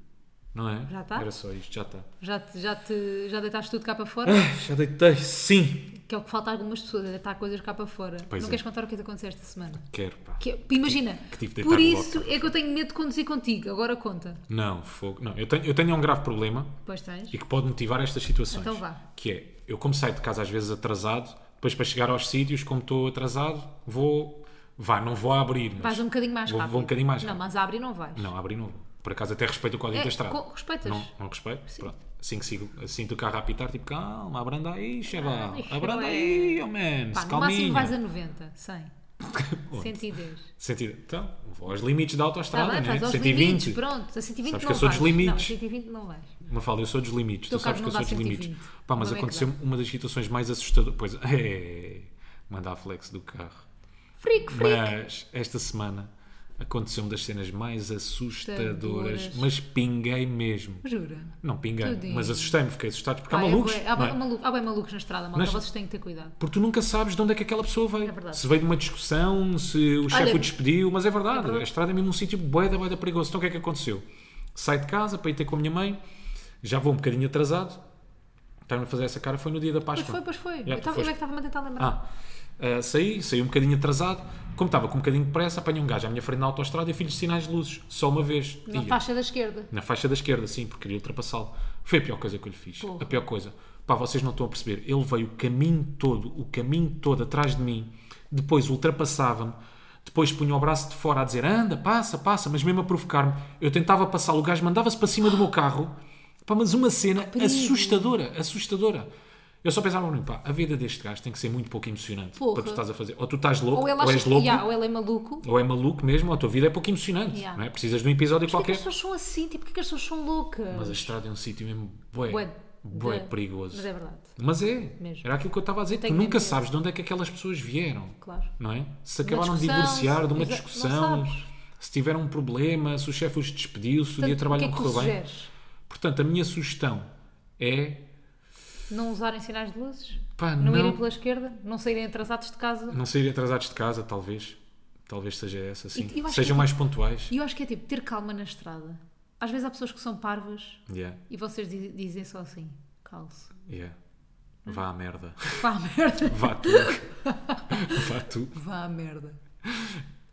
[SPEAKER 1] Não é?
[SPEAKER 2] Já tá?
[SPEAKER 1] Era só isto, já está.
[SPEAKER 2] Já, te- já, te, já deitaste tudo cá para fora?
[SPEAKER 1] Já deitei, sim.
[SPEAKER 2] que é o que falta a algumas pessoas, é deitar coisas cá para fora.
[SPEAKER 1] Pois
[SPEAKER 2] não
[SPEAKER 1] é.
[SPEAKER 2] queres contar o que é que aconteceu esta semana?
[SPEAKER 1] Quero, pá.
[SPEAKER 2] Que- imagina,
[SPEAKER 1] que tive de deitar
[SPEAKER 2] por
[SPEAKER 1] no
[SPEAKER 2] isso é que eu tenho medo de conduzir contigo. Agora conta.
[SPEAKER 1] Não, fogo. Não, eu tenho, eu tenho um grave problema.
[SPEAKER 2] Depois tens.
[SPEAKER 1] e que pode motivar estas situações.
[SPEAKER 2] Então vá.
[SPEAKER 1] Que é, eu como saio de casa às vezes atrasado, depois para chegar aos sítios, como estou atrasado, vou. Vá, não vou abrir. Mas
[SPEAKER 2] Vais um bocadinho mais
[SPEAKER 1] vou,
[SPEAKER 2] rápido.
[SPEAKER 1] Vou um bocadinho mais
[SPEAKER 2] Não,
[SPEAKER 1] rápido.
[SPEAKER 2] mas abre e não vais.
[SPEAKER 1] Não, abrir não vou. Por acaso até respeito o código
[SPEAKER 2] É,
[SPEAKER 1] da estrada.
[SPEAKER 2] co- respeitas.
[SPEAKER 1] Não, não respeito? Pronto. Assim que sigo, assim do carro a apitar, tipo, calma, abranda aí, chaval.
[SPEAKER 2] isso
[SPEAKER 1] Abranda
[SPEAKER 2] não é-
[SPEAKER 1] aí, oh man.
[SPEAKER 2] Pá,
[SPEAKER 1] se
[SPEAKER 2] no máximo
[SPEAKER 1] calminha.
[SPEAKER 2] vais a 90,
[SPEAKER 1] *laughs*
[SPEAKER 2] 100, 110.
[SPEAKER 1] Sentido. Então, vou aos limites da
[SPEAKER 2] Está
[SPEAKER 1] autoestrada,
[SPEAKER 2] Tá bem,
[SPEAKER 1] né?
[SPEAKER 2] faz aos
[SPEAKER 1] 120.
[SPEAKER 2] limites, pronto. A 120
[SPEAKER 1] Sabes
[SPEAKER 2] não
[SPEAKER 1] que eu sou dos
[SPEAKER 2] vais. Não, a
[SPEAKER 1] limites.
[SPEAKER 2] 120 não vais.
[SPEAKER 1] Uma fala, eu sou dos limites,
[SPEAKER 2] Teu
[SPEAKER 1] tu sabes que
[SPEAKER 2] carro
[SPEAKER 1] eu sou
[SPEAKER 2] Então, não
[SPEAKER 1] dos
[SPEAKER 2] dá
[SPEAKER 1] limites.
[SPEAKER 2] 120.
[SPEAKER 1] Pá, mas
[SPEAKER 2] Não é que
[SPEAKER 1] aconteceu uma das situações mais assustadoras. Pois *laughs* é, mandar flex do carro.
[SPEAKER 2] Frico, frico.
[SPEAKER 1] Mas esta semana Aconteceu-me das cenas mais assustadoras,
[SPEAKER 2] Assustadoras.
[SPEAKER 1] mas pinguei mesmo.
[SPEAKER 2] Jura?
[SPEAKER 1] Não, pinguei,
[SPEAKER 2] Tudinho.
[SPEAKER 1] mas assustei-me, fiquei assustado porque
[SPEAKER 2] Pá,
[SPEAKER 1] há
[SPEAKER 2] é
[SPEAKER 1] malucos.
[SPEAKER 2] bué- há,
[SPEAKER 1] não
[SPEAKER 2] bué
[SPEAKER 1] é?
[SPEAKER 2] maluco- há bem malucos na estrada, malta.
[SPEAKER 1] Nas-
[SPEAKER 2] Vocês têm que ter cuidado.
[SPEAKER 1] Porque tu nunca sabes de onde é que aquela pessoa veio.
[SPEAKER 2] É verdade.
[SPEAKER 1] se veio de uma discussão, se o chefe
[SPEAKER 2] Olha-
[SPEAKER 1] o despediu, mas é verdade,
[SPEAKER 2] É verdade.
[SPEAKER 1] a estrada é mesmo um sítio boeda, boeda perigoso. Então o que é que aconteceu? Saio de casa para ir ter com a minha mãe, já vou um bocadinho atrasado, estava a fazer essa cara, foi no dia da
[SPEAKER 2] Pois
[SPEAKER 1] Páscoa.
[SPEAKER 2] foi, pois foi.
[SPEAKER 1] Já,
[SPEAKER 2] eu
[SPEAKER 1] tu
[SPEAKER 2] estava, eu é que
[SPEAKER 1] foste.
[SPEAKER 2] estava-me a tentar lembrar.
[SPEAKER 1] Ah, ah, saí, saí um bocadinho atrasado, como estava com um bocadinho de pressa, apanhei um gajo à minha frente na autoestrada e fiz-lhe sinais de luzes, só uma vez.
[SPEAKER 2] na
[SPEAKER 1] E eu-
[SPEAKER 2] faixa da esquerda.
[SPEAKER 1] na faixa da esquerda, sim, porque queria ultrapassá-lo. Foi a pior coisa que eu lhe fiz.
[SPEAKER 2] Porra.
[SPEAKER 1] A pior coisa. Pá, vocês não estão a perceber. Ele veio o caminho todo, o caminho todo atrás de mim. Depois ultrapassava-me. Depois punha o braço de fora a dizer anda, passa, passa, mas mesmo a provocar-me. Eu tentava passá-lo, o gajo mandava-se para cima do meu carro. Pá, mas uma cena
[SPEAKER 2] perigo.
[SPEAKER 1] assustadora, assustadora. Eu só pensava, "Não, pá, a vida deste gajo tem que ser muito pouco emocionante
[SPEAKER 2] Porra.
[SPEAKER 1] para tu estás a fazer. Ou tu estás louco,
[SPEAKER 2] Ou
[SPEAKER 1] ou,
[SPEAKER 2] ele, acha
[SPEAKER 1] és
[SPEAKER 2] que,
[SPEAKER 1] louco,
[SPEAKER 2] Ya, ou ele é maluco.
[SPEAKER 1] ou é maluco mesmo, ou a tua vida é pouco emocionante.
[SPEAKER 2] Ya.
[SPEAKER 1] Não é? Precisas de um episódio qualquer.
[SPEAKER 2] Porquê que as pessoas são assim? Tipo, porquê que as pessoas são loucas?
[SPEAKER 1] Mas a estrada é um sítio mesmo bué,
[SPEAKER 2] Bué
[SPEAKER 1] bué,
[SPEAKER 2] de-
[SPEAKER 1] perigoso.
[SPEAKER 2] Mas é verdade,
[SPEAKER 1] Mas é,
[SPEAKER 2] Mesmo.
[SPEAKER 1] era aquilo que eu estava a dizer.
[SPEAKER 2] Tenho
[SPEAKER 1] tu nunca
[SPEAKER 2] medo.
[SPEAKER 1] sabes de onde é que aquelas pessoas vieram,
[SPEAKER 2] claro.
[SPEAKER 1] não é? Se acabaram de
[SPEAKER 2] discussão,
[SPEAKER 1] divorciar de uma
[SPEAKER 2] exa- não
[SPEAKER 1] discussão,
[SPEAKER 2] sabes.
[SPEAKER 1] se tiveram um problema, se o chefe os despediu, se o dia de
[SPEAKER 2] Portanto, o
[SPEAKER 1] trabalho
[SPEAKER 2] que é
[SPEAKER 1] não
[SPEAKER 2] que tu
[SPEAKER 1] correu bem.
[SPEAKER 2] sugeres?
[SPEAKER 1] Portanto, a minha sugestão é
[SPEAKER 2] Não usarem sinais de luzes?
[SPEAKER 1] pá,
[SPEAKER 2] Não,
[SPEAKER 1] não,
[SPEAKER 2] irem pela esquerda? Não saírem atrasados de casa?
[SPEAKER 1] não saírem atrasados de casa, talvez. Talvez seja essa, sim.
[SPEAKER 2] eu acho
[SPEAKER 1] Sejam
[SPEAKER 2] que-
[SPEAKER 1] mais pontuais.
[SPEAKER 2] E eu acho que é tipo, ter calma na estrada. Às vezes há pessoas que são parvas
[SPEAKER 1] Yeah,
[SPEAKER 2] e vocês di- dizem só assim, calce.
[SPEAKER 1] yeah.
[SPEAKER 2] Hum.
[SPEAKER 1] Vá à merda.
[SPEAKER 2] *laughs*
[SPEAKER 1] *laughs*
[SPEAKER 2] Vá à merda.
[SPEAKER 1] Vá tu.
[SPEAKER 2] *laughs*
[SPEAKER 1] Vá tu.
[SPEAKER 2] Vá à merda.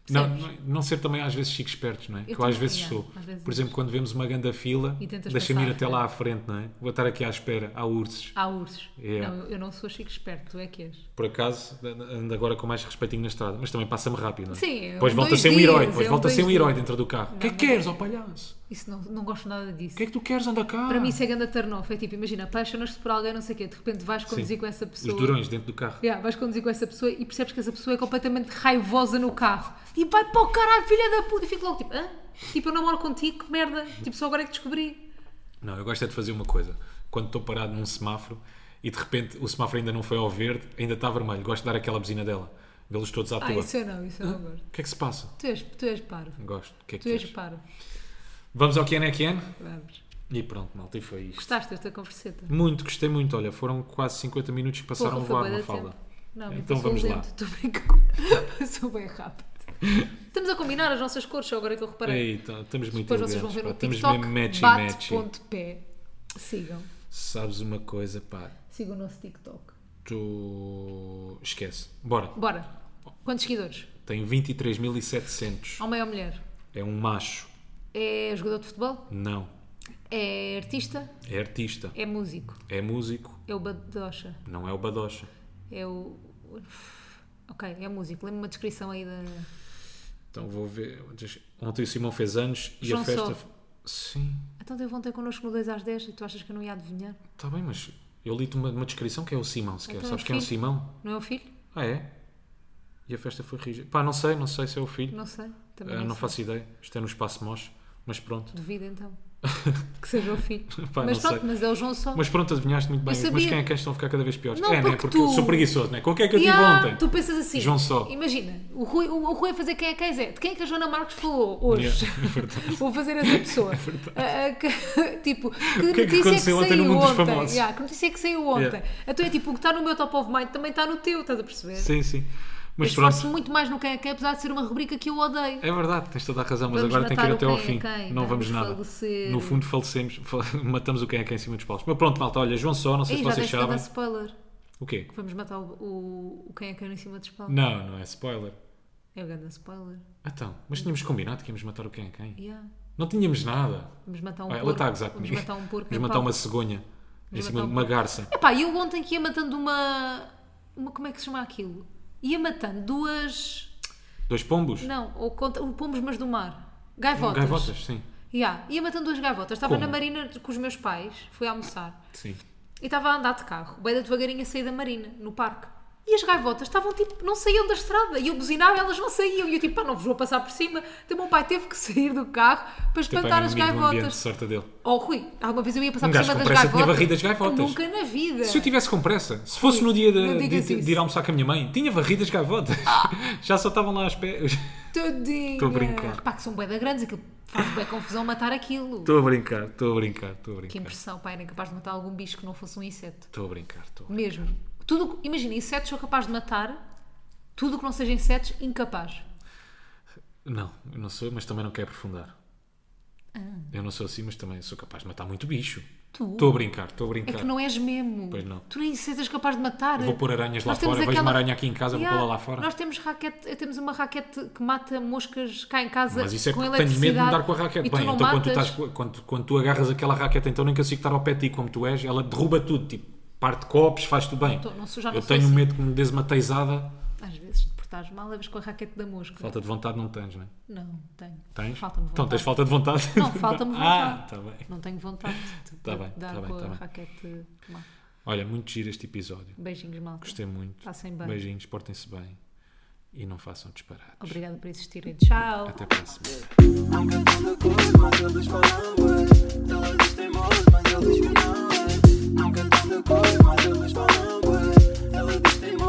[SPEAKER 1] Não,
[SPEAKER 2] Percebes?
[SPEAKER 1] não, não ser também às vezes chique espertos, não é? que eu
[SPEAKER 2] também,
[SPEAKER 1] às vezes
[SPEAKER 2] yeah,
[SPEAKER 1] sou.
[SPEAKER 2] às vezes
[SPEAKER 1] Por exemplo, quando vemos uma ganda fila,
[SPEAKER 2] E tentas
[SPEAKER 1] deixa-me ir
[SPEAKER 2] passar,
[SPEAKER 1] até
[SPEAKER 2] é.
[SPEAKER 1] lá à frente, não é? Vou estar aqui à espera, há ursos.
[SPEAKER 2] Há ursos.
[SPEAKER 1] Yeah.
[SPEAKER 2] Não, eu- eu não sou chique esperto, tu é que és.
[SPEAKER 1] Por acaso, ando agora com mais respeitinho na estrada, mas também passa-me rápido, não é?
[SPEAKER 2] Sim,
[SPEAKER 1] Depois
[SPEAKER 2] um,
[SPEAKER 1] volta a
[SPEAKER 2] dois
[SPEAKER 1] ser um herói,
[SPEAKER 2] dias,
[SPEAKER 1] depois
[SPEAKER 2] é um,
[SPEAKER 1] volta a ser um
[SPEAKER 2] dois
[SPEAKER 1] herói
[SPEAKER 2] dias.
[SPEAKER 1] dentro do carro. O que é que
[SPEAKER 2] não.
[SPEAKER 1] queres, ó palhaço?
[SPEAKER 2] Isso não, não gosto nada disso.
[SPEAKER 1] O que é que tu queres, anda cá?
[SPEAKER 2] Para mim isso é ganda turn off. É tipo, imagina, apaixonas-te por alguém, não sei o quê, de repente vais conduzir com essa pessoa.
[SPEAKER 1] Os durões dentro do carro.
[SPEAKER 2] Yeah, vais conduzir com essa pessoa e percebes que essa pessoa é completamente raivosa no carro. E vai para o caralho, filha da puta. E fico logo tipo, hã? Tipo, eu namoro contigo, que merda. Tipo, só agora é que descobri.
[SPEAKER 1] Não, eu gosto é de fazer uma coisa. Quando estou parado num semáforo e de repente o semáforo ainda não foi ao verde, ainda está vermelho, gosto de dar aquela buzina dela. Vê-los todos à
[SPEAKER 2] Ah,
[SPEAKER 1] toa.
[SPEAKER 2] isso eu não, isso eu não gosto.
[SPEAKER 1] O que é que se passa?
[SPEAKER 2] Tu és, tu és paro.
[SPEAKER 1] Gosto. O que é que
[SPEAKER 2] Tu és
[SPEAKER 1] queres?
[SPEAKER 2] paro.
[SPEAKER 1] Vamos ao que é que é?
[SPEAKER 2] Vamos.
[SPEAKER 1] E pronto, malta, e foi isto.
[SPEAKER 2] Gostaste desta converseta?
[SPEAKER 1] Muito, gostei muito. Olha, foram quase 50 minutos que passaram a
[SPEAKER 2] foi bué
[SPEAKER 1] voar
[SPEAKER 2] da
[SPEAKER 1] uma fala.
[SPEAKER 2] tempo. Não,
[SPEAKER 1] Então
[SPEAKER 2] então vamos
[SPEAKER 1] vamos lá.
[SPEAKER 2] lento. Estou bem com- *laughs* Passou bem rápido. Estamos a combinar as nossas cores, só agora é que eu reparei.
[SPEAKER 1] Ei, então, estamos muito
[SPEAKER 2] Depois vocês vão
[SPEAKER 1] elegantes,
[SPEAKER 2] ver
[SPEAKER 1] pá.
[SPEAKER 2] no
[SPEAKER 1] Estamos
[SPEAKER 2] TikTok,
[SPEAKER 1] mesmo matchy, matchy.
[SPEAKER 2] bate.pé. Sigam.
[SPEAKER 1] Sabes uma coisa, pá,
[SPEAKER 2] Sigam o nosso TikTok.
[SPEAKER 1] tu... Esquece. Bora.
[SPEAKER 2] Bora. Quantos seguidores?
[SPEAKER 1] Tenho 23.700.
[SPEAKER 2] Homem ou mulher?
[SPEAKER 1] É um macho.
[SPEAKER 2] É jogador de futebol?
[SPEAKER 1] Não.
[SPEAKER 2] É artista?
[SPEAKER 1] É artista.
[SPEAKER 2] É músico?
[SPEAKER 1] É músico.
[SPEAKER 2] É o Badocha?
[SPEAKER 1] Não é o Badocha.
[SPEAKER 2] É o. Ok, é músico. Lembro-me uma descrição aí da.
[SPEAKER 1] Então vou ver... Ontem o Simão fez anos e
[SPEAKER 2] João
[SPEAKER 1] a festa...
[SPEAKER 2] Só.
[SPEAKER 1] Sim.
[SPEAKER 2] Então teve ontem connosco no 2 às 10 e tu achas que eu não ia adivinhar?
[SPEAKER 1] Está tá bem, mas eu li-te uma, uma descrição que é o Simão, sequer.
[SPEAKER 2] Então é o
[SPEAKER 1] Sabes quem é o
[SPEAKER 2] filho?
[SPEAKER 1] Simão?
[SPEAKER 2] Não é o filho?
[SPEAKER 1] Ah, é? E a festa foi rígida. Pá, não sei, não sei se é o filho.
[SPEAKER 2] Não sei.
[SPEAKER 1] Ah,
[SPEAKER 2] Também
[SPEAKER 1] Não,
[SPEAKER 2] não, sei.
[SPEAKER 1] faço ideia. Isto é no espaço Mos, mas pronto.
[SPEAKER 2] Duvido então que seja o filho.
[SPEAKER 1] *laughs* Pá,
[SPEAKER 2] mas
[SPEAKER 1] não
[SPEAKER 2] pronto,
[SPEAKER 1] sei.
[SPEAKER 2] mas é o João só.
[SPEAKER 1] Mas pronto, adivinhaste muito bem.
[SPEAKER 2] Eu sabia.
[SPEAKER 1] Mas quem é que estão a ficar cada vez piores?
[SPEAKER 2] Não,
[SPEAKER 1] é, né?
[SPEAKER 2] porque
[SPEAKER 1] Porque
[SPEAKER 2] tu-
[SPEAKER 1] sou preguiçoso, né? Com o que é que eu
[SPEAKER 2] E,
[SPEAKER 1] tive
[SPEAKER 2] ah,
[SPEAKER 1] ontem?
[SPEAKER 2] tu pensas assim,
[SPEAKER 1] João Só.
[SPEAKER 2] imagina, o Rui, o, o Rui a fazer quem é quem é, de quem é que a Joana Marques falou hoje?
[SPEAKER 1] Yeah, é verdade.
[SPEAKER 2] *laughs*
[SPEAKER 1] É
[SPEAKER 2] Vou fazer essa pessoa. Ah, ah, que- *laughs* tipo, que
[SPEAKER 1] que é que
[SPEAKER 2] notícia é que
[SPEAKER 1] aconteceu ontem no
[SPEAKER 2] saiu
[SPEAKER 1] Mundo dos
[SPEAKER 2] ontem?
[SPEAKER 1] Famosos?
[SPEAKER 2] Yeah, que notícia é que saiu ontem?
[SPEAKER 1] Yeah.
[SPEAKER 2] Então é tipo, o que está no meu top of mind também está no teu, estás a perceber?
[SPEAKER 1] Sim, sim. Mas
[SPEAKER 2] Eu esforço
[SPEAKER 1] pronto,
[SPEAKER 2] muito mais no quem é quem, apesar de ser uma rubrica que eu odeio.
[SPEAKER 1] é verdade, tens toda a razão. Mas
[SPEAKER 2] Vamos
[SPEAKER 1] agora tem que ir
[SPEAKER 2] matar o
[SPEAKER 1] até ao
[SPEAKER 2] quem é
[SPEAKER 1] fim.
[SPEAKER 2] quem,
[SPEAKER 1] Não
[SPEAKER 2] vamos
[SPEAKER 1] vamos nada.
[SPEAKER 2] falecer.
[SPEAKER 1] No fundo, falecemos, *laughs* fal- matamos o quem é quem em cima dos paus. Mas pronto, malta, olha, João Só, não sei se
[SPEAKER 2] Ei, já
[SPEAKER 1] vocês
[SPEAKER 2] deste a
[SPEAKER 1] sabem.
[SPEAKER 2] spoiler.
[SPEAKER 1] O quê?
[SPEAKER 2] Vamos matar o, o, o quem é quem em cima dos palcos.
[SPEAKER 1] Não, não é spoiler.
[SPEAKER 2] É o grande spoiler.
[SPEAKER 1] Então, mas tínhamos combinado que íamos matar o quem é quem.
[SPEAKER 2] Yeah.
[SPEAKER 1] Não tínhamos nada.
[SPEAKER 2] Vamos matar um
[SPEAKER 1] Ah, ela
[SPEAKER 2] porco.
[SPEAKER 1] está a gozar
[SPEAKER 2] Vamos
[SPEAKER 1] comigo.
[SPEAKER 2] matar um porco.
[SPEAKER 1] Vamos
[SPEAKER 2] em
[SPEAKER 1] matar
[SPEAKER 2] palco.
[SPEAKER 1] uma cegonha. em
[SPEAKER 2] Vamos
[SPEAKER 1] cima
[SPEAKER 2] matar
[SPEAKER 1] de
[SPEAKER 2] um
[SPEAKER 1] uma garça.
[SPEAKER 2] Epá, eu ontem que ia matando uma... uma. Como é que se chama aquilo? Ia matando duas.
[SPEAKER 1] Dois pombos?
[SPEAKER 2] Não, ou conta... um pombos, mas do mar. Gaivotas.
[SPEAKER 1] Gaivotas, sim.
[SPEAKER 2] Yeah. Ia matando duas gaivotas. Estava
[SPEAKER 1] Como?
[SPEAKER 2] na marina com os meus pais, fui almoçar.
[SPEAKER 1] Sim. Tipo,
[SPEAKER 2] E estava a andar de carro, bem da devagarinho a sair da marina, no parque. E as gaivotas estavam tipo, não saíam da estrada. E eu buzinava e elas não saíam. E eu tipo, pá, não vos vou passar por cima. Então o meu pai teve que *laughs* sair do carro
[SPEAKER 1] Teu
[SPEAKER 2] para
[SPEAKER 1] pai
[SPEAKER 2] espantar
[SPEAKER 1] não
[SPEAKER 2] as
[SPEAKER 1] me diz um ambiente de
[SPEAKER 2] gaivotas.
[SPEAKER 1] sorte dele.
[SPEAKER 2] Oh, Rui, alguma vez eu ia passar
[SPEAKER 1] Um
[SPEAKER 2] por
[SPEAKER 1] gajo
[SPEAKER 2] cima
[SPEAKER 1] com
[SPEAKER 2] das
[SPEAKER 1] pressa
[SPEAKER 2] gaivotas.
[SPEAKER 1] tinha varrido as gaivotas.
[SPEAKER 2] Nunca na vida.
[SPEAKER 1] Se eu tivesse com pressa, se fosse no dia
[SPEAKER 2] É. não
[SPEAKER 1] de,
[SPEAKER 2] digas
[SPEAKER 1] de- de *laughs*
[SPEAKER 2] isso.
[SPEAKER 1] ir almoçar com a minha mãe, tinha varrido as gaivotas. Já só estavam lá às pés. *laughs*
[SPEAKER 2] Todinha.
[SPEAKER 1] Estou a brincar.
[SPEAKER 2] Pá, que são bué da grandes, aquilo faz bué confusão matar aquilo.
[SPEAKER 1] Estou a brincar, estou a brincar, estou a
[SPEAKER 2] Que
[SPEAKER 1] brincar.
[SPEAKER 2] impressão, pá, era capaz de matar algum bicho que não fosse um inseto.
[SPEAKER 1] Estou a brincar, estou.
[SPEAKER 2] Mesmo. Tudo, o que- imagina, insetos sou capaz de matar, tudo o que não seja insetos, incapaz.
[SPEAKER 1] Não, eu não sou, mas também não quero aprofundar. Eu não sou assim, mas também sou capaz de matar muito bicho.
[SPEAKER 2] Ah. Tu?
[SPEAKER 1] Estou a brincar, estou a
[SPEAKER 2] É
[SPEAKER 1] brincar.
[SPEAKER 2] que não és mesmo.
[SPEAKER 1] Pois não.
[SPEAKER 2] Tu nem sejas capaz de matar.
[SPEAKER 1] Vou pôr aranhas lá
[SPEAKER 2] Nós temos
[SPEAKER 1] fora, vejo uma aranha aqui em casa, vou
[SPEAKER 2] Yeah,
[SPEAKER 1] pô-la lá fora.
[SPEAKER 2] Nós temos, raquete, eh, temos uma raquete que mata moscas cá em casa
[SPEAKER 1] Mas isso é
[SPEAKER 2] com
[SPEAKER 1] porque tenho medo de me dar com a
[SPEAKER 2] eletricidade.
[SPEAKER 1] raquete.
[SPEAKER 2] E tu
[SPEAKER 1] Bem,
[SPEAKER 2] não
[SPEAKER 1] então quando tu,
[SPEAKER 2] matas.
[SPEAKER 1] estás, co- quando, quando tu agarras aquela raquete, então nem consigo estar ao pé de ti como tu és, ela derruba tudo, tipo, parte copos, faz tudo bem.
[SPEAKER 2] tô- não sou- já não
[SPEAKER 1] eu
[SPEAKER 2] sou
[SPEAKER 1] tenho
[SPEAKER 2] assim.
[SPEAKER 1] medo que me des uma teisada.
[SPEAKER 2] Às vezes te portares mal, levas com a raquete da mosca.
[SPEAKER 1] Falta de vontade não tens, não é?
[SPEAKER 2] Não, tenho.
[SPEAKER 1] Tens?
[SPEAKER 2] Falta-me
[SPEAKER 1] Então tens
[SPEAKER 2] vontade.
[SPEAKER 1] falta de vontade?
[SPEAKER 2] Não,
[SPEAKER 1] *laughs*
[SPEAKER 2] falta-me
[SPEAKER 1] Ah,
[SPEAKER 2] vontade.
[SPEAKER 1] está bem.
[SPEAKER 2] Não tenho vontade de, de
[SPEAKER 1] Tá bem,
[SPEAKER 2] dar
[SPEAKER 1] tá bem,
[SPEAKER 2] com
[SPEAKER 1] tá
[SPEAKER 2] a
[SPEAKER 1] bem.
[SPEAKER 2] raquete. Má.
[SPEAKER 1] Olha, muito giro este episódio.
[SPEAKER 2] Beijinhos, malta.
[SPEAKER 1] Gostei muito.
[SPEAKER 2] Passem bem.
[SPEAKER 1] Beijinhos, portem-se bem e não façam disparates.
[SPEAKER 2] Obrigada por existirem. Tchau.
[SPEAKER 1] Até para a semana.
[SPEAKER 3] I'm cantando cores, mas eles falam bué. Todos os teimores, mas eles que não é. I'm cantando cores, mas eles falam bué. Elas dizem, "Mor,